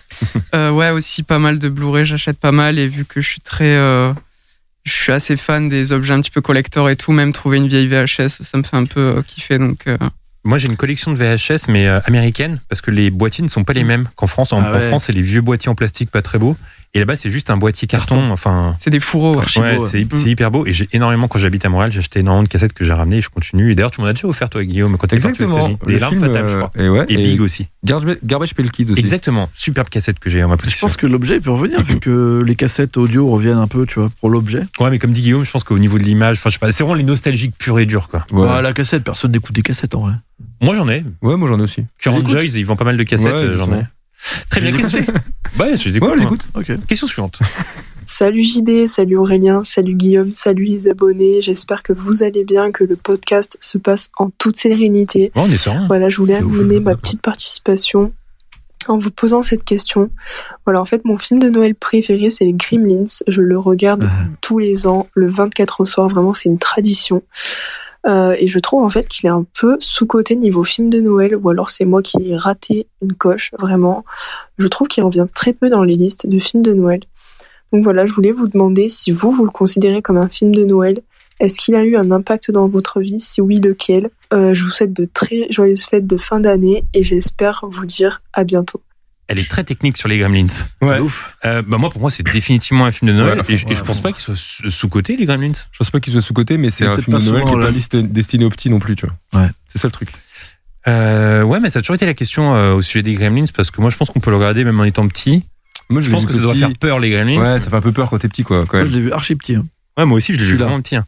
S8: Euh, ouais, aussi pas mal de Blu-ray, j'achète pas mal et vu que je suis très. euh, je suis assez fan des objets un petit peu collector et tout, même trouver une vieille VHS, ça me fait un peu euh, kiffer donc. euh,
S4: Moi, j'ai une collection de VHS, mais euh, américaine, parce que les boîtiers ne sont pas les mêmes qu'en France. En,
S8: Ah
S4: en
S8: ouais.
S4: France, c'est les vieux boîtiers en plastique pas très beaux. Et là-bas, c'est juste un boîtier carton. Enfin,
S8: c'est des fourreaux.
S4: Ouais,
S8: archi beaux,
S4: c'est
S8: ouais.
S4: c'est hyper beau. Et j'ai énormément, quand j'habite à Montréal, j'ai acheté énormément de cassettes que j'ai ramenées et je continue. Et d'ailleurs, tu m'en as déjà offert, toi, Guillaume, quand t'es parti aux
S6: Exactement.
S4: États-Unis. Des
S6: Le
S4: larmes
S6: film,
S4: fatales, je crois.
S6: euh, et ouais, et
S4: Big aussi.
S6: Garbage, garbage Pail Kid aussi.
S4: Exactement. Superbe cassette que j'ai en ma
S5: Je pense que l'objet peut revenir, vu que les cassettes audio reviennent un peu, tu vois, pour l'objet.
S4: Ouais, mais comme dit Guillaume, je pense qu'au niveau de l'image, enfin, je sais pas, c'est vraiment les nostalgiques purs et durs, quoi.
S5: Bah, la cassette, personne n'écoute des cassettes en vrai.
S4: Moi, j'en ai.
S6: Ouais, moi j'en ai aussi.
S4: Current
S5: J'écoute.
S4: Joys, ils vendent pas mal de cassettes,
S5: Ouais,
S4: euh, j'en ai.
S5: justement.
S4: Très bien,
S5: les
S4: question.
S5: écoutez
S4: Ouais, je les écoute.
S5: Ouais, on les
S4: moi.
S5: écoute.
S4: Question suivante.
S22: Salut JB, salut Aurélien, salut Guillaume, salut les abonnés. J'espère que vous allez bien, que le podcast se passe en toute sérénité.
S4: Ouais, on est serein.
S22: Voilà, je voulais amener ma petite participation en vous posant cette question. Voilà, en fait, mon film de Noël préféré, c'est les Gremlins. Je le regarde
S4: Ah.
S22: tous les ans, le 24 au soir. Vraiment, c'est une tradition. Euh, et je trouve en fait qu'il est un peu sous-coté niveau film de Noël, ou alors c'est moi qui ai raté une coche, vraiment. Je trouve qu'il revient très peu dans les listes de films de Noël. Donc voilà, je voulais vous demander si vous, vous le considérez comme un film de Noël. Est-ce qu'il a eu un impact dans votre vie Si oui, lequel Euh, Je vous souhaite de très joyeuses fêtes de fin d'année et j'espère vous dire à bientôt.
S4: Elle est très technique sur les Gremlins.
S6: Ouais.
S4: Ouf. bah moi, pour moi, c'est définitivement un film de Noël.
S6: Ouais, à fond,
S4: et, je- et
S6: ouais,
S4: je
S6: à
S4: pense
S6: fond.
S4: pas qu'il soit sous- sous-coté, les Gremlins.
S6: Je pense pas qu'il soit sous-côté, mais c'est
S4: Il est
S6: un
S4: peut-être
S6: film
S4: pas
S6: de Noël
S4: souvent
S6: qui
S4: dans
S6: est
S4: la
S6: pas
S4: liste.
S6: desti- destiné aux petits non plus, tu vois.
S5: Ouais.
S6: C'est ça le truc.
S4: Euh, ouais, mais ça a toujours été la question euh, au sujet des Gremlins, parce que moi, je pense qu'on peut le regarder même en étant petit.
S6: Moi,
S4: je
S6: l'ai
S4: pense
S6: vu
S4: que ça doit
S6: petit.
S4: faire peur, les Gremlins.
S6: Ouais, ça fait un peu peur quand t'es petit, quoi. Quand
S5: Moi,
S6: même.
S5: je l'ai vu archi petit. hein.
S4: Ouais, moi aussi, je l'ai vu
S5: Celui-là.
S4: vraiment petit. hein.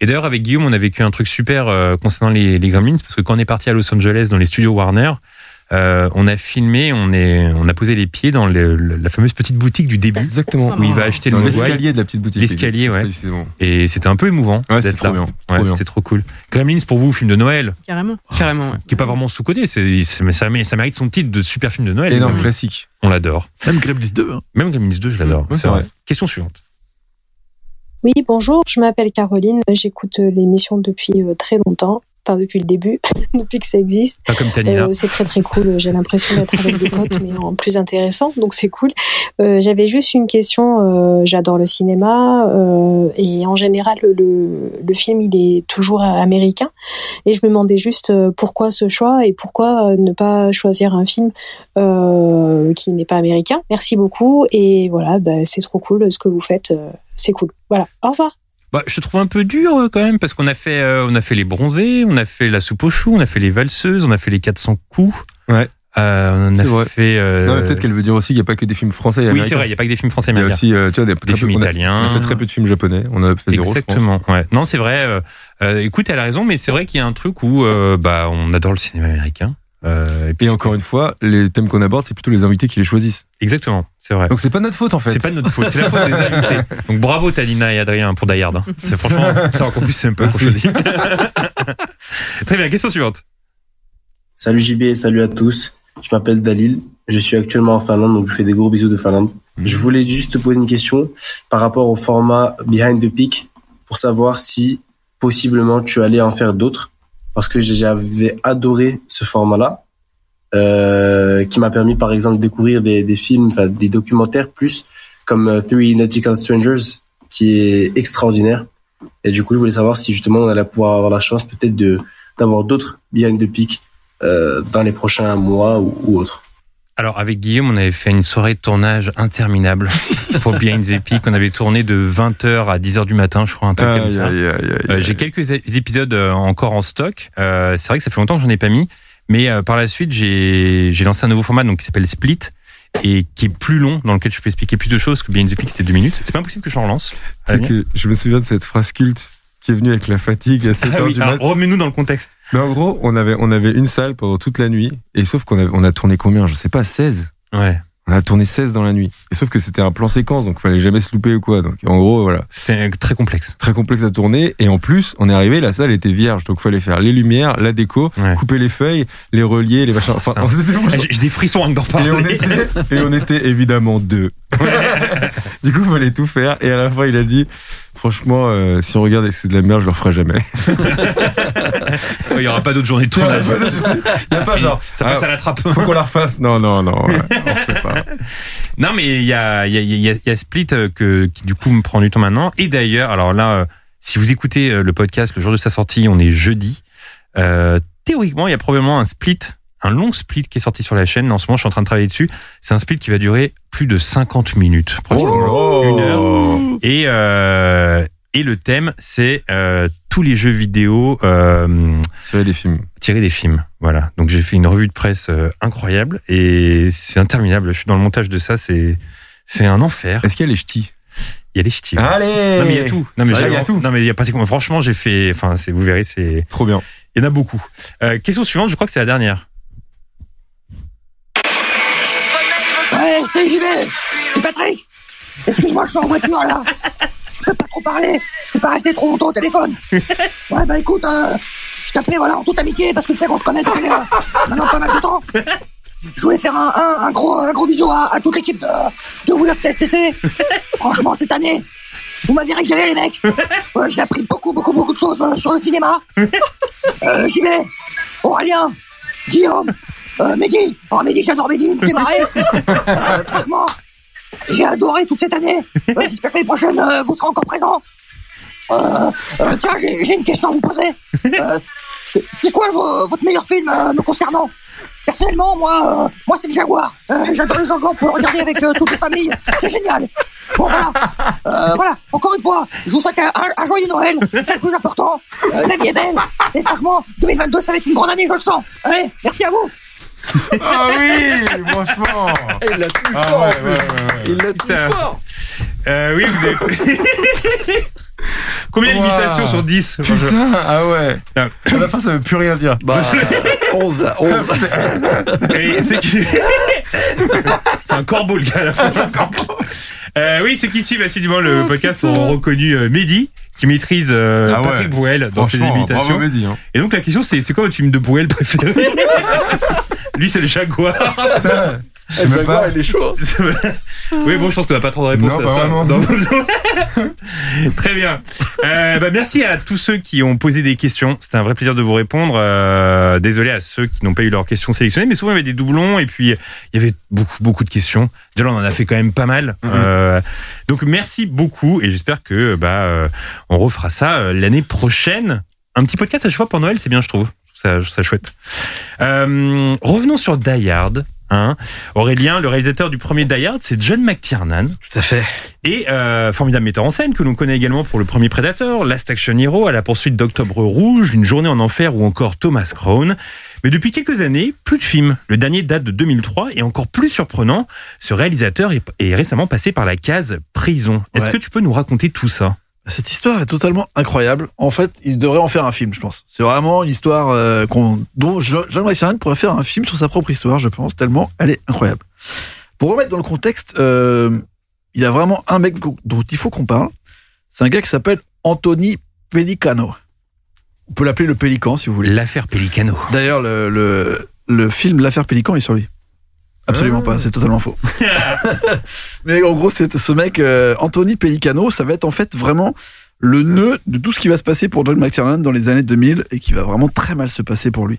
S4: Et d'ailleurs, avec Guillaume, on a vécu un truc super euh, concernant les, les Gremlins, parce que quand on est parti à Los Angeles, dans les studios Warner, euh, on a filmé, on, est, on a posé les pieds dans le- le- la fameuse petite boutique du début.
S6: Exactement.
S4: Où il va acheter
S6: Dans
S4: le Mogwai.
S6: l'escalier de la petite boutique.
S4: L'escalier, ouais.
S6: Précisément.
S4: Et c'était un peu émouvant
S6: Ouais, c'était
S4: d'être
S6: trop
S4: là.
S6: bien.
S4: Ouais,
S6: Trop bien.
S4: c'était trop cool. Gremlins, pour vous, film de Noël, Oh,
S7: Carrément.
S8: Carrément, ouais.
S4: qui est pas vraiment sous-côté, c'est- c'est- mais ça, mais ça mérite son titre de super film de Noël.
S6: Énorme
S4: Gremlins.
S6: classique.
S4: On l'adore.
S5: Même Gremlins hein. 2.
S4: Même Gremlins 2, je l'adore. c'est vrai. Question suivante.
S3: Oui, bonjour, je m'appelle Caroline, j'écoute euh, l'émission depuis euh, très longtemps.
S2: enfin depuis le début, depuis que ça existe.
S4: Pas comme Tanina.
S2: Euh, c'est très très cool. J'ai l'impression d'être avec des potes, mais en plus intéressant, donc c'est cool. Euh, J'avais juste une question. euh, J'adore le cinéma euh, et en général le, le, le film il est toujours américain et je me demandais juste euh, pourquoi ce choix et pourquoi euh, ne pas choisir un film euh, qui n'est pas américain. Merci beaucoup et voilà, bah, c'est trop cool ce que vous faites. euh, C'est cool. Voilà. Au revoir.
S4: Bah, je te trouve un peu dur euh, quand même parce qu'on a fait euh, on a fait les bronzés, on a fait la soupe aux choux, on a fait les valseuses, on a fait les 400 coups.
S6: Ouais.
S4: on a
S6: C'est vrai.
S4: fait. euh,
S6: Non, mais peut-être qu'elle veut dire aussi qu'il n'y a pas que des films français et
S4: Oui,
S6: américains.
S4: c'est vrai, il n'y a pas que des films français
S6: Il y a
S4: américains.
S6: aussi, euh, tu vois, des, très peu-
S4: films
S6: on a-
S4: italiens.
S6: On a fait très peu de films japonais. On a fait zéro. je pense.
S4: Exactement. ouais. Non, c'est vrai. euh, euh, écoute, elle a raison, mais c'est vrai qu'il y a un truc où euh, bah on adore le cinéma américain. Euh, et
S6: Et encore une fois, les thèmes qu'on aborde, c'est plutôt les invités qui les choisissent.
S4: Exactement, c'est vrai.
S6: Donc c'est pas notre faute en fait.
S4: C'est pas de notre faute, c'est la faute des invités. Donc bravo Talina et Adrien pour Dayard. hein. C'est franchement, c'est encore plus simple pour choisir. Très bien, question suivante.
S3: Salut JB et salut à tous. Je m'appelle Dalil. Je suis actuellement en Finlande, donc je vous fais des gros bisous de Finlande. Je voulais juste te poser une question par rapport au format Behind the Peak pour savoir si possiblement tu allais en faire d'autres parce que j'avais adoré ce format-là euh, qui m'a permis par exemple de découvrir des, des films, enfin, des documentaires plus comme euh, Three Magical Strangers qui est extraordinaire. Et du coup, je voulais savoir si justement on allait pouvoir avoir la chance peut-être de d'avoir d'autres behind the peak euh, dans les prochains mois ou, ou autres.
S4: Alors avec Guillaume, on avait fait une soirée de tournage interminable pour Behind the Peak. On avait tourné de 20h à 10h du matin, je crois, un truc
S6: Aïe,
S4: comme ça.
S6: aïe, aïe, aïe,
S4: Euh, J'ai quelques é- épisodes euh, encore en stock. Euh, c'est vrai que ça fait longtemps que j'en ai pas mis, mais euh, par la suite, j'ai j'ai lancé un nouveau format donc qui s'appelle Split et qui est plus long, dans lequel je peux expliquer plus de choses que Behind the Peak, c'était deux minutes. C'est pas impossible que j'en relance.
S6: C'est
S4: à l'avenir.
S6: que je me souviens de cette phrase culte qui est venue avec la fatigue à 7
S4: Ah
S6: heures
S4: oui,
S6: du
S4: alors,
S6: mat.
S4: remets-nous dans le contexte.
S6: Mais en gros, on avait, on avait une salle pendant toute la nuit, et sauf qu'on avait- on a tourné combien Je sais pas, 16
S4: Ouais.
S6: On a tourné 16 dans la nuit. Et sauf que c'était un plan séquence, donc fallait jamais se louper ou quoi. Donc en gros, voilà.
S4: C'était euh, très complexe.
S6: Très complexe à tourner. Et en plus, on est arrivé, la salle était vierge. Donc fallait faire les lumières, la déco, couper les feuilles, les relier, les machins. Enfin, c'était bon.
S4: Ah, J'ai j'ai des frissons rien que d'en
S6: Et on,
S4: parler.
S6: était, et on était évidemment deux. du coup, il fallait tout faire. Et à la fin, il a dit Franchement, euh, si on regarde et que c'est de la merde, je le referai jamais.
S4: Il y aura pas d'autre journée de tournage.
S6: Il n'y a pas genre.
S4: Ça passe à la trappe.
S6: Ah, Faut qu'on la refasse. Non, non, non. ouais.
S4: Non, mais il y a, il y, a- il y a- il y a Split euh, que, qui, du coup, me prend du temps maintenant. Et d'ailleurs, alors là, euh, si vous écoutez euh, le podcast le jour de sa sortie, on est jeudi. Euh, théoriquement, il y a probablement un split, un long split qui est sorti sur la chaîne. En ce moment, je suis en train de travailler dessus. C'est un split qui va durer plus de 50 minutes,
S6: Oh.
S4: pratiquement une heure. Et, euh, et le thème, c'est euh, tous les jeux vidéo euh,
S6: tirés des films.
S4: Tirés des films, voilà. Donc j'ai fait une revue de presse euh, incroyable et c'est interminable. Je suis dans le montage de ça, c'est c'est un enfer.
S6: Est-ce qu'il y a les ch'tis
S4: Il y a les ch'tis.
S6: Allez
S4: non mais il y a tout. Non mais
S6: Ça,
S4: j'ai
S6: il y a
S4: vraiment- Non mais il y a pratiquement. Franchement, j'ai fait. Enfin, c'est vous verrez, c'est
S6: trop bien.
S4: Il y en a beaucoup. Euh, question suivante, je crois que c'est la dernière.
S15: Ouais, c'est JB C'est Patrick Excuse-moi, je suis en voiture là Je peux pas trop parler Je peux pas rester trop longtemps au téléphone Ouais, bah écoute, euh, je t'appelais voilà, en toute amitié parce que tu sais qu'on se connaît depuis euh, maintenant pas mal de temps Je voulais faire un, un, un gros, un gros bisou à, à toute l'équipe de, de Will of TSTC Franchement, cette année vous m'avez régalé les mecs Euh, J'ai appris beaucoup, beaucoup, beaucoup de choses euh, sur le cinéma euh, JB Aurélien Guillaume euh, Mehdi Oh Mehdi, j'adore Mehdi, il me fait marrer Euh, Franchement, j'ai adoré toute cette année. Euh, J'espère que l'année prochaine, euh, vous serez encore présents. Euh, euh, tiens, j'ai j'ai une question à vous poser. Euh, c'est c'est quoi vo- votre meilleur film euh, me concernant Personnellement, moi, euh, moi c'est le Jaguar. Euh, J'adore le Jaguar pour le regarder avec euh, toute la famille. C'est génial. Bon, voilà. Euh, voilà, encore une fois, je vous souhaite un, un- un joyeux Noël. C'est le plus important. Euh, la vie est belle. Et franchement, 2022, ça va être une grande année, je le sens. Allez, merci à vous.
S6: Ah oui, franchement.
S5: Il l'a tenu
S4: fort, en plus. Il l'a tenu fort. Euh, oui, vous avez. Combien
S6: Ouah.
S4: d'imitations sur 10
S6: Putain, ah ouais. À la fin, ça veut plus rien dire.
S4: Bah,
S5: 11 là,
S4: Et ceux qui- C'est un corbeau le gars à la fin. Euh, oui, ceux qui suivent assidûment le podcast ont reconnu euh, Mehdi qui maîtrise euh,
S6: Ah ouais.
S4: Patrick Bruel dans ses
S6: Franchement,
S4: imitations.
S6: bravo Mehdi, hein.
S4: Et donc la question c'est c'est quoi votre film de Bruel préféré Lui, c'est le jaguar.
S5: Putain, je sais même pas.
S4: il est chaud. hein. oui, bon, je pense qu'on n'a pas trop de réponse
S5: Non,
S4: à
S5: pas
S4: ça.
S5: vraiment.
S4: Non. Très bien. Euh, bah, merci à tous ceux qui ont posé des questions. C'était un vrai plaisir de vous répondre. Euh, désolé à ceux qui n'ont pas eu leurs questions sélectionnées, mais souvent il y avait des doublons et puis il y avait beaucoup, beaucoup de questions. Déjà, là, on en a fait quand même pas mal. Euh, donc, merci beaucoup et j'espère que bah, euh, on refera ça euh, l'année prochaine. Un petit podcast à chaque fois pour Noël, c'est bien, je trouve. Ça, ça chouette. Euh, revenons sur Die Hard. Hein. Aurélien, le réalisateur du premier Die Hard, c'est John McTiernan. Tout à fait. Et euh, formidable metteur en scène que l'on connaît également pour le premier Predator, Last Action Hero, à la poursuite d'Octobre Rouge, Une Journée en Enfer ou encore Thomas Crown. Mais depuis quelques années, plus de films. Le dernier date de 2003 et encore plus surprenant, ce réalisateur est, est récemment passé par la case prison. Est-ce
S5: Ouais.
S4: que tu peux nous raconter tout ça
S5: Cette histoire est totalement incroyable. En fait, il devrait en faire un film, je pense. C'est vraiment une histoire euh, qu'on- dont Jo- John McTiernan pourrait faire un film sur sa propre histoire, je pense, tellement elle est incroyable. Pour remettre dans le contexte, euh, il y a vraiment un mec dont dont il faut qu'on parle. C'est un gars qui s'appelle Anthony Pellicano. On peut l'appeler le Pélican, si vous voulez.
S4: L'affaire Pellicano.
S5: D'ailleurs, le, le, le film L'affaire Pélican est sur lui. Absolument
S4: Ah.
S5: pas, c'est totalement faux. Mais en gros, c'est ce mec, euh, Anthony Pellicano, ça va être en fait vraiment le nœud de tout ce qui va se passer pour John McTiernan dans les années 2000 et qui va vraiment très mal se passer pour lui.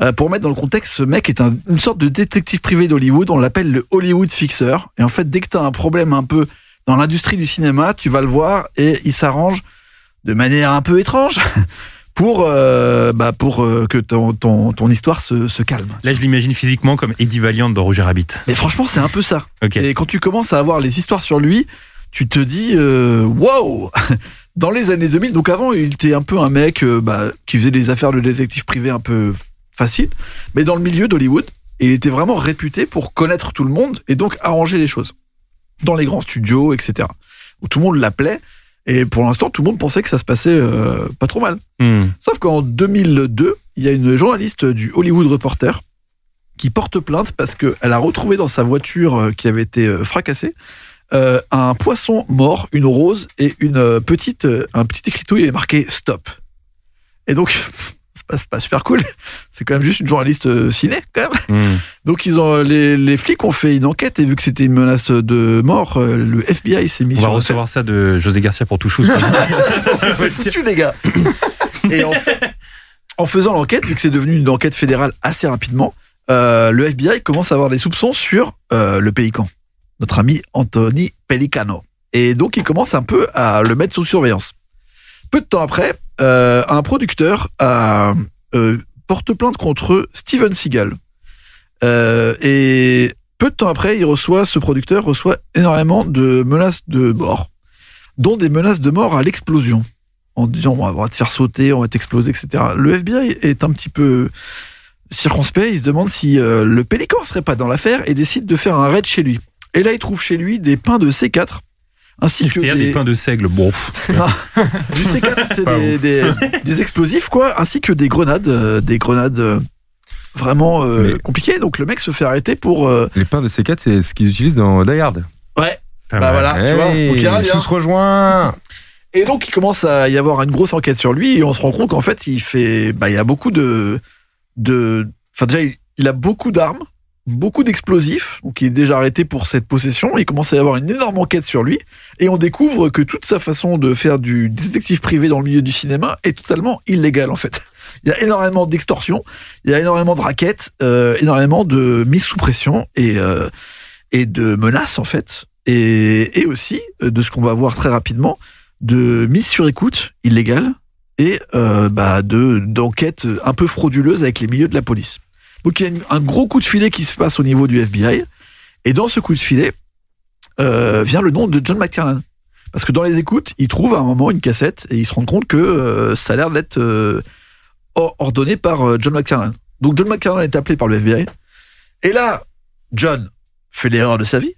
S5: Euh, pour mettre dans le contexte, ce mec est un- une sorte de détective privé d'Hollywood, on l'appelle le Hollywood Fixer. Et en fait, dès que tu as un problème un peu dans l'industrie du cinéma, tu vas le voir et il s'arrange de manière un peu étrange pour, euh, bah, pour euh, que ton, ton, ton histoire se, se calme.
S4: Là, je l'imagine physiquement comme Eddie Valiant dans Roger Rabbit.
S5: Mais franchement, c'est un peu ça. Et quand tu commences à avoir les histoires sur lui, tu te dis, euh, wow Dans les années 2000, donc avant, il était un peu un mec euh, bah, qui faisait des affaires de détective privé un peu facile, mais dans le milieu d'Hollywood, il était vraiment réputé pour connaître tout le monde et donc arranger les choses dans les grands studios, etc. Où tout le monde l'appelait. Et pour l'instant, tout le monde pensait que ça se passait euh, pas trop mal. Sauf qu'en 2002, il y a une journaliste du Hollywood Reporter qui porte plainte parce qu'elle a retrouvé dans sa voiture euh, qui avait été euh, fracassée euh, un poisson mort, une rose et une euh, petite, euh, un petit écriteau, il est marqué stop. Et donc, pff, c'est pas, c'est pas super cool. C'est quand même juste une journaliste euh, ciné, quand même. Mm. Donc ils ont les, les flics ont fait une enquête et vu que c'était une menace de mort, euh, le FBI s'est mis
S4: On va
S5: sur la
S4: recevoir ça de José Garcia pour tout chose.
S5: parce que c'est foutu, les gars. Et en, fait, en faisant l'enquête, vu que c'est devenu une enquête fédérale assez rapidement, euh, le FBI commence à avoir des soupçons sur euh, le Pélican, notre ami Anthony Pellicano. Et donc, il commence un peu à le mettre sous surveillance. Peu de temps après, euh, un producteur a, euh, porte plainte contre Steven Seagal. Euh, et peu de temps après, il reçoit, ce producteur reçoit énormément de menaces de mort, dont des menaces de mort à l'explosion, en disant on va- on va te faire sauter, on va t'exploser, etc. Le FBI est un petit peu circonspect, il se demande si euh, le Pélican serait pas dans l'affaire et décide de faire un raid chez lui. Et là, il trouve chez lui des pains de C4, ainsi que
S4: C'est-à-dire des... pains de seigle. Bon.
S5: Non, du C4, c'est
S4: Pas
S5: des,
S4: ouf.
S5: des- des explosifs, quoi, ainsi que des grenades, euh, des grenades euh, vraiment euh, compliquées. Donc le mec se fait arrêter pour. euh,
S6: Les pains de C4, c'est ce qu'ils utilisent dans Die Hard.
S5: ouais,
S6: Pas
S5: bah
S6: mal.
S5: voilà, tu vois.
S6: Hey,
S5: Donc il y a un lien.
S6: tout se rejoint.
S5: Et donc il commence à y avoir une grosse enquête sur lui et on se rend compte qu'en fait il fait, bah il y a beaucoup de, de, enfin déjà il- il a beaucoup d'armes, beaucoup d'explosifs, donc il est déjà arrêté pour cette possession. Il commence à y avoir une énorme enquête sur lui et on découvre que toute sa façon de faire du détective privé dans le milieu du cinéma est totalement illégale en fait. Il y a énormément d'extorsions, il y a énormément de raquettes, euh, énormément de mise sous pression et euh, et de menaces en fait, et, et aussi euh, de ce qu'on va voir très rapidement de mise sur écoute illégale et euh, bah, de d'enquête un peu frauduleuse avec les milieux de la police. Donc il y a une- un gros coup de filet qui se passe au niveau du FBI, et dans ce coup de filet euh, vient le nom de John McTiernan. Parce que dans les écoutes, ils trouvent à un moment une cassette et ils se rendent compte que euh, ça a l'air d'être euh, or- ordonné par euh, John McTiernan. Donc John McTiernan est appelé par le FBI. Et là, John fait l'erreur de sa vie.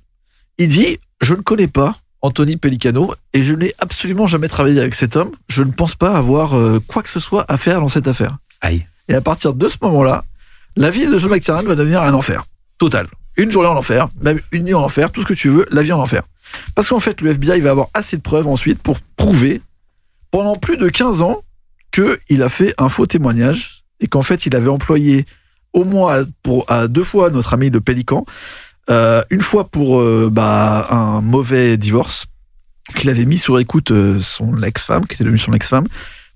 S5: Il dit Je ne connais pas Anthony Pellicano et je n'ai absolument jamais travaillé avec cet homme. Je ne pense pas avoir euh, quoi que ce soit à faire dans cette affaire.
S4: Aïe.
S5: Et à partir de ce moment-là, la vie de John McTiernan va devenir un enfer. Total. Une journée en enfer, même une nuit en enfer, tout ce que tu veux, la vie en enfer. Parce qu'en fait, le FBI va avoir assez de preuves ensuite pour prouver pendant plus de 15 ans qu'il a fait un faux témoignage et qu'en fait, il avait employé au moins pour à deux fois notre ami le Pélican. Euh, une fois pour euh, bah, un mauvais divorce qu'il avait mis sur écoute euh, son ex-femme, qui était devenue son ex-femme,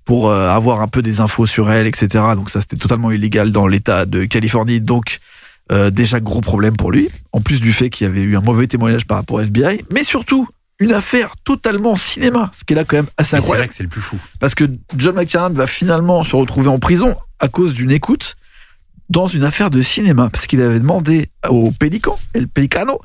S5: pour euh, avoir un peu des infos sur elle, etc. Donc ça, c'était totalement illégal dans l'État de Californie. Donc euh, déjà gros problème pour lui. En plus du fait qu'il y avait eu un mauvais témoignage par rapport au FBI, mais surtout une affaire totalement cinéma, ce qui est là quand même assez
S4: Mais c'est
S5: incroyable.
S4: vrai que c'est le plus fou.
S5: Parce que John McTiernan va finalement se retrouver en prison à cause d'une écoute dans une affaire de cinéma, parce qu'il avait demandé au Pélican, El Pelicano,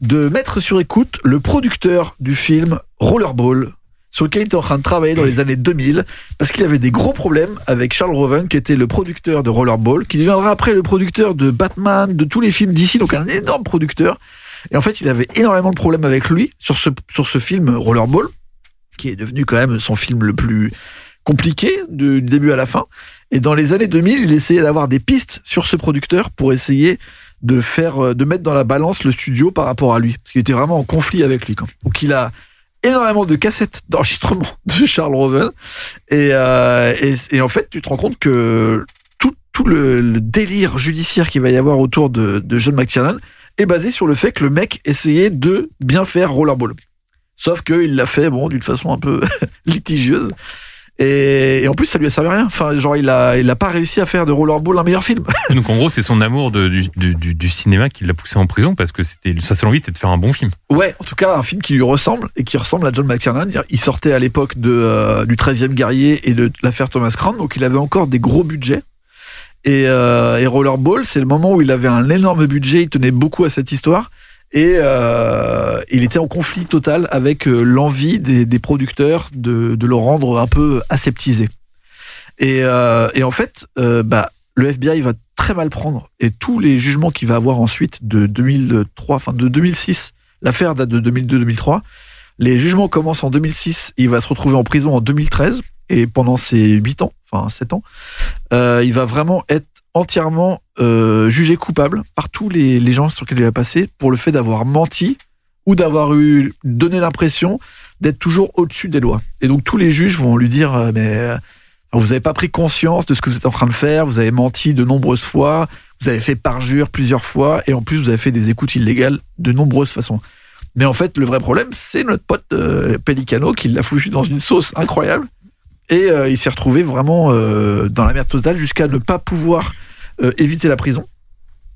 S5: de mettre sur écoute le producteur du film Rollerball, sur lequel il était en train de travailler dans les années 2000, parce qu'il avait des gros problèmes avec Charles Roven, qui était le producteur de Rollerball, qui deviendra après le producteur de Batman, de tous les films d'ici, donc un énorme producteur. Et en fait, il avait énormément de problèmes avec lui sur ce, sur ce film Rollerball qui est devenu quand même son film le plus compliqué du début à la fin. Et dans les années 2000, il essayait d'avoir des pistes sur ce producteur pour essayer de faire, euh, de mettre dans la balance le studio par rapport à lui, parce qu'il était vraiment en conflit avec lui. Quand. Donc il a énormément de cassettes d'enregistrement de Charles Roven, et, euh, et, et en fait, tu te rends compte que tout, tout le, le délire judiciaire qu'il va y avoir autour de, de John McTiernan est basé sur le fait que le mec essayait de bien faire Rollerball. Sauf qu'il l'a fait, bon, d'une façon un peu litigieuse. Et, et en plus, ça lui a servi à rien. Enfin, genre, il a, il a pas réussi à faire de Rollerball un meilleur film.
S4: Donc en gros, c'est son amour de- du, du- du- du cinéma qui l'a poussé en prison parce que c'était sa seule envie, c'était de faire un bon film.
S5: Ouais, en tout cas, un film qui lui ressemble et qui ressemble à John McTiernan. Il sortait à l'époque de, euh, du 13e guerrier et de l'affaire Thomas Crown, donc il avait encore des gros budgets. Et, euh, et Rollerball, c'est le moment où il avait un énorme budget, il tenait beaucoup à cette histoire. Et euh, il était en conflit total avec euh, l'envie des, des producteurs de, de le rendre un peu aseptisé. Et, euh, et en fait, euh, bah, le FBI va très mal prendre. Et tous les jugements qu'il va avoir ensuite de 2003, enfin de 2006, l'affaire date de 2002-2003. Les jugements commencent en 2006. Il va se retrouver en prison en 2013. Et pendant ces 8 ans, enfin 7 ans, euh, il va vraiment être entièrement euh, jugé coupable par tous les, les gens sur lesquels il va passer pour le fait d'avoir menti ou d'avoir eu donné l'impression d'être toujours au-dessus des lois. Et donc tous les juges vont lui dire euh, mais euh, vous n'avez pas pris conscience de ce que vous êtes en train de faire, vous avez menti de nombreuses fois, vous avez fait parjure plusieurs fois et en plus vous avez fait des écoutes illégales de nombreuses façons. Mais en fait, le vrai problème, c'est notre pote euh, Pelicano qui l'a foutu dans une sauce incroyable. Et euh, il s'est retrouvé vraiment euh, dans la merde totale jusqu'à ne pas pouvoir euh, éviter la prison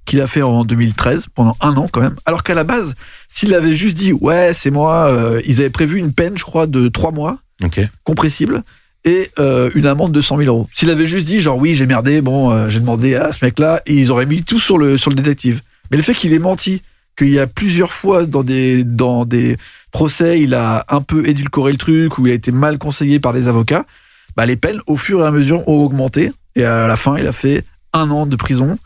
S5: qu'il a fait en 2013 pendant un an quand même. Alors qu'à la base, s'il avait juste dit ouais c'est moi, euh, ils avaient prévu une peine je crois de trois mois
S4: Ok.
S5: compressible et euh, une amende de 100 000 euros. S'il avait juste dit genre oui j'ai merdé, bon euh, j'ai demandé à ce mec-là, et ils auraient mis tout sur le sur le détective. Mais le fait qu'il ait menti, qu'il y a plusieurs fois dans des dans des procès, il a un peu édulcoré le truc ou il a été mal conseillé par les avocats, bah, les peines au fur et à mesure ont augmenté et à la fin il a fait un an de prison.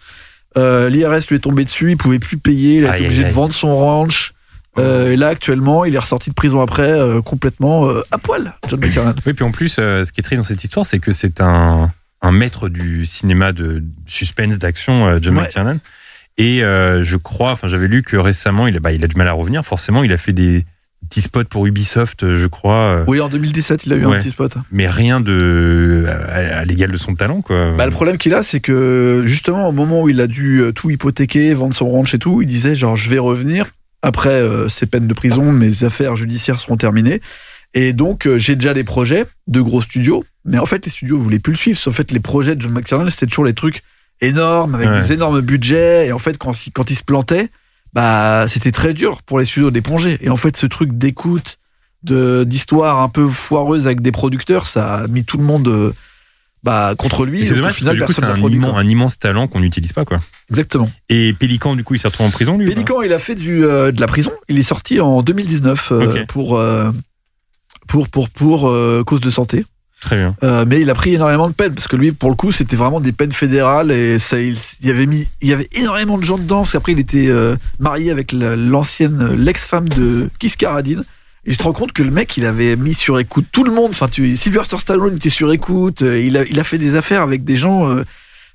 S5: Euh, L'IRS lui est tombé dessus, il pouvait plus payer, il a été
S4: Aïe,
S5: obligé
S4: aïe,
S5: de
S4: aïe.
S5: vendre son ranch. Euh, et là, actuellement, il est ressorti de prison après, euh, complètement euh, à poil, John McTiernan.
S4: Oui, puis en plus, euh, ce qui est triste dans cette histoire, c'est que c'est un, un maître du cinéma de suspense, d'action, euh, John
S5: Ouais.
S4: McTiernan. Et euh, je crois, enfin, j'avais lu que récemment, il a, bah, il a du mal à revenir. Forcément, il a fait des petits spots pour Ubisoft, euh, je crois. euh,
S5: Oui, en 2017, il a eu
S4: Ouais.
S5: un petit spot.
S4: Mais rien de à, à l'égal de son talent, quoi.
S5: Bah, le problème qu'il a, c'est que justement, au moment où il a dû euh, tout hypothéquer, vendre son ranch et tout, il disait genre, je vais revenir. Après euh, ces peines de prison, mes affaires judiciaires seront terminées. Et donc, euh, j'ai déjà des projets de gros studios. Mais en fait, les studios voulaient plus le suivre. En fait, les projets de John McTiernan, c'était toujours les trucs énormes, avec
S4: Ouais.
S5: des énormes budgets. Et en fait, quand, il- quand il se plantait, bah, c'était très dur pour les studios d'éponger. Et en fait, ce truc d'écoute, de- d'histoire un peu foireuse avec des producteurs, ça a mis tout le monde euh, bah, contre lui.
S4: Et c'est
S5: Donc, au
S4: dommage,
S5: final,
S4: parce que du coup,
S5: personne
S4: c'est
S5: l'a
S4: un,
S5: produit,
S4: immen-
S5: quoi.
S4: un immense talent qu'on n'utilise pas, quoi.
S5: Exactement.
S4: Et Pélican, du coup, il s'est retrouvé en prison, lui. ou pas
S5: Pélican, il a fait du, euh, de la prison. Il est sorti en 2019 euh,
S4: Ok.
S5: pour, euh, pour, pour, pour euh, cause de santé.
S4: Très bien.
S5: Euh, mais il a pris énormément de peines parce que lui, pour le coup, c'était vraiment des peines fédérales et ça, il, il y avait mis, il y avait énormément de gens dedans. Parce qu'après, il était euh, marié avec la- l'ancienne, euh, l'ex-femme de Kiss Karadine. Et je te rends compte que le mec, il avait mis sur écoute tout le monde. Enfin, tu, Sylvester Stallone était sur écoute. Euh, Il a, il a fait des affaires avec des gens euh,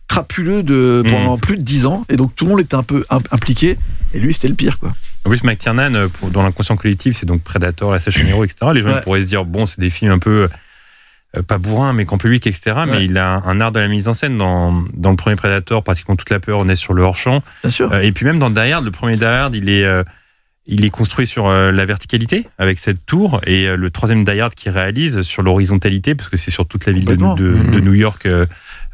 S5: crapuleux
S4: Mmh.
S5: de, pendant plus de 10 ans. Et donc, tout le monde était un peu im- impliqué. Et lui, c'était le pire, quoi.
S4: En plus, McTiernan, euh, pour- dans l'inconscient collectif, c'est donc Predator, Assassin Hero, etc. Les gens ils pourraient se dire, bon, c'est des films un peu euh, pas bourrin, mais qu'en public, etc. Mais il a un art de la mise en scène dans, dans le premier Predator, pratiquement toute la peur, on est sur le hors-champ. Euh,
S5: Bien sûr.
S4: et puis même dans Die Hard, le premier Die Hard, il est, euh, il est construit sur euh, la verticalité, avec cette tour, et euh, le troisième Die Hard qu'il réalise sur l'horizontalité, parce que c'est sur toute la ville de,
S5: Complètement.
S4: de- de New York euh,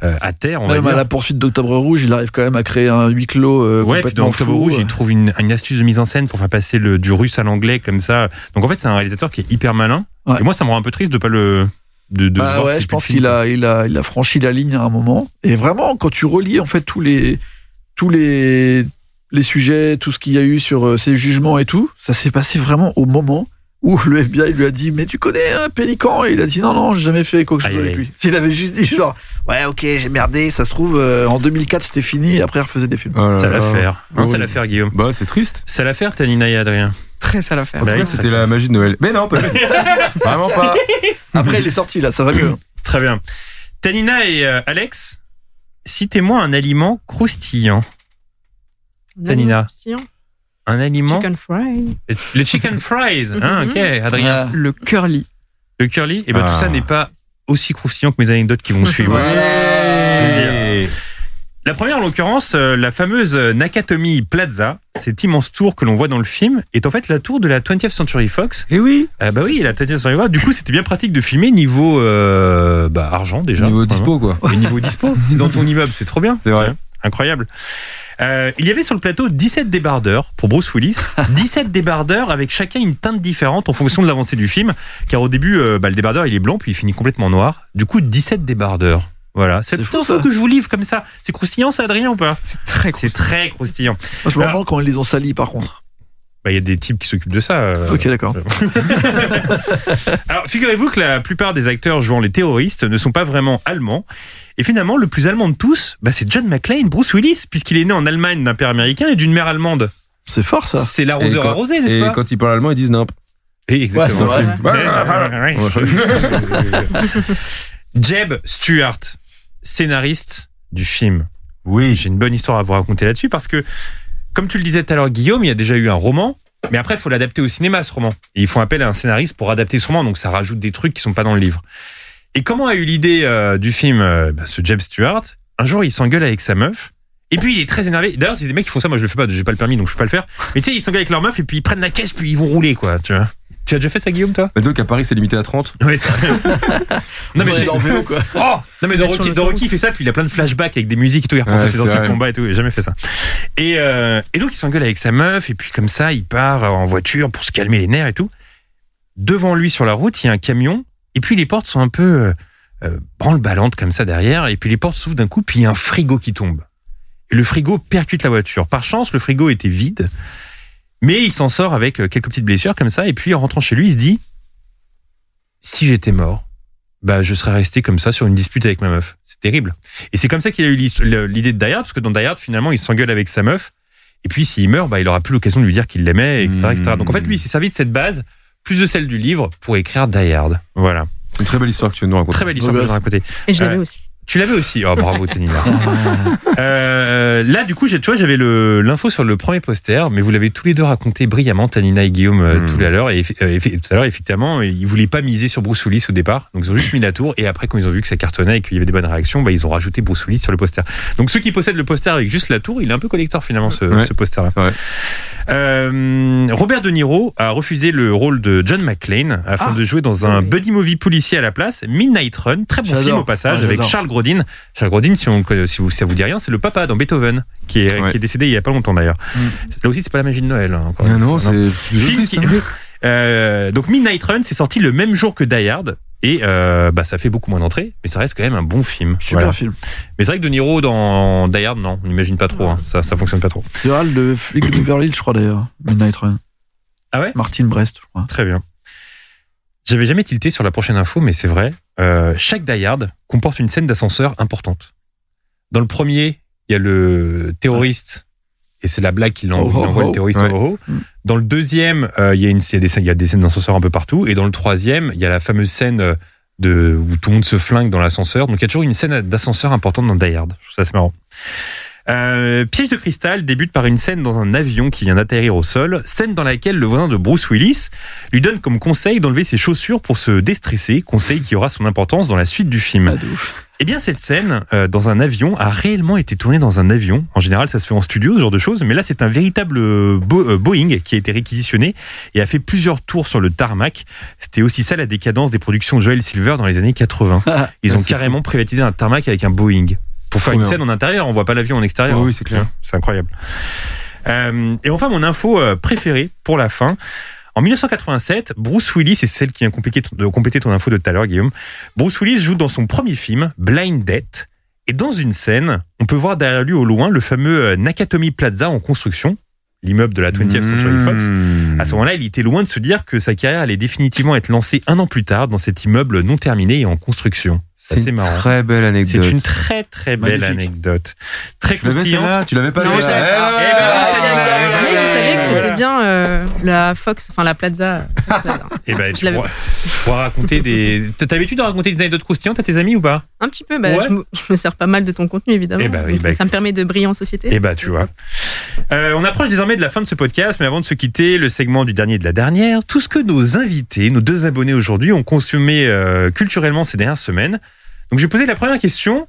S4: euh, à terre, on va
S5: Même
S4: dire.
S5: à la poursuite d'Octobre Rouge, il arrive quand même à créer un huis clos euh,
S4: Ouais, puis dans
S5: complètement
S4: Octobre
S5: fou.
S4: Rouge, il trouve une, une astuce de mise en scène pour faire passer le, du russe à l'anglais comme ça. Donc en fait, c'est un réalisateur qui est hyper malin. Et moi, ça me rend un peu triste de pas le. De, de
S5: Bah
S4: voir
S5: ouais,
S4: qu'il
S5: je pense
S4: puisse-
S5: qu'il a, il a, il a franchi la ligne à un moment. Et vraiment, quand tu relis en fait tous les, tous les, les sujets, tout ce qu'il y a eu sur euh, ces jugements et tout, ça s'est passé vraiment au moment où le FBI lui a dit mais tu connais un pélican et il a dit non non j'ai jamais fait quoi que ce soit avec lui. S'il avait juste dit genre ouais ok j'ai merdé, ça se trouve euh, en 2004 c'était fini et après il refaisait des films.
S6: Oh
S4: sale affaire. Hein, sale affaire, Guillaume.
S6: Bah, c'est triste.
S4: Sale affaire, Tanina et Adrien. Bah
S8: Très sale affaire.
S6: En tout cas, c'était la magie de Noël. Mais non, pas du tout. Vraiment pas.
S5: Après, il est sorti, là, ça va mieux.
S4: Très bien. Tanina et euh, Alex, citez-moi un aliment croustillant. Tanina,
S7: hein.
S4: un aliment.
S7: Chicken fry.
S4: Le chicken fries. hein,
S7: Mhm.
S4: ok, Adrien.
S8: Le curly.
S4: Le curly. Et ben tout
S8: Ah.
S4: ça n'est pas aussi croustillant que mes anecdotes qui vont suivre. Dire. La première, en l'occurrence, euh, la fameuse Nakatomi Plaza, cette immense tour que l'on voit dans le film, est en fait la tour de la 20th Century Fox.
S6: Eh
S5: Et oui.
S4: bah oui, la 20th Century Fox. Du coup, c'était bien pratique de filmer niveau euh, bah, argent déjà.
S6: Niveau
S4: Vraiment.
S6: dispo, quoi.
S4: Et niveau dispo. C'est dans ton immeuble, c'est trop bien.
S6: C'est vrai.
S4: Incroyable. Euh, il y avait sur le plateau 17 débardeurs pour Bruce Willis, 17 débardeurs avec chacun une teinte différente en fonction de l'avancée du film, car au début, euh, bah, le débardeur il est blanc puis il finit complètement noir. Du coup, 17 débardeurs. Voilà, c'est
S5: fou,
S4: tout
S5: ça.
S4: que je vous livre comme ça. C'est croustillant, ça, Adrien, ou pas C'est très croustillant. C'est très croustillant.
S5: Moi, je me demande quand ils les ont salis par contre.
S4: Bah, Il y a des types qui s'occupent de ça. euh.
S5: Ok d'accord.
S4: Alors, figurez-vous que la plupart des acteurs jouant les terroristes ne sont pas vraiment allemands. Et finalement, le plus allemand de tous, bah, c'est John McClane, Bruce Willis, puisqu'il est né en Allemagne d'un père américain et d'une mère allemande.
S5: C'est fort ça.
S4: C'est
S6: Et
S4: l'arroseur
S6: quand-
S4: arrosé, n'est-ce
S6: Et
S4: pas
S6: quand ils parlent allemand, ils disent nimp.
S4: Et exactement.
S6: Ouais,
S4: Ouais,
S6: c'est vrai.
S4: ouais, ouais, ouais. Jeb Stuart, scénariste du film. Oui. J'ai une bonne histoire à vous raconter là-dessus parce que, comme tu le disais tout à l'heure, Guillaume, il y a déjà eu un roman, mais après, il faut l'adapter au cinéma, ce roman. Et ils font appel à un scénariste pour adapter ce roman, donc ça rajoute des trucs qui sont pas dans le livre. Et comment a eu l'idée euh, du film euh, bah, ce Jeb Stewart Un jour, il s'engueule avec sa meuf. Et puis il est très énervé. D'ailleurs, c'est des mecs qui font ça. Moi, je le fais pas. J'ai pas le permis, donc je peux pas le faire. Mais tu sais, ils s'engueulent avec leur meuf et puis ils prennent la caisse, puis ils vont rouler, quoi. Tu vois Tu as déjà fait ça, Guillaume, toi
S6: Bah, disons qu'à Paris, c'est limité à 30.
S4: Ouais, c'est vrai. non, mais
S6: Ouais,
S4: c'est
S6: dans le vélo, quoi.
S4: Oh non, mais dans
S6: Sur
S4: Rocky,
S6: le
S4: dans Rocky, il fait ça, puis il a plein de flashbacks avec des musiques et tout. Il repense
S6: Ouais,
S4: à ses
S6: c'est
S4: anciens
S6: vrai.
S4: combats et tout. J'ai jamais fait ça. Et, euh, et donc, il s'engueule avec sa meuf, et puis comme ça, il part euh, en voiture pour se calmer les nerfs et tout. Devant lui, sur la route, il y a un camion, et puis les portes sont un peu euh, branle-ballantes comme ça derrière, et puis les portes s'ouvrent d'un coup, puis il y a un frigo qui tombe. Et le frigo percute la voiture. Par chance, le frigo était vide, mais il s'en sort avec euh, quelques petites blessures comme ça, et puis en rentrant chez lui, il se dit si j'étais mort, bah, je serais resté comme ça sur une dispute avec ma meuf. C'est terrible. Et c'est comme ça qu'il a eu l'histo- le- l'idée de Die Hard, parce que dans Die Hard, finalement, il s'engueule avec sa meuf. Et puis, s'il meurt, bah, il aura plus l'occasion de lui dire qu'il l'aimait, etc., etc.
S6: Mmh.
S4: Donc, en fait, lui, il s'est servi de cette base, plus de celle du livre, pour écrire Die Hard. Voilà.
S6: C'est une très belle histoire que tu viens de nous raconter.
S4: Très belle histoire que je viens de raconter.
S7: Et je l'avais
S4: Euh,
S7: aussi.
S4: Tu l'avais aussi. Oh, bravo, Tanina. Euh, là, du coup, j'ai- tu vois, j'avais le- l'info sur le premier poster, mais vous l'avez tous les deux raconté brillamment, Tanina et Guillaume, euh, tout à l'heure. Et effe- euh, effe- tout à l'heure, effectivement, ils voulaient pas miser sur Bruce Willis au départ. Donc, ils ont juste mis la tour. Et après, quand ils ont vu que ça cartonnait et qu'il y avait des bonnes réactions, bah, ils ont rajouté Bruce Willis sur le poster. Donc, ceux qui possèdent le poster avec juste la tour, il est un peu collector finalement, ce,
S6: Ouais.
S4: ce poster-là. Euh, Robert De Niro a refusé le rôle de John McClane afin de jouer dans un buddy movie policier à la place, Midnight Run, très bon
S5: J'adore.
S4: film au passage,
S5: Ouais,
S4: avec
S5: j'adore.
S4: Charles Grodin. Charles Grodin, si, on, si vous, ça vous dit rien, c'est le papa dans Beethoven, qui est, qui est décédé il y a pas longtemps d'ailleurs. Là aussi, c'est pas la magie de Noël. hein, encore.
S6: Ah non, c'est-
S4: Film qui- Euh, donc Midnight Run, c'est sorti le même jour que Die Hard. Et euh, bah, ça fait beaucoup moins d'entrées, mais ça reste quand même un bon film.
S5: Super film.
S4: Mais c'est vrai que De Niro dans Die Hard, non, on n'imagine pas trop. hein. ça, ça fonctionne pas trop.
S5: C'est vrai, le flic de Beverly Hills, je crois d'ailleurs. Midnight Run.
S4: Ah ouais
S5: Martin Brest, je crois.
S4: Très bien. J'avais jamais tilté sur la prochaine info, mais c'est vrai. Euh, chaque Die Hard comporte une scène d'ascenseur importante. Dans le premier, il y a le terroriste, et c'est la blague qui l'en-
S5: Oh,
S4: qui
S5: oh,
S4: l'envoie
S5: oh.
S4: le terroriste
S5: Ouais.
S4: au haut. Dans le deuxième, euh, il y a une- il y a des scènes, il y a des scènes d'ascenseur un peu partout. Et dans le troisième, il y a la fameuse scène euh, de, où tout le monde se flingue dans l'ascenseur. Donc il y a toujours une scène d'ascenseur importante dans Die Hard. Je trouve ça c'est marrant. Euh, Piège de cristal débute par une scène dans un avion qui vient d'atterrir au sol, scène dans laquelle le voisin de Bruce Willis lui donne comme conseil d'enlever ses chaussures pour se déstresser, conseil qui aura son importance dans la suite du film.
S6: Ah,
S4: Eh bien, cette scène euh, dans un avion a réellement été tournée dans un avion. En général, ça se fait en studio, ce genre de choses, mais là, c'est un véritable euh, Bo- euh, Boeing qui a été réquisitionné et a fait plusieurs tours sur le tarmac. C'était aussi ça la décadence des productions de Joel Silver dans les années 80.
S6: Ouais,
S4: Ils ont
S6: Ah, bah, c'est
S4: carrément privatisé un tarmac avec un Boeing pour
S6: Trop
S4: faire une
S6: bien.
S4: scène en intérieur. On voit pas l'avion en extérieur.
S6: Oui, oui, c'est clair.
S4: C'est incroyable. Euh, et enfin, mon info euh, préférée pour la fin. En 1987, Bruce Willis, et c'est celle qui vient compléter ton, de compléter ton info de tout à l'heure, Guillaume, Bruce Willis joue dans son premier film, Blind Date, et dans une scène, on peut voir derrière lui au loin le fameux euh, Nakatomi Plaza en construction, l'immeuble de la 20th Century Fox.
S6: Hmm.
S4: À ce moment-là, il était loin de se dire que sa carrière allait définitivement être lancée un an plus tard dans cet immeuble non terminé et en construction. C'est assez marrant.
S6: Très belle anecdote.
S4: C'est une très très belle
S6: Magnifique.
S4: anecdote. Très
S6: Tu l'avais, celle-là
S4: croustillante.
S6: Tu l'avais pas
S4: Non,
S6: celle-là
S4: je l'avais pas.
S6: Eh ben,
S7: Ah, Mais je savais que c'était bien euh, la Fox, enfin la Plaza. euh, Fox Plaza.
S4: Et ben,
S7: Je
S4: tu
S7: l'avais-
S4: pourras, tu pourras raconter des. T'as t'as l'habitude de raconter des anecdotes croustillantes à tes amis ou pas
S7: Un petit peu, bah,
S4: Ouais.
S7: je, me- je me sers pas mal de ton contenu évidemment.
S4: Eh ben oui,
S7: Donc,
S4: bah,
S7: ça me permet de briller en société.
S4: Eh bah, tu vois. Euh, on approche désormais de la fin de ce podcast, mais avant de se quitter, le segment du dernier et de la dernière, tout ce que nos invités, nos deux abonnés aujourd'hui, ont consommé euh, culturellement ces dernières semaines. Donc, j'ai posé la première question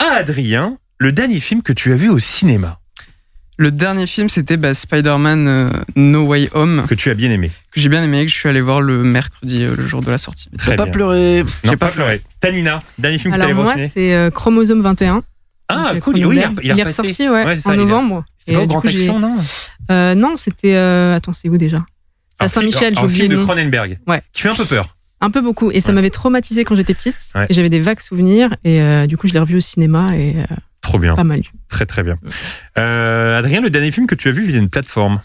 S4: à Adrien, le dernier film que tu as vu au cinéma.
S8: Le dernier film, c'était bah, Spider-Man euh, No Way Home.
S4: Que tu as bien aimé.
S8: Que j'ai bien aimé, que je suis allé voir le mercredi, euh, le jour de la sortie.
S4: Très bien. Non,
S8: J'ai
S4: pas, pleuré. Tanina, dernier film que
S7: Alors
S4: tu
S7: moi, c'est euh, Chromosome 21.
S4: Ah,
S7: Donc,
S4: cool.
S7: Chrono
S4: Oui, il a-
S7: Blair.
S4: il a
S7: est
S4: repassé.
S7: ressorti ouais,
S4: Ouais, c'est ça,
S7: en
S4: il a-
S7: novembre.
S4: c'était pas
S7: Et
S4: au
S7: du
S4: Grand
S7: coup, j'ai-
S4: Action, non
S7: Euh, Non, c'était. euh, Attends, c'est où déjà C'est à Saint-Michel, j'ai
S4: Un
S7: oublié
S4: film
S7: le
S4: de
S7: nom.
S4: Cronenberg.
S7: Ouais.
S4: Qui fait un peu peur.
S7: Un peu beaucoup. Et ça m'avait traumatisé quand j'étais petite.
S4: Ouais.
S7: Et J'avais des vagues souvenirs. Et euh, du coup, je l'ai revu au cinéma. Et, euh,
S4: Trop bien.
S7: Pas mal.
S4: Très très bien. Euh, Adrien, le dernier film que tu as vu via une plateforme.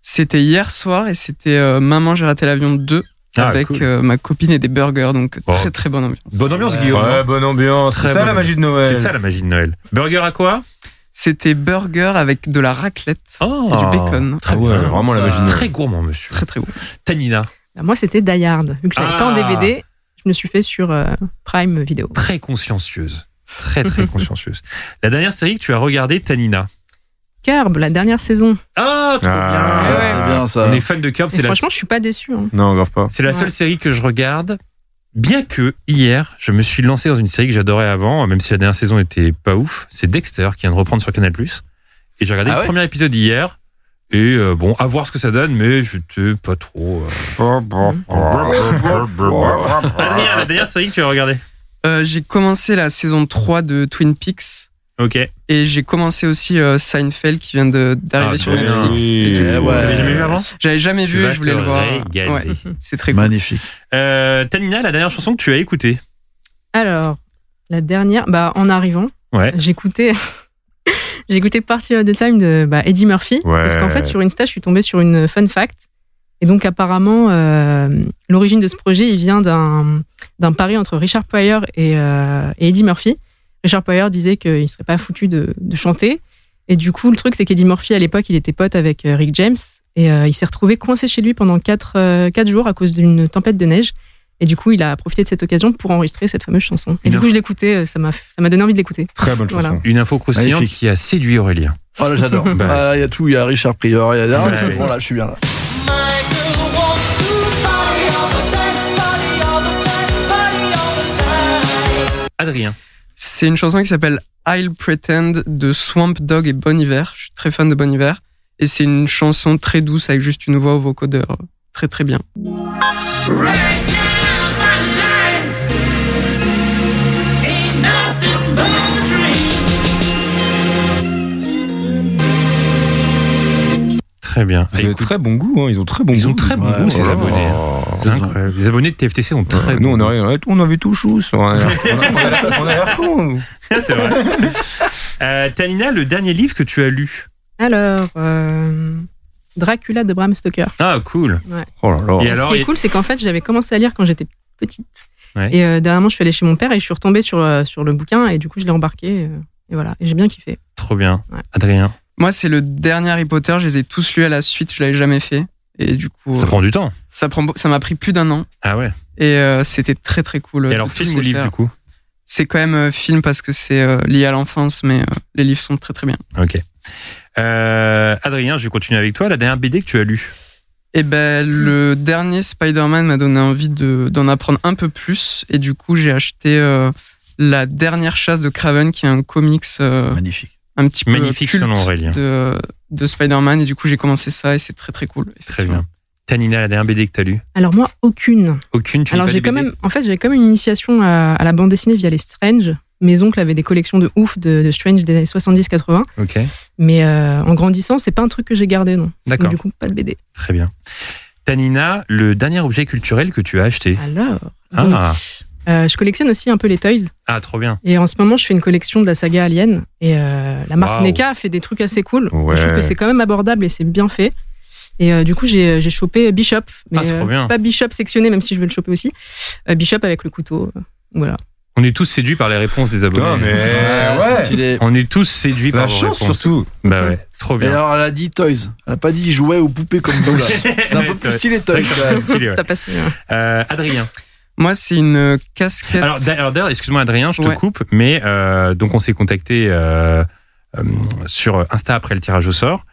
S8: C'était hier soir et c'était euh, Maman, j'ai raté l'avion 2
S4: Ah,
S8: avec
S4: cool. Oh.
S8: euh, ma copine et des burgers. Donc très très bonne ambiance.
S4: Bonne ambiance,
S8: Ouais.
S4: Guillaume.
S8: Ouais,
S4: hein
S8: bonne ambiance.
S4: Très
S8: C'est ça,
S4: bonne
S8: la magie de Noël.
S4: C'est ça la magie de Noël. Burger à quoi
S8: C'était burger avec de la raclette et du bacon.
S4: Ah. Très
S8: bon,
S4: bien.
S6: vraiment la magie de Noël.
S4: Ah, Très gourmand, monsieur.
S8: Très très bon.
S4: Tanina.
S7: bah, moi, c'était Die Hard. Vu que je l'avais pas en
S4: Ah.
S7: DVD, je me suis fait sur euh, Prime Video.
S4: Très consciencieuse. Très très consciencieuse. La dernière série que tu as regardée, Tanina.
S7: Curb, la dernière saison.
S4: Ah, trop bien.
S6: c'est bien, ça.
S4: On est fan de Curb.
S7: Et
S4: C'est la,
S7: franchement, je suis pas déçu. hein.
S6: Non, grave pas.
S4: c'est la seule série que je regarde. Bien que hier, je me suis lancé dans une série que j'adorais avant, même si la dernière saison était pas ouf. C'est Dexter qui vient de reprendre sur Canal+. Et j'ai regardé
S6: Ah
S4: le
S6: ouais
S4: premier épisode hier. Et euh, bon, à voir ce que ça donne, mais j'étais pas trop. euh. Adrien, la dernière série que tu as regardée
S8: Euh, j'ai commencé la saison 3 de Twin Peaks.
S4: Ok.
S8: Et j'ai commencé aussi euh, Seinfeld qui vient de- d'arriver
S4: Ah,
S8: sur
S4: trop
S8: Netflix.
S4: bien.
S8: Et du
S4: Eh
S8: coup,
S4: ouais. T'avais jamais vu avant
S8: J'avais jamais
S4: Tu
S8: vu,
S4: vas
S8: je voulais
S4: te
S8: le voir.
S4: régaler.
S8: Ouais, c'est très cool.
S5: Magnifique.
S4: Euh, Tanina, la dernière chanson que tu as écoutée
S7: Alors, la dernière, bah, en arrivant,
S4: Ouais.
S7: j'écoutais. J'ai écouté Party of the Time de bah, Eddie Murphy.
S4: Ouais.
S7: Parce qu'en fait, sur Insta, je suis tombée sur une fun fact. Et donc, apparemment, euh, l'origine de ce projet, il vient d'un d'un pari entre Richard Pryor et, euh, et Eddie Murphy. Richard Pryor disait qu'il ne serait pas foutu de, de chanter. Et du coup, le truc, c'est qu'Eddie Murphy, à l'époque, il était pote avec euh, Rick James. Et euh, il s'est retrouvé coincé chez lui pendant 4 jours à cause d'une tempête de neige. Et du coup, il a profité de cette occasion pour enregistrer cette fameuse chanson. Et
S4: Une
S7: du coup,
S4: inf-
S7: je l'écoutais, euh, ça m'a ça m'a donné envie de l'écouter. Voilà.
S4: Une info croustillante
S5: Magnifique.
S4: qui a séduit Aurélien.
S5: Oh là, j'adore.
S4: Bah,
S5: Ah, là, Il y a tout, il y a Richard Prior, il y a
S4: Ouais.
S5: là, c'est bon, là, je suis bien là.
S4: Adrien.
S8: C'est une chanson qui s'appelle I'll Pretend de Swamp Dog et Bon Hiver. Je suis très fan de Bon Hiver. Et c'est une chanson très douce avec juste une voix au vocodeur. Très très bien.
S4: Très bien.
S6: Vous avez très bon goût, hein, ils ont très bon goût. Ils ont très
S4: bon goût, ces abonnés. hein. C'est incroyable. Les abonnés de TFTC ont très
S6: Nous, on avait, Oh. ouais, on avait tout chousse. On a on a l'air con.
S4: C'est vrai. Euh, Tanina, le dernier livre que tu as lu
S7: Alors, euh, Dracula de Bram Stoker.
S4: Ah, cool.
S7: Ouais.
S6: Oh là là.
S4: Et
S7: Ce
S4: alors,
S7: qui est
S4: et-
S7: cool, c'est qu'en fait, j'avais commencé à lire quand j'étais petite.
S4: Ouais.
S7: Et euh, dernièrement, je suis allée chez mon père et je suis retombée sur, euh, sur le bouquin et du coup, je l'ai embarqué. euh, et voilà, et j'ai bien kiffé.
S4: Trop bien. Adrien.
S8: Moi, c'est le dernier Harry Potter. Je les ai tous lus à la suite. Je l'avais jamais fait. Et du coup.
S4: Ça
S8: euh,
S4: prend du temps.
S8: Ça prend, ça m'a pris plus d'un an.
S4: Ah ouais.
S8: Et euh, c'était très très cool.
S4: Et alors, film ou livre, du coup
S8: c'est quand même euh, film parce que c'est euh, lié à l'enfance, mais euh, les livres sont très très bien.
S4: Ok. Euh, Adrien, je vais continuer avec toi. La dernière BD que tu as lue.
S8: Et ben le dernier Spider-Man m'a donné envie de- d'en apprendre un peu plus et du coup j'ai acheté euh, la dernière chasse de Craven qui est un comics euh,
S5: magnifique.
S8: Un petit peu
S4: Magnifique,
S8: culte
S4: selon Aurélien.
S8: de, de Spider-Man et du coup j'ai commencé ça et c'est très très cool.
S4: Très bien. Tanina, la dernière BD que tu as lue.
S7: Alors moi, aucune.
S4: Aucune. Tu lis
S7: Alors
S4: pas
S7: j'ai
S4: des
S7: quand
S4: BD?
S7: même, en fait, j'avais quand même une initiation à, à la bande dessinée via les Strange. Mes oncles avaient des collections de ouf de, de Strange des années 70-80.
S4: Ok.
S7: Mais euh, en grandissant, c'est pas un truc que j'ai gardé, non.
S4: D'accord.
S7: Donc, Du coup, pas de BD.
S4: Très bien. Tanina, le dernier objet culturel que tu as acheté.
S7: Alors.
S4: Ah,
S7: Euh, je collectionne aussi un peu les toys.
S4: ah trop bien.
S7: Et en ce moment, je fais une collection de la saga Alien. Et euh, la marque
S4: Waouh.
S7: NECA fait des trucs assez cool.
S4: Ouais.
S7: Je trouve que c'est quand même abordable et c'est bien fait. Et euh, du coup, j'ai j'ai chopé Bishop. Mais
S4: Ah, trop
S7: euh,
S4: bien.
S7: pas Bishop sectionné, même si je veux le choper aussi. Euh, Bishop avec le couteau. euh, Voilà.
S4: On est tous séduits par les réponses des abonnés.
S5: Non, mais
S4: Ouais,
S5: ouais.
S4: stylé. On est tous séduits
S5: La
S4: par vos
S5: chance,
S4: réponses.
S5: surtout.
S4: Bah ouais, trop
S5: Et
S4: bien.
S5: alors, elle a dit Toys. Elle a pas dit jouets ou poupées comme vous, là. C'est un
S4: Ouais,
S5: peu
S4: c'est
S5: plus
S4: vrai.
S5: stylé,
S4: C'est
S5: Toys.
S4: vrai que c'est plus stylé, ouais.
S7: Ça passe mieux.
S4: Euh, Adrien.
S8: Moi, c'est une euh, casquette.
S4: Alors d'a- alors, d'ailleurs, excuse-moi Adrien, je te
S8: Ouais.
S4: coupe, mais euh, donc on s'est contacté euh, euh, sur Insta après le tirage au sort,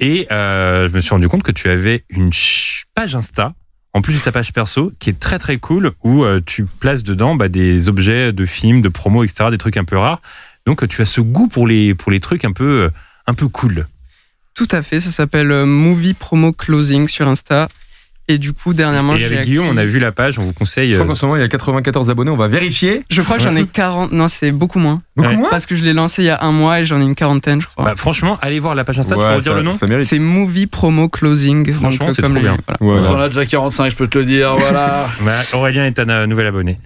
S4: et euh, je me suis rendu compte que tu avais une ch- page Insta. En plus de ta page perso, qui est très très cool, où euh, tu places dedans bah, des objets de films, de promos, etc., des trucs un peu rares. Donc euh, tu as ce goût pour les pour les trucs un peu euh, un peu cool.
S8: Tout à fait, ça s'appelle euh, Movie Promo Closing sur Insta. Et du coup, dernièrement,
S4: et
S8: j'ai
S4: avec
S8: acquis-
S4: Guillaume, on a vu la page, on vous conseille.
S6: Je crois
S4: euh,
S6: qu'en ce moment, il y a 94 abonnés, on va vérifier.
S8: Je crois que j'en ai 40. Non, c'est beaucoup moins.
S6: Beaucoup Ouais. moins
S8: Parce que je l'ai lancé il y a un mois et j'en ai une quarantaine, je crois.
S4: Bah, franchement, allez voir la page Insta,
S6: tu peux Ouais, redire ça-
S4: le nom ça mérite.
S8: C'est Movie Promo Closing.
S4: Franchement,
S8: donc, euh,
S4: c'est
S8: comme
S4: trop
S8: les-
S4: bien.
S8: voilà.
S4: Voilà.
S5: T'en as déjà 45, je peux te le dire, voilà.
S4: Bah, Aurélien est un euh, nouvel abonné.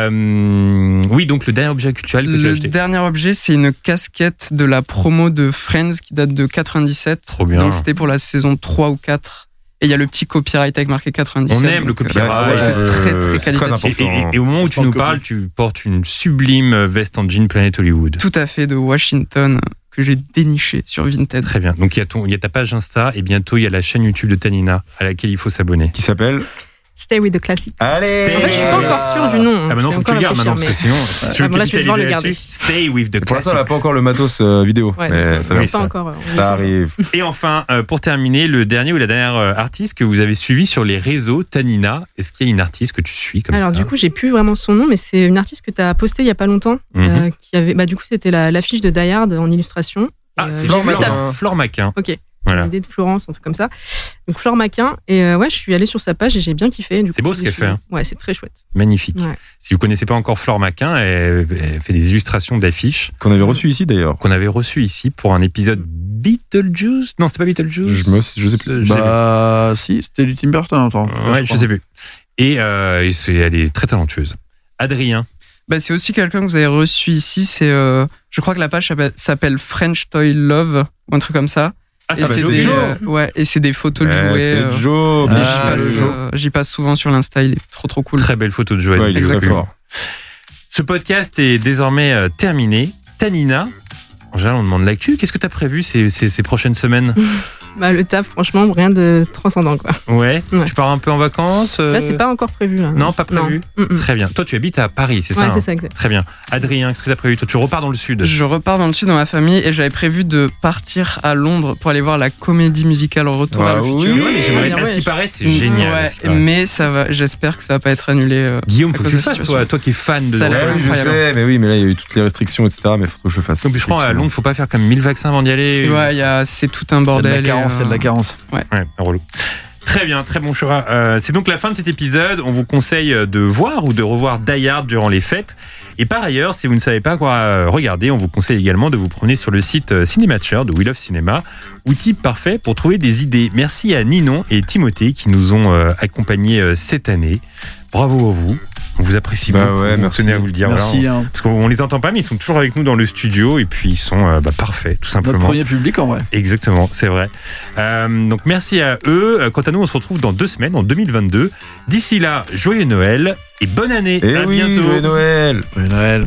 S4: Euh, oui, donc le dernier objet culturel que tu as
S8: Le
S4: acheté.
S8: dernier objet, c'est une casquette de la promo de Friends qui date de 97. Trop
S4: bien.
S8: Donc c'était pour la saison 3 ou 4. Et il y a le petit copyright avec marqué 97.
S4: On aime le
S8: donc, euh,
S4: copyright.
S8: c'est très, très qualitatif.
S4: Et, et- et au moment où tu nous parles, tu portes une sublime euh, veste en jean Planet Hollywood.
S8: Tout à fait de Washington euh, que j'ai déniché sur Vinted.
S4: Très bien. Donc il y, a ton- il y a ta page Insta et bientôt il y a la chaîne YouTube de Tanina à laquelle il faut s'abonner. Qui s'appelle
S7: Stay with the classics.
S4: Allez
S7: En fait, je suis pas encore sûre du nom. hein.
S4: Ah maintenant, faut que tu le gardes maintenant, parce que sinon, si tu veux
S7: Ah, bon, là, je vais devoir le
S4: capitaliser
S7: garder.
S4: là-dessus, Stay with the
S6: Pour l'instant, on n'a
S4: classics.
S6: pas encore le matos euh, vidéo.
S7: Ouais,
S6: mais
S4: on
S6: ça, va
S4: n'est pas
S6: ça.
S7: encore, euh, on
S6: ça arrive.
S4: Et enfin, euh, pour terminer, le dernier ou la dernière euh, artiste que vous avez suivi sur les réseaux, Tanina, est-ce qu'il y a une artiste que tu suis comme
S7: Alors
S4: ça
S7: du coup, j'ai plus vraiment son nom, mais c'est une artiste que tu as postée il y a pas longtemps.
S4: Mhm.
S7: euh, qui avait, bah, du coup, c'était la- l'affiche de Die Hard en illustration.
S4: Ah,
S7: Euh,
S4: c'est
S7: j'ai
S4: Flore
S7: vu ça-
S4: Mac- Flore Maquin.
S7: Ok.
S4: Voilà.
S7: L'idée de Florence, un truc comme ça. Donc Flore Maquin. Et euh, ouais, je suis allée sur sa page et j'ai bien kiffé. Du
S4: C'est
S7: coup,
S4: beau
S7: je
S4: ce qu'elle
S7: suis-
S4: fait, hein.
S7: Ouais, c'est très chouette.
S4: Magnifique.
S7: Ouais.
S4: Si vous connaissez pas encore Flore Maquin, elle, elle fait des illustrations d'affiches.
S6: Qu'on avait reçu ici d'ailleurs.
S4: Qu'on avait reçu ici pour un épisode Beetlejuice Non, c'est pas Beetlejuice.
S6: Je, me, je sais plus.
S4: Je sais
S5: Bah, si, c'était du Tim Burton, attends.
S4: Ouais, je
S5: crois.
S4: sais plus. Et, euh, et c'est- elle est très talentueuse. Adrien.
S8: Bah, c'est aussi quelqu'un que vous avez reçu ici. C'est, euh, je crois que la page s'appelle- s'appelle French Toy Love ou un truc comme ça.
S6: Ah,
S8: et
S6: ça va,
S8: c'est
S6: Joe.
S8: des, euh,
S6: Joe.
S8: ouais, et c'est des photos
S6: Ouais,
S8: de jouets.
S6: c'est Joe,
S8: et
S6: bien
S8: j'y
S6: sûr,
S8: passe,
S6: le Joe.
S8: euh, j'y passe souvent sur l'Insta. Il est trop trop cool.
S4: Très belle photo de Joël.
S6: Ouais, il est très
S4: Exactement.
S6: fort.
S4: Ce podcast est désormais euh, terminé. Tanina, en général, on demande l'actu. Qu'est-ce que tu as prévu ces, ces- ces prochaines semaines
S7: Bah, le taf, franchement, rien de transcendant, quoi.
S4: ouais. Tu pars un peu en vacances euh,
S7: Là, c'est pas encore prévu. là.
S4: Non, pas prévu. Très bien. Toi, tu habites à Paris, c'est ça
S7: Ouais, c'est
S4: hein
S7: ça, exact.
S4: Très bien. Adrien, qu'est-ce que tu as prévu Toi, tu repars dans le sud.
S8: Je repars dans le sud dans ma famille et j'avais prévu de partir à Londres pour aller voir la comédie musicale Retour
S4: Ah
S8: à le
S6: Bah
S4: oui,
S8: futur.
S4: ouais, mais j'aimerais- à ce qui paraît, c'est génial, à ce qui
S8: Ouais,
S4: paraît.
S8: mais ça va. J'espère que ça va pas être annulé. euh,
S4: Guillaume,
S8: à
S4: faut que
S8: cause
S4: tu
S8: de la
S4: fasses,
S8: situation.
S4: toi, toi qui es fan de
S8: Ça a l'air
S6: Ouais, je
S8: incroyable.
S6: sais, mais oui, mais là, il y a eu toutes les restrictions, etc. Mais il faut que je le fasse.
S4: Je crois à Londres, faut pas faire comme 1000 vaccins avant d'y aller.
S8: Ouais, il y a- c'est tout un bordel. et, euh,
S5: carence.
S8: Ouais.
S4: relou. Très bien, très bon choix. Euh, c'est donc la fin de cet épisode. On vous conseille de voir ou de revoir Die Hard durant les fêtes. Et par ailleurs, si vous ne savez pas quoi euh, regarder, on vous conseille également de vous promener sur le site euh, Cinématcher de We Love Cinema, outil parfait pour trouver des idées. Merci à Ninon et Timothée qui nous ont euh, accompagnés euh, cette année. Bravo à vous. On vous apprécie
S6: Bah
S4: beaucoup.
S6: ouais,
S4: on
S6: merci.
S4: tenait à vous le dire.
S5: Merci,
S4: Voilà, on-
S5: hein.
S4: Parce qu'on on les entend pas, mais ils sont toujours avec nous dans le studio et puis ils sont euh, bah, parfaits, tout simplement.
S5: Notre premier public, en vrai.
S4: Exactement, c'est vrai. Euh, donc merci à eux. Euh, Quant à nous, on se retrouve dans deux semaines, en 2022. D'ici là, joyeux Noël et bonne année.
S6: Et
S4: à
S6: Eh oui,
S4: bientôt.
S6: joyeux Noël.
S5: Joyeux Noël.